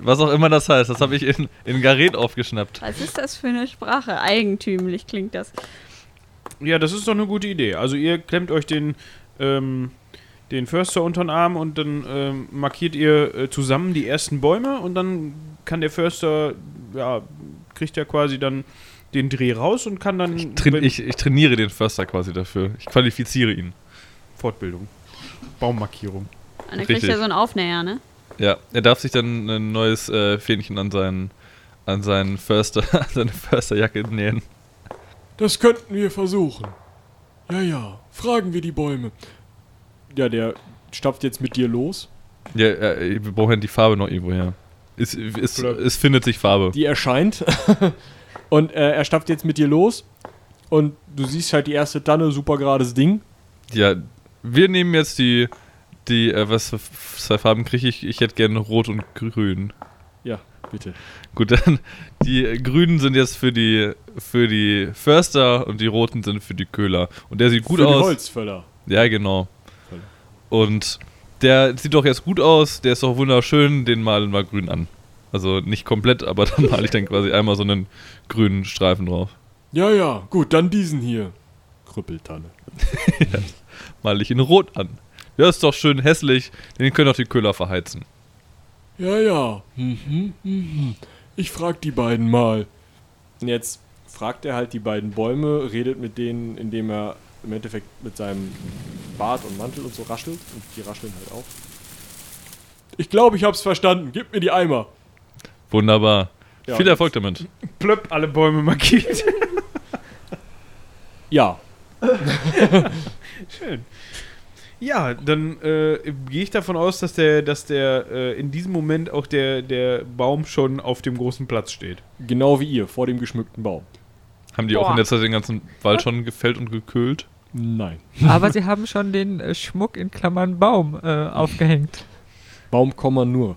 Speaker 8: Was auch immer das heißt, das habe ich in, in Garet aufgeschnappt.
Speaker 4: Was ist das für eine Sprache? Eigentümlich klingt das.
Speaker 3: Ja, das ist doch eine gute Idee. Also ihr klemmt euch den, ähm, den Förster unter den Arm und dann ähm, markiert ihr äh, zusammen die ersten Bäume und dann kann der Förster, ja, kriegt er quasi dann den Dreh raus und kann dann...
Speaker 8: Train,
Speaker 3: wenn-
Speaker 8: ich, ich trainiere den Förster quasi dafür. Ich qualifiziere ihn.
Speaker 3: Fortbildung. Baummarkierung.
Speaker 4: Und dann kriegt
Speaker 8: Richtig.
Speaker 4: er so einen Aufnäher, ne?
Speaker 8: Ja, er darf sich dann ein neues äh, Fähnchen an seinen, an seinen Förster, an seine Försterjacke nähen.
Speaker 5: Das könnten wir versuchen. Ja, ja, fragen wir die Bäume. Ja, der stapft jetzt mit dir los.
Speaker 8: Ja, äh, wir brauchen die Farbe noch irgendwo her. Es, es, es findet sich Farbe.
Speaker 5: Die erscheint. und äh, er stapft jetzt mit dir los. Und du siehst halt die erste Tanne, super gerades Ding.
Speaker 8: Ja, wir nehmen jetzt die, die äh, was für f- zwei Farben kriege ich? Ich hätte gerne rot und grün.
Speaker 5: Ja, bitte.
Speaker 8: Gut, dann die äh, grünen sind jetzt für die für die Förster und die roten sind für die Köhler. Und der sieht gut
Speaker 5: Für die
Speaker 8: aus.
Speaker 5: Holzfäller.
Speaker 8: Ja, genau.
Speaker 5: Völler.
Speaker 8: Und der sieht doch jetzt gut aus, der ist doch wunderschön, den malen wir grün an. Also nicht komplett, aber dann male ich dann quasi einmal so einen grünen Streifen drauf.
Speaker 5: Ja, ja, gut, dann diesen hier. Krüppeltanne.
Speaker 8: ja, male ich in rot an. Der ist doch schön hässlich, den können doch die Köhler verheizen.
Speaker 5: Ja, ja. Mhm, mhm. Ich frag die beiden mal. Und jetzt fragt er halt die beiden Bäume, redet mit denen, indem er im Endeffekt mit seinem Bart und Mantel und so raschelt. Und die rascheln halt auch. Ich glaube, ich hab's verstanden. Gib mir die Eimer.
Speaker 8: Wunderbar.
Speaker 5: Ja,
Speaker 8: Viel
Speaker 5: jetzt-
Speaker 8: Erfolg damit.
Speaker 3: Plöpp, alle Bäume markiert.
Speaker 5: Ja.
Speaker 3: Schön. Ja, dann äh, gehe ich davon aus, dass der, dass der äh, in diesem Moment auch der, der Baum schon auf dem großen Platz steht.
Speaker 5: Genau wie ihr, vor dem geschmückten Baum.
Speaker 8: Haben die auch in
Speaker 2: Boah.
Speaker 8: der Zeit den ganzen Wald schon gefällt und gekühlt?
Speaker 5: Nein.
Speaker 2: Aber sie haben schon den äh, Schmuck in Klammern Baum äh, aufgehängt.
Speaker 5: Baum komma nur.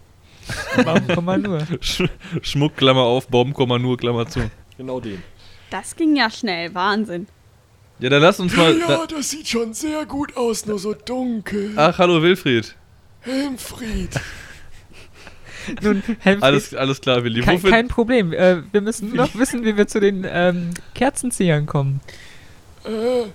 Speaker 2: Baum, Komma nur.
Speaker 8: Sch Schmuck, Klammer auf, Baum, Komma nur, Klammer zu.
Speaker 5: Genau den.
Speaker 4: Das ging ja schnell, Wahnsinn.
Speaker 8: Ja, dann lass uns mal.
Speaker 9: Ja, das sieht schon sehr gut aus, nur so dunkel.
Speaker 8: da, ach, hallo Wilfried.
Speaker 9: Helmfried.
Speaker 2: Nun, Helmfried,
Speaker 8: Alles, alles klar, Willi.
Speaker 2: kein,
Speaker 8: Wofür-
Speaker 2: kein Problem. Äh, wir müssen noch wissen, wie wir zu den ähm, Kerzenziehern kommen.
Speaker 9: Äh,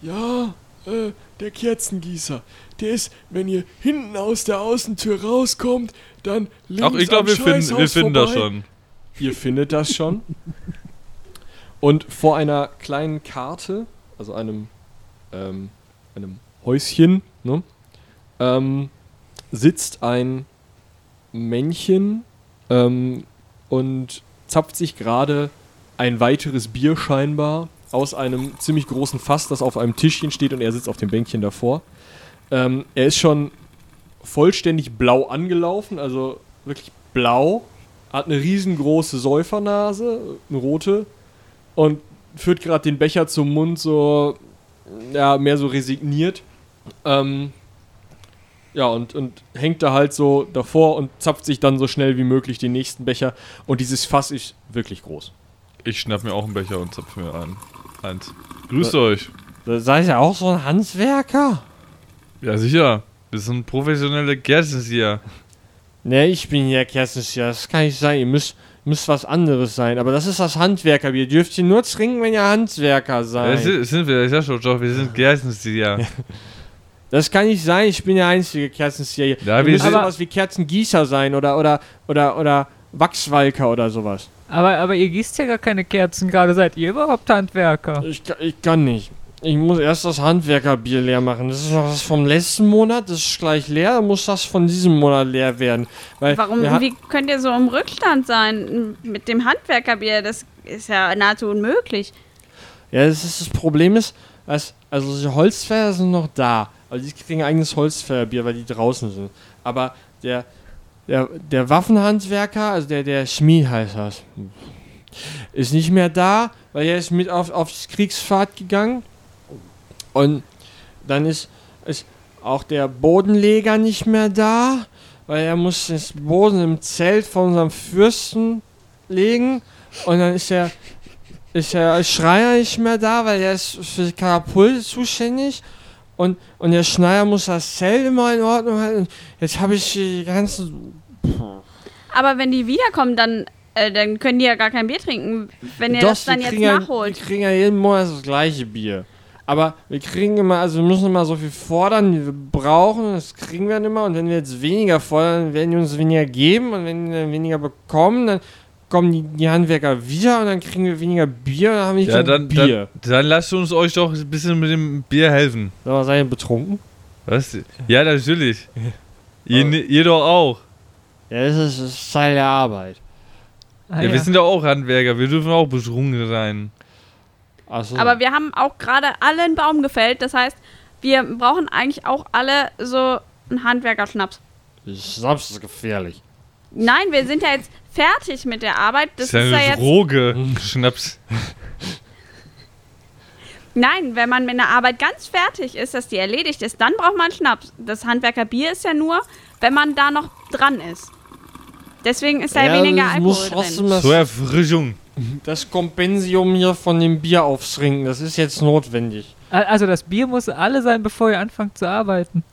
Speaker 9: ja, äh, der Kerzengießer. Der ist, wenn ihr hinten aus der Außentür rauskommt, dann links
Speaker 8: Ach, ich glaube, wir
Speaker 9: am
Speaker 8: finden, wir
Speaker 9: Scheißhaus
Speaker 8: finden das
Speaker 9: vorbei.
Speaker 8: schon.
Speaker 5: Ihr findet das schon. Und vor einer kleinen Karte, also einem, ähm, einem Häuschen, ne, ähm, sitzt ein Männchen ähm, und zapft sich gerade ein weiteres Bier scheinbar aus einem ziemlich großen Fass, das auf einem Tischchen steht und er sitzt auf dem Bänkchen davor. Ähm, er ist schon vollständig blau angelaufen, also wirklich blau. Hat eine riesengroße Säufernase, eine rote, und führt gerade den Becher zum Mund, so, ja, mehr so resigniert. Ähm, ja, und, und hängt da halt so davor und zapft sich dann so schnell wie möglich den nächsten Becher. Und dieses Fass ist wirklich groß.
Speaker 8: Ich schnapp mir auch einen Becher und zapf mir ein. Eins. Grüßt euch.
Speaker 5: Sei ja auch so ein Handwerker?
Speaker 8: Ja, sicher. Wir sind professionelle Gäste hier.
Speaker 5: Ne, ich bin ja Kerzenschieher, das kann nicht sein. Ihr müsst, müsst was anderes sein. Aber das ist das Handwerkerbier. Dürft ihr nur trinken, wenn ihr Handwerker
Speaker 8: Ja,
Speaker 5: seid.
Speaker 8: sind, sind wir, ja schon, doch, wir sind Gäste hier.
Speaker 5: Das kann nicht sein, ich bin der einzige Kerzenzieher hier.
Speaker 8: Ja,
Speaker 5: Ja,
Speaker 8: wir
Speaker 5: wir müssen
Speaker 8: sind-
Speaker 5: sowas wie Kerzengießer sein oder, oder, oder, oder Wachswalker oder sowas.
Speaker 2: Aber, aber ihr gießt ja gar keine Kerzen gerade. Seid ihr überhaupt Handwerker?
Speaker 5: Ich, ka- ich kann nicht. Ich muss erst das Handwerkerbier leer machen. Das ist noch das vom letzten Monat, das ist gleich leer, dann muss das von diesem Monat leer werden. Weil
Speaker 4: Warum,
Speaker 5: wir ha-
Speaker 4: wie könnt ihr so im Rückstand sein mit dem Handwerkerbier? Das ist ja nahezu unmöglich.
Speaker 5: Ja, das, ist, das Problem ist, dass, also die Holzfäller sind noch da. Also die kriegen ein eigenes Holzfällerbier, weil die draußen sind. Aber der, der, der Waffenhandwerker, also der, der Schmied heißt das, ist nicht mehr da, weil er ist mit auf, aufs Kriegsfahrt gegangen. Und dann ist, ist auch der Bodenleger nicht mehr da, weil er muss das Boden im Zelt von unserem Fürsten legen. Und dann ist er ist der Schreier nicht mehr da, weil er ist für die Katapulte zuständig. Und, und der Schneider muss das Zelt immer in Ordnung halten. Jetzt habe ich die ganzen.
Speaker 4: Aber wenn die wiederkommen, dann, äh, dann können die ja gar kein Bier trinken, wenn ihr
Speaker 5: Doch,
Speaker 4: das dann
Speaker 5: wir
Speaker 4: jetzt
Speaker 5: kriegen ja,
Speaker 4: nachholt.
Speaker 5: Wir kriegen ja jeden Monat das gleiche Bier. Aber wir kriegen immer, also wir müssen immer so viel fordern, wie wir brauchen, das kriegen wir dann immer. Und wenn wir jetzt weniger fordern, werden die uns weniger geben. Und wenn wir dann weniger bekommen, dann kommen die, die Handwerker wieder und dann kriegen wir weniger Bier und dann haben wir nicht
Speaker 8: Ja,
Speaker 5: genug
Speaker 8: dann,
Speaker 5: Bier.
Speaker 8: dann, dann lasst uns euch doch ein bisschen mit dem Bier helfen.
Speaker 5: Aber seid ihr betrunken?
Speaker 8: Was? Ja, natürlich. ihr, ne- ihr doch auch.
Speaker 5: Ja, das ist, Teil der Arbeit.
Speaker 2: Ah,
Speaker 8: ja,
Speaker 2: ja.
Speaker 8: wir sind doch auch Handwerker. Wir dürfen auch betrunken sein.
Speaker 5: Achso.
Speaker 4: Aber wir haben auch gerade alle einen Baum gefällt. Das heißt, wir brauchen eigentlich auch alle so einen Handwerkerschnaps.
Speaker 5: Schnaps ist gefährlich.
Speaker 4: Nein, wir sind ja jetzt fertig mit der Arbeit. Das
Speaker 8: ist ja
Speaker 4: ist ja
Speaker 8: eine
Speaker 4: jetzt.
Speaker 8: Droge. Schnaps.
Speaker 4: Nein, wenn man mit einer Arbeit ganz fertig ist, dass die erledigt ist, dann braucht man Schnaps. Das Handwerkerbier ist ja nur, wenn man da noch dran ist. Deswegen ist da ja, weniger
Speaker 5: das
Speaker 4: Alkohol
Speaker 5: muss trotzdem
Speaker 4: drin.
Speaker 5: das,
Speaker 8: Zur Erfrischung.
Speaker 5: das Kompensium hier von dem Bier aufstrinken, das ist jetzt notwendig.
Speaker 2: A- Also das Bier muss alle sein, bevor ihr anfangt zu arbeiten.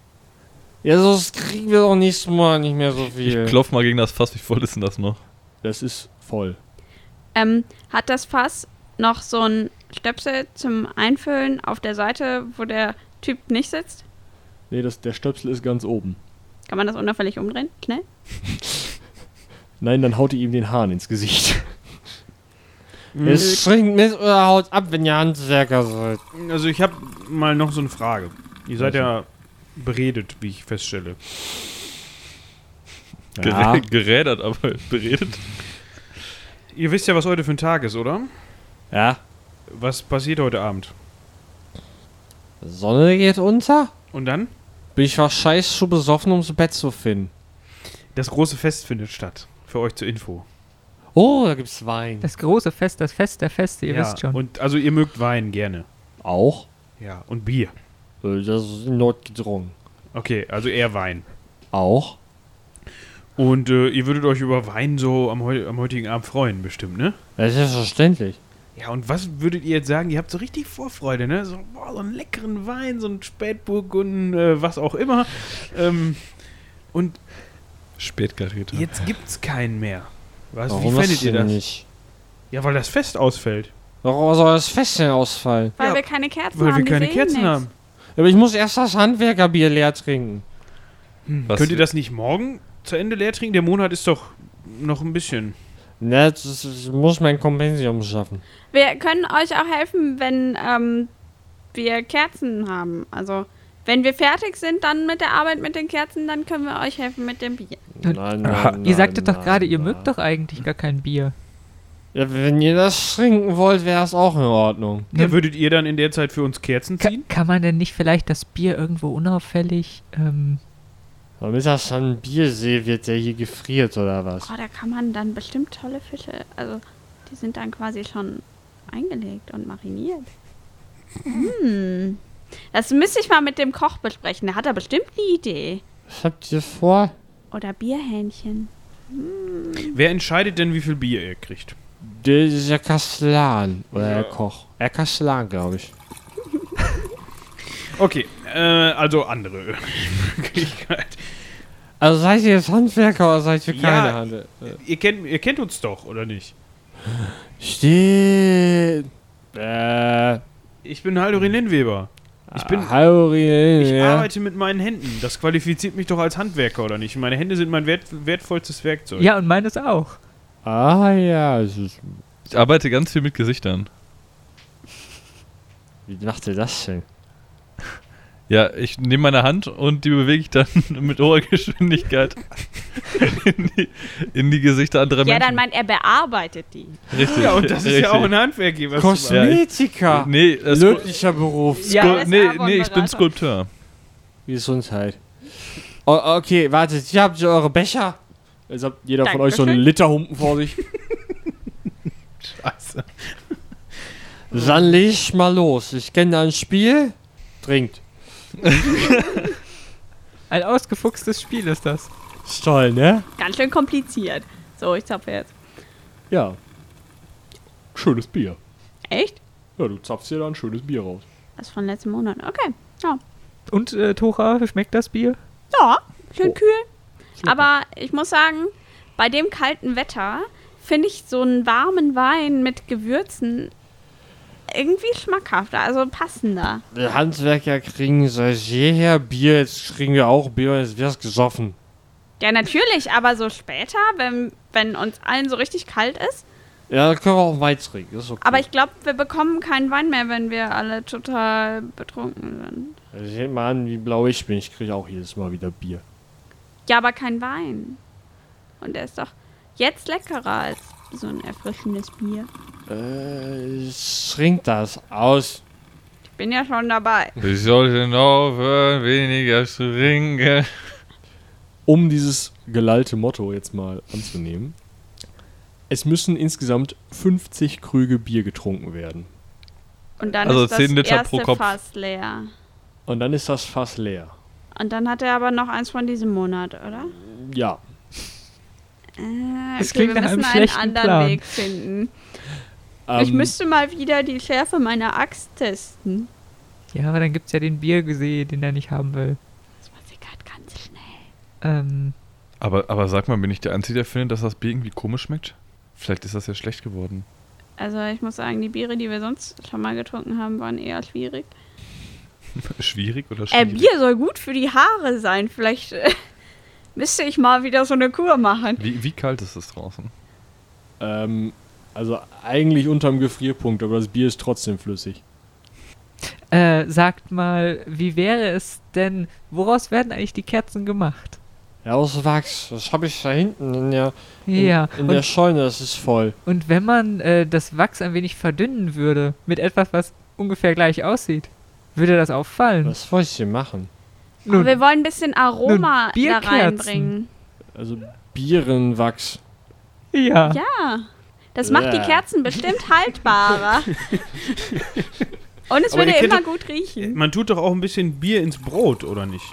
Speaker 5: Ja, sonst kriegen wir doch nächstes Mal nicht mehr so viel.
Speaker 8: Ich klopf mal gegen das Fass. Wie voll ist denn das noch?
Speaker 14: Das ist voll.
Speaker 4: Ähm, hat das Fass noch so ein Stöpsel zum Einfüllen auf der Seite, wo der Typ nicht sitzt?
Speaker 14: Nee, das, der Stöpsel ist ganz oben.
Speaker 4: Kann man das unauffällig umdrehen? Schnell?
Speaker 14: Nein, dann haut ihr ihm den Hahn ins Gesicht.
Speaker 5: Es trinkt mit oder haut ab, wenn ihr Handwerker seid.
Speaker 3: Also ich habe mal noch so eine Frage. Ihr seid ja beredet, wie ich feststelle.
Speaker 8: Gerä Gerädert, aber beredet.
Speaker 3: Ihr wisst ja, was heute für ein Tag ist, oder?
Speaker 14: Ja.
Speaker 3: Was passiert heute Abend?
Speaker 5: Sonne geht unter?
Speaker 3: Und dann?
Speaker 5: Bin ich wahrscheinlich zu besoffen, ums Bett zu finden.
Speaker 3: Das große Fest findet statt. Für euch zur Info.
Speaker 5: Oh, da gibt's Wein.
Speaker 2: Das große Fest, das Fest der Feste, ihr
Speaker 3: ja,
Speaker 2: wisst schon.
Speaker 3: Und also ihr mögt Wein gerne.
Speaker 5: Auch?
Speaker 3: Ja. Und Bier.
Speaker 5: Äh, Das ist in Not gedrungen.
Speaker 3: Okay, also eher Wein.
Speaker 5: Auch?
Speaker 3: Und äh, ihr würdet euch über Wein so am, heu am heutigen Abend freuen, bestimmt, ne?
Speaker 5: Das ist verständlich.
Speaker 3: Ja, und was würdet ihr jetzt sagen? Ihr habt so richtig Vorfreude, ne? So, boah, so einen leckeren Wein, so einen Spätburgunden, äh, was auch immer. Ähm, und
Speaker 8: Spätgeräte.
Speaker 3: jetzt gibt's keinen mehr. Was,
Speaker 5: Warum
Speaker 3: Also, wie
Speaker 5: das
Speaker 3: findet ihr
Speaker 5: denn
Speaker 3: das?
Speaker 5: nicht?
Speaker 3: Ja, weil das Fest ausfällt.
Speaker 5: Warum soll das Fest denn ausfallen?
Speaker 4: Weil
Speaker 3: Ja,
Speaker 4: wir keine Kerzen
Speaker 3: weil
Speaker 4: haben.
Speaker 3: wir
Speaker 4: die
Speaker 3: keine
Speaker 4: sehen
Speaker 3: Kerzen
Speaker 4: nichts.
Speaker 3: haben.
Speaker 5: Aber ich muss erst das Handwerkerbier leer trinken.
Speaker 8: Was-
Speaker 3: Könnt ihr das nicht morgen zu Ende leer trinken? Der Monat ist doch noch ein bisschen.
Speaker 5: Ne, das ist- ich muss mein Kompensium schaffen.
Speaker 4: Wir können euch auch helfen, wenn ähm, wir Kerzen haben. Also, wenn wir fertig sind, dann mit der Arbeit mit den Kerzen, dann können wir euch helfen mit dem Bier.
Speaker 5: Nein, nein, nein,
Speaker 2: ihr sagtet doch
Speaker 5: nein,
Speaker 2: gerade, ihr
Speaker 5: nein.
Speaker 2: mögt doch eigentlich gar kein Bier.
Speaker 5: Ja, wenn ihr das trinken wollt, wäre es auch in Ordnung.
Speaker 3: Ja, würdet ihr dann in der Zeit für uns Kerzen
Speaker 2: Ka
Speaker 3: ziehen?
Speaker 2: kann man denn nicht vielleicht das Bier irgendwo unauffällig? Ähm,
Speaker 5: Damit das dann ein Biersee wird, der hier gefriert oder was?
Speaker 4: Oh, da kann man dann bestimmt tolle Fische. Also, die sind dann quasi schon eingelegt und mariniert. Hm. Das müsste ich mal mit dem Koch besprechen. Der hat da bestimmt eine Idee.
Speaker 5: Was habt ihr vor?
Speaker 4: Oder Bierhähnchen.
Speaker 3: Wer entscheidet denn, wie viel Bier ihr kriegt?
Speaker 5: Der ist der Kastellan oder der Koch. Er Kastellan, glaube ich.
Speaker 3: Okay, äh, also andere Möglichkeit.
Speaker 5: Also seid ihr jetzt Handwerker oder seid ihr
Speaker 3: Ja.
Speaker 5: keine Handel?
Speaker 3: Ihr kennt, ihr kennt uns doch, oder nicht?
Speaker 5: Steht. Äh,
Speaker 3: Ich bin Haldorin Lindweber. Ich bin.
Speaker 5: Hallorin,
Speaker 3: Ich
Speaker 5: ja.
Speaker 3: arbeite mit meinen Händen. Das qualifiziert mich doch als Handwerker, oder nicht? Meine Hände sind mein wert, wertvollstes Werkzeug.
Speaker 2: ja, und meines auch.
Speaker 5: Ah ja, es ist,
Speaker 8: Ich arbeite ganz viel mit Gesichtern.
Speaker 5: wie macht ihr das denn?
Speaker 8: Ja, ich nehme meine Hand und die bewege ich dann mit hoher Geschwindigkeit in, die, in die Gesichter anderer
Speaker 4: Ja, dann
Speaker 8: Menschen.
Speaker 4: meint er bearbeitet die.
Speaker 8: Richtig.
Speaker 3: Ja, und das ist
Speaker 8: richtig.
Speaker 3: ja auch ein Handwerk, hier, was du machst.
Speaker 5: Kosmetiker.
Speaker 8: Nee, äh, Sku-
Speaker 5: Löblicher Beruf.
Speaker 4: Ah. Ja,
Speaker 8: Sku-
Speaker 4: das ist
Speaker 8: nee,
Speaker 4: Avon
Speaker 8: nee, ich bin
Speaker 4: Berater.
Speaker 8: Skulpteur.
Speaker 5: Gesundheit. O okay, wartet, hier habt ihr eure Becher.
Speaker 14: Als habt jeder von euch so einen
Speaker 4: Dankeschön.
Speaker 14: Literhumpen vor sich.
Speaker 8: Scheiße.
Speaker 5: Dann leg ich mal los. Ich kenne ein Spiel. Trinkt.
Speaker 2: Ein ausgefuchstes Spiel ist das.
Speaker 14: Ist toll, ne?
Speaker 4: Ganz schön kompliziert. So, ich zapfe jetzt.
Speaker 14: Ja. Schönes Bier.
Speaker 4: Echt?
Speaker 14: Ja, du zapfst dir da ein schönes Bier raus.
Speaker 4: Das ist von letzten Monat. Okay. Ja.
Speaker 2: Und äh, Tora, schmeckt das Bier?
Speaker 4: Ja, schön
Speaker 14: Oh.
Speaker 4: kühl. Aber ich muss sagen, bei dem kalten Wetter finde ich so einen warmen Wein mit Gewürzen irgendwie schmackhafter, also passender.
Speaker 5: Die Handwerker kriegen seit jeher Bier, jetzt kriegen wir auch Bier, jetzt wird's gesoffen.
Speaker 4: Ja, natürlich, aber so später, wenn, wenn uns allen so richtig kalt ist.
Speaker 5: Ja, dann können wir auch Wein trinken, ist okay.
Speaker 4: Aber ich glaube, wir bekommen keinen Wein mehr, wenn wir alle total betrunken sind.
Speaker 5: Seht mal an, wie blau ich bin, ich kriege auch jedes Mal wieder Bier.
Speaker 4: Ja, aber kein Wein. Und der ist doch jetzt leckerer als so ein erfrischendes Bier.
Speaker 5: Äh, ich trink das aus.
Speaker 4: Ich bin ja schon dabei.
Speaker 8: Wir sollten aufhören, weniger zu trinken.
Speaker 15: Um dieses gelallte Motto jetzt mal anzunehmen. Es müssen insgesamt 50 Krüge Bier getrunken werden.
Speaker 4: Und dann
Speaker 8: Also
Speaker 4: ist das
Speaker 8: 10 Liter
Speaker 4: erste
Speaker 8: pro Kopf.
Speaker 4: Fass leer.
Speaker 15: Und dann ist das Fass leer.
Speaker 4: Und dann hat er aber noch eins von diesem Monat, oder?
Speaker 15: Ja.
Speaker 4: Äh,
Speaker 2: Das klingt
Speaker 4: wir
Speaker 2: nach einem
Speaker 4: müssen einen
Speaker 2: schlechten
Speaker 4: anderen
Speaker 2: Plan.
Speaker 4: Weg finden. ich
Speaker 2: Ähm.
Speaker 4: müsste mal wieder die Schärfe meiner Axt testen.
Speaker 2: Ja, aber dann gibt's ja den Biergesee, den er nicht haben will. Das war sie gerade ganz schnell. Ähm,
Speaker 8: Aber, aber sag mal, bin ich der Einzige, der findet, dass das Bier irgendwie komisch schmeckt? Vielleicht ist das ja schlecht geworden.
Speaker 4: Also ich muss sagen, die Biere, die wir sonst schon mal getrunken haben, waren eher schwierig.
Speaker 8: Schwierig oder
Speaker 4: Äh,
Speaker 8: schwierig?
Speaker 4: Bier soll gut für die Haare sein. Vielleicht äh, müsste ich mal wieder so eine Kur machen.
Speaker 8: Wie, wie kalt ist es draußen?
Speaker 15: Ähm, also eigentlich unterm Gefrierpunkt, aber das Bier ist trotzdem flüssig.
Speaker 2: äh, sagt mal, wie wäre es denn, woraus werden eigentlich die Kerzen gemacht?
Speaker 5: Ja, aus Wachs. Das habe ich da hinten in der, in,
Speaker 2: Ja,
Speaker 5: in der
Speaker 2: und-
Speaker 5: Scheune, das ist voll.
Speaker 2: Und wenn man äh, das Wachs ein wenig verdünnen würde, mit etwas, was ungefähr gleich aussieht, würde das auffallen.
Speaker 5: Was wollte ich denn machen?
Speaker 4: Aber wir wollen ein bisschen Aroma
Speaker 2: nun,
Speaker 4: da
Speaker 2: Bierkerzen.
Speaker 4: reinbringen.
Speaker 5: Also Bierenwachs.
Speaker 2: Ja.
Speaker 4: Ja. Das macht die
Speaker 5: Ja.
Speaker 4: Kerzen bestimmt haltbarer. Und es
Speaker 3: Aber
Speaker 4: würde
Speaker 3: ihr kennt
Speaker 4: immer
Speaker 3: doch-
Speaker 4: gut riechen.
Speaker 3: Man tut doch auch ein bisschen Bier ins Brot, oder nicht?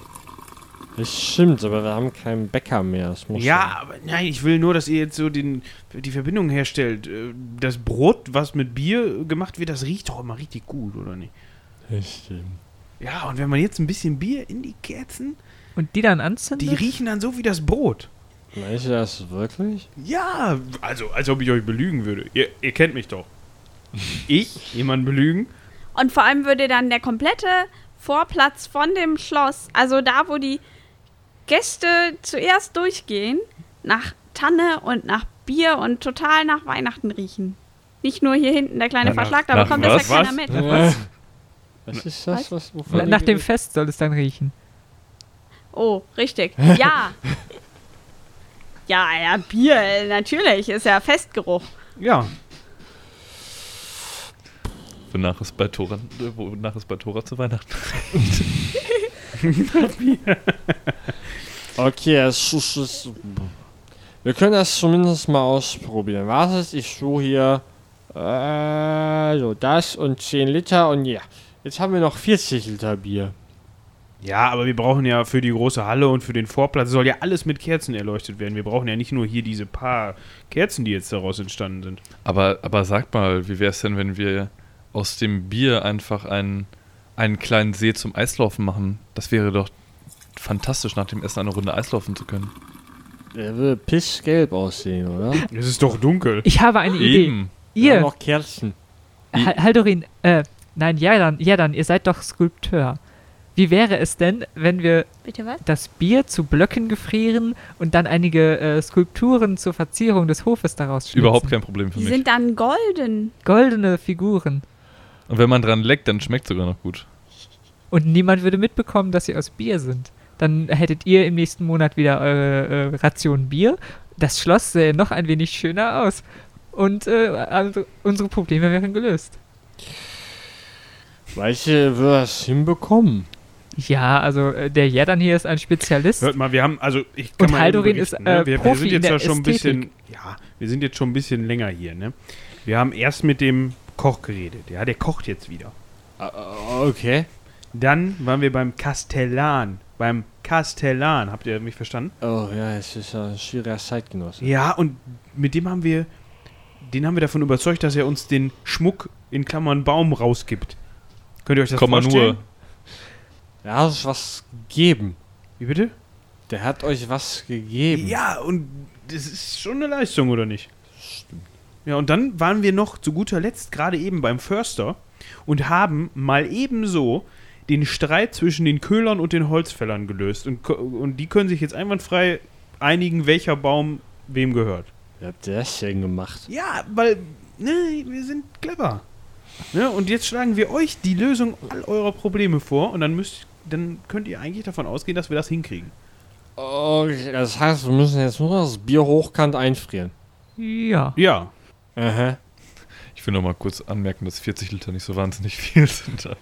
Speaker 5: Das stimmt, aber wir haben keinen Bäcker mehr. Das muss
Speaker 3: Ja, aber nein, ich will nur, dass ihr jetzt so den, die Verbindung herstellt. Äh, Das Brot, was mit Bier gemacht wird, das riecht doch immer richtig gut, oder nicht?
Speaker 15: Das stimmt.
Speaker 3: Ja, und wenn man jetzt ein bisschen Bier in die Kerzen,
Speaker 2: Und die dann anzündet?
Speaker 3: die riechen dann so wie das Brot.
Speaker 5: Meinst du das wirklich?
Speaker 3: Ja, also als ob ich euch belügen würde. Ihr, ihr kennt mich doch. Ich? Jemanden belügen?
Speaker 4: Und vor allem würde dann der komplette Vorplatz von dem Schloss, also da, wo die Gäste zuerst durchgehen, nach Tanne und nach Bier und total nach Weihnachten riechen. Nicht nur hier hinten der kleine
Speaker 2: Na, nach-
Speaker 4: Verschlag, da
Speaker 2: nach
Speaker 4: bekommt
Speaker 2: was?
Speaker 4: das ja keiner
Speaker 2: Was?
Speaker 4: mit.
Speaker 2: Was?
Speaker 5: Was ist das, was
Speaker 2: Na-
Speaker 5: wovon
Speaker 2: Nach
Speaker 5: ihr
Speaker 2: dem
Speaker 5: geredet-
Speaker 2: Fest soll es dann riechen.
Speaker 4: Oh, richtig. Ja. ja, ja, Bier, äh, natürlich, ist ja Festgeruch.
Speaker 3: Ja.
Speaker 8: Wonach ist bei Tora, äh, wonach ist bei Tora zu Weihnachten?
Speaker 5: Okay, es ist, es ist, wir können das zumindest mal ausprobieren. Was ist, ich suche hier äh, so das und 10 Liter und ja. Jetzt haben wir noch 40 Liter Bier.
Speaker 3: Ja, aber wir brauchen ja für die große Halle und für den Vorplatz soll ja alles mit Kerzen erleuchtet werden. Wir brauchen ja nicht nur hier diese paar Kerzen, die jetzt daraus entstanden sind.
Speaker 8: Aber, aber sag mal, wie wäre es denn, wenn wir aus dem Bier einfach einen, einen kleinen See zum Eislaufen machen? Das wäre doch fantastisch, nach dem Essen eine Runde Eislaufen zu können.
Speaker 5: Der will pissgelb aussehen, oder?
Speaker 3: Es ist doch dunkel.
Speaker 2: Ich habe eine Idee.
Speaker 8: Eben.
Speaker 5: Wir haben
Speaker 2: Ihr,
Speaker 5: noch Kerzen.
Speaker 2: Hal- Haldorin, äh, nein, ja dann, ja dann, ihr seid doch Skulpteur. Wie wäre es denn, wenn wir
Speaker 4: Bitte was?
Speaker 2: das Bier zu Blöcken gefrieren und dann einige äh, Skulpturen zur Verzierung des Hofes daraus schnitzen?
Speaker 8: Überhaupt kein Problem für
Speaker 4: Die
Speaker 8: mich.
Speaker 4: sind dann golden.
Speaker 2: Goldene Figuren.
Speaker 8: Und wenn man dran leckt, dann schmeckt sogar noch gut.
Speaker 2: Und niemand würde mitbekommen, dass sie aus Bier sind. Dann hättet ihr im nächsten Monat wieder eure äh, Ration Bier. Das Schloss sähe noch ein wenig schöner aus. Und äh, also unsere Probleme wären gelöst.
Speaker 5: Welche würde das hinbekommen?
Speaker 2: Ja, also äh, der Jedan hier ist ein Spezialist.
Speaker 3: Hört mal, wir haben, also ich kann
Speaker 2: Und
Speaker 3: mal eben
Speaker 2: Haldorin
Speaker 3: berichten,
Speaker 2: ist,
Speaker 3: ne?
Speaker 2: äh,
Speaker 3: wir,
Speaker 2: Profi
Speaker 3: wir sind
Speaker 2: in
Speaker 3: jetzt
Speaker 2: der
Speaker 3: ja schon ein bisschen,
Speaker 2: Ästhetik.
Speaker 3: ja, wir sind jetzt schon ein bisschen länger hier, ne? Wir haben erst mit dem Koch geredet, ja, der kocht jetzt wieder.
Speaker 5: Okay.
Speaker 3: Dann waren wir beim Kastellan, beim Kastellan, habt ihr mich verstanden?
Speaker 5: Oh ja, es ist ja ein schwieriger Zeitgenosse.
Speaker 3: Ja, und mit dem haben wir, den haben wir davon überzeugt, dass er uns den Schmuck in Klammern Baum rausgibt. Könnt ihr euch das
Speaker 8: Komma nur.
Speaker 3: vorstellen?
Speaker 5: Er hat uns was gegeben.
Speaker 3: Wie bitte?
Speaker 5: Der hat euch was gegeben.
Speaker 3: Ja, und Das ist schon eine Leistung, oder nicht? Stimmt. Ja, und dann waren wir noch zu guter Letzt gerade eben beim Förster und haben mal ebenso den Streit zwischen den Köhlern und den Holzfällern gelöst. Und, ko- und die können sich jetzt einwandfrei einigen, welcher Baum wem gehört.
Speaker 5: Wie habt ihr das denn gemacht?
Speaker 3: Ja, weil, ne, wir sind clever. Ne, und jetzt schlagen wir euch die Lösung all eurer Probleme vor und dann müsst, dann könnt ihr eigentlich davon ausgehen, dass wir das hinkriegen.
Speaker 5: Okay, das heißt, wir müssen jetzt nur das Bier hochkant einfrieren.
Speaker 2: Ja.
Speaker 3: Ja.
Speaker 5: Aha.
Speaker 8: Ich will noch mal kurz anmerken, dass 40 Liter nicht so wahnsinnig viel sind. aber-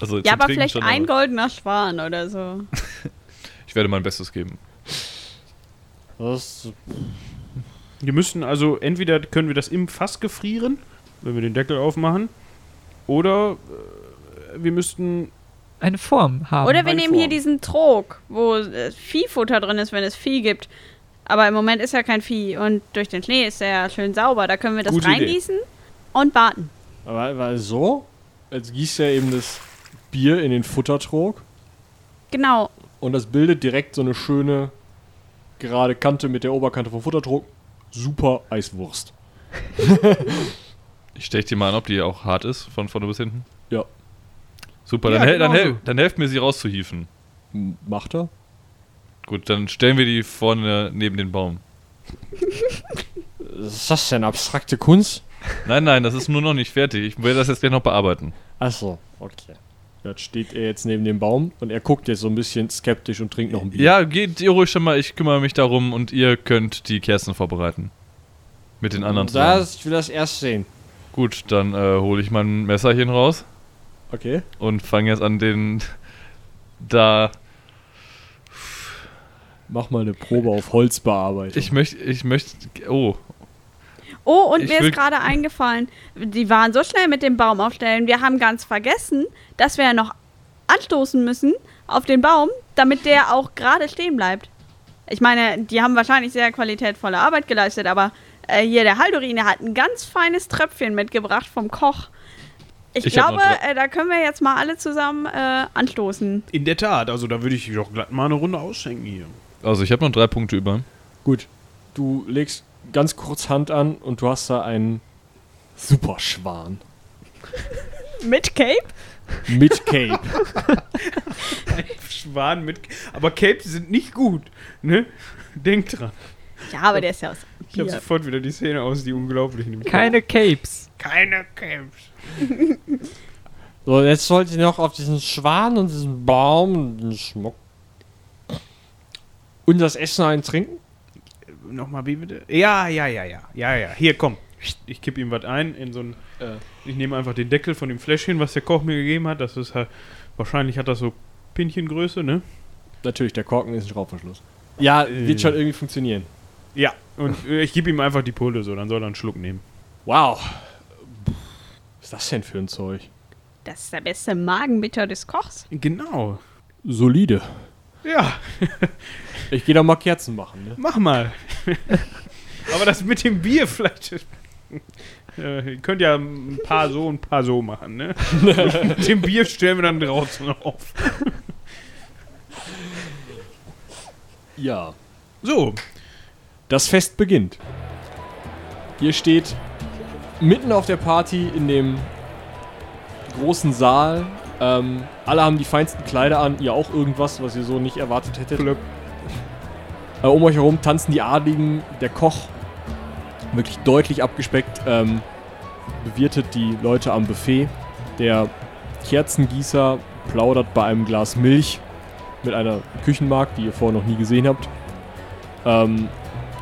Speaker 8: Also
Speaker 4: Ja,
Speaker 8: zum
Speaker 4: aber
Speaker 8: Trinken
Speaker 4: vielleicht
Speaker 8: schon,
Speaker 4: ein
Speaker 8: aber
Speaker 4: goldener Schwan oder so.
Speaker 8: Ich werde mein Bestes geben.
Speaker 5: Das
Speaker 3: Wir müssen also entweder können wir das im Fass gefrieren, wenn wir den Deckel aufmachen, oder äh, wir müssten
Speaker 2: eine Form haben.
Speaker 4: Oder wir nehmen hier diesen Trog, wo äh, Viehfutter drin ist, wenn es Vieh gibt. Aber im Moment ist ja kein Vieh und durch den Schnee ist er ja schön sauber. Da können wir das
Speaker 5: Gute Idee.
Speaker 4: reingießen und warten.
Speaker 5: Aber weil so, jetzt gießt er eben das Bier in den Futtertrog
Speaker 4: Genau.
Speaker 5: und das bildet direkt so eine schöne gerade Kante mit der Oberkante vom Futtertrog. Super Eiswurst.
Speaker 8: Ich steche dir mal an, ob die auch hart ist, von vorne bis hinten.
Speaker 5: Ja.
Speaker 8: Super,
Speaker 5: Ja,
Speaker 8: dann, hel- dann,
Speaker 5: genau
Speaker 8: hel- dann helft mir, sie rauszuhieven.
Speaker 5: Macht er?
Speaker 8: Gut, dann stellen wir die vorne neben den Baum.
Speaker 5: Ist das denn abstrakte Kunst?
Speaker 8: Nein, nein, das ist nur noch nicht fertig. Ich werde das jetzt gleich noch bearbeiten.
Speaker 5: Achso, okay. Jetzt steht er jetzt neben dem Baum und er guckt jetzt so ein bisschen skeptisch und trinkt noch ein Bier.
Speaker 8: Ja, geht ihr ruhig schon mal, ich kümmere mich darum und ihr könnt die Kerzen vorbereiten. Mit den anderen zusammen.
Speaker 5: das, ich will das erst sehen.
Speaker 8: Gut, dann äh, hole ich mein Messerchen raus.
Speaker 5: Okay.
Speaker 8: Und fange jetzt an den da.
Speaker 5: Mach mal eine Probe auf Holzbearbeitung.
Speaker 8: Ich möchte, ich möchte. Oh.
Speaker 4: Oh, und
Speaker 8: Ich
Speaker 4: mir
Speaker 8: will-
Speaker 4: ist gerade eingefallen, die waren so schnell mit dem Baum aufstellen. Wir haben ganz vergessen, dass wir ja noch anstoßen müssen auf den Baum, damit der auch gerade stehen bleibt. Ich meine, die haben wahrscheinlich sehr qualitätvolle Arbeit geleistet, aber äh, hier der Haldorin, der hat ein ganz feines Tröpfchen mitgebracht vom Koch. Ich,
Speaker 3: Ich hab
Speaker 4: glaube,
Speaker 3: noch ein
Speaker 4: äh, da können wir jetzt mal alle zusammen äh, anstoßen.
Speaker 3: in der Tat, also da würde ich doch glatt mal eine Runde ausschenken hier.
Speaker 8: Also ich habe noch drei Punkte über.
Speaker 5: Gut. Du legst ganz kurz Hand an und du hast da einen Superschwan.
Speaker 4: Mit Cape?
Speaker 5: Mit Cape.
Speaker 3: Schwan mit, aber Capes sind nicht gut, ne? Denkt dran.
Speaker 4: Ja, aber der ist ja aus.
Speaker 3: Ich habe
Speaker 4: Bier.
Speaker 3: sofort wieder die Szene aus, die unglaublich nämlich.
Speaker 2: Keine Capes.
Speaker 3: Keine Capes.
Speaker 16: So, jetzt sollt ihr noch auf diesen Schwan und diesen Baum und den Schmuck.
Speaker 5: Und das Essen eintrinken?
Speaker 3: Nochmal, wie bitte? Ja, ja, ja, ja. Ja, ja. Hier, komm. Ich kipp ihm was ein in so ein. Ich nehme einfach den Deckel von dem Fläschchen, was der Koch mir gegeben hat. Das ist halt. Wahrscheinlich hat das so Pinchengröße, ne?
Speaker 5: Natürlich, der Korken ist ein Äh. Schraubverschluss. Ja, wird schon irgendwie funktionieren.
Speaker 3: Ja, und äh, ich gebe ihm einfach die Pulle so, dann soll er einen Schluck nehmen.
Speaker 5: Wow. Was ist das denn für ein Zeug?
Speaker 4: Das ist der beste Magenbitter des Kochs.
Speaker 3: Genau.
Speaker 5: Solide.
Speaker 3: Ja.
Speaker 5: Ich gehe da mal Kerzen machen, ne?
Speaker 3: Mach mal. Aber das mit dem Bier vielleicht. Äh, ihr könnt ja ein paar so und ein paar so machen, ne? mit dem Bier stellen wir dann draußen auf.
Speaker 5: Ja.
Speaker 3: So.
Speaker 5: Das Fest beginnt. Ihr steht mitten auf der Party in dem großen Saal. Ähm, alle haben die feinsten Kleider an, ihr auch irgendwas, was ihr so nicht erwartet hättet. Äh, um euch herum tanzen die Adligen, der Koch, wirklich deutlich abgespeckt, ähm, bewirtet die Leute am Buffet. Der Kerzengießer plaudert bei einem Glas Milch mit einer Küchenmark, die ihr vorher noch nie gesehen habt. Ähm,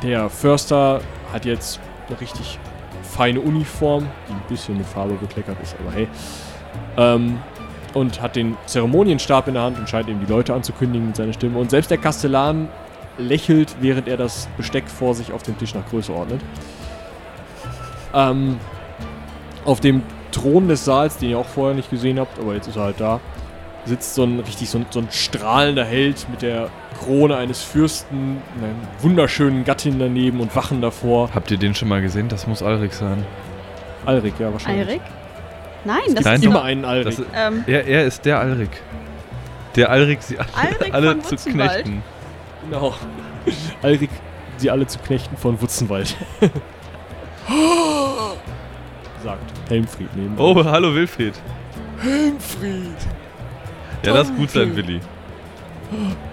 Speaker 5: der Förster hat jetzt eine richtig feine Uniform, die ein bisschen mit Farbe bekleckert ist, aber hey. Ähm, und hat den Zeremonienstab in der Hand und scheint eben die Leute anzukündigen mit seiner Stimme. Und selbst der Kastellan lächelt, während er das Besteck vor sich auf dem Tisch nach Größe ordnet. Ähm, auf dem Thron des Saals, den ihr auch vorher nicht gesehen habt, aber jetzt ist er halt da, sitzt so ein richtig so ein, so ein strahlender Held mit der Krone eines Fürsten, einer wunderschönen Gattin daneben und Wachen davor.
Speaker 8: Habt ihr den schon mal gesehen? Das muss Alrik sein.
Speaker 5: Alrik, ja, wahrscheinlich.
Speaker 4: Eirik? Nein,
Speaker 5: Es
Speaker 4: das
Speaker 5: gibt
Speaker 4: ist
Speaker 5: immer
Speaker 4: doch-
Speaker 5: einen Alrik.
Speaker 8: Das ist,
Speaker 4: Ähm.
Speaker 8: er, er ist der Alrik. Der Alrik, sie alle,
Speaker 4: Alrik
Speaker 8: alle
Speaker 4: von
Speaker 8: zu
Speaker 4: Butzenwald.
Speaker 8: knechten.
Speaker 5: Genau. Alrik
Speaker 17: sie alle zu Knechten von Wutzenwald. Sagt Helmfried neben.
Speaker 8: Oh, hallo Wilfried.
Speaker 2: Helmfried!
Speaker 8: Ja, lass gut sein, Willi.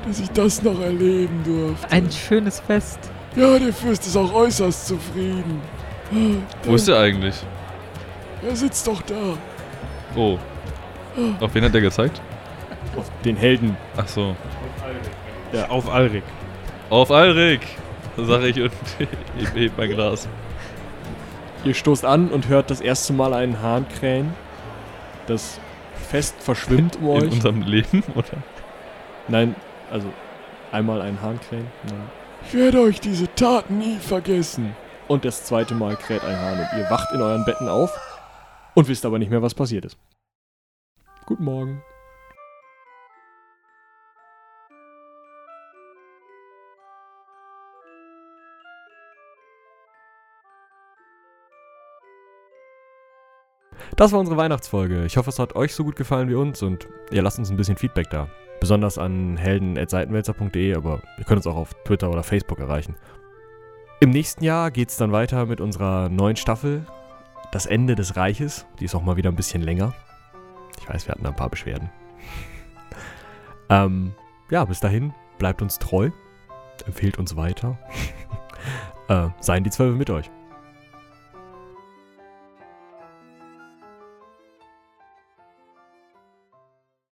Speaker 2: Dass ich das noch erleben durfte.
Speaker 18: Ein schönes Fest.
Speaker 2: Ja, der Fürst ist auch äußerst zufrieden.
Speaker 8: Wo ist er eigentlich?
Speaker 2: Er sitzt doch da.
Speaker 8: Oh. Auf wen hat er gezeigt?
Speaker 17: Auf den Helden.
Speaker 8: Ach so.
Speaker 17: Ja.
Speaker 3: Auf Alrik.
Speaker 8: Auf Alrik, sage ich und heb, heb mein Glas.
Speaker 17: Ihr stoßt an und hört das erste Mal einen Hahn krähen. Das Fest verschwimmt um euch.
Speaker 8: In unserem Leben, oder?
Speaker 17: Nein, also einmal einen Hahn krähen. Nein.
Speaker 2: Ich werde euch diese Tat nie vergessen.
Speaker 17: Und das zweite Mal kräht ein Hahn und ihr wacht in euren Betten auf und wisst aber nicht mehr, was passiert ist. Guten Morgen.
Speaker 5: Das war unsere Weihnachtsfolge. Ich hoffe, es hat euch so gut gefallen wie uns und ihr lasst uns ein bisschen Feedback da. Besonders an helden.seitenwälzer.de, aber ihr könnt uns auch auf Twitter oder Facebook erreichen. Im nächsten Jahr geht es dann weiter mit unserer neuen Staffel, Das Ende des Reiches. Die ist auch mal wieder ein bisschen länger. Ich weiß, wir hatten da ein paar Beschwerden. ähm, ja, bis dahin, bleibt uns treu, empfehlt uns weiter. äh, seien die Zwölfe mit euch.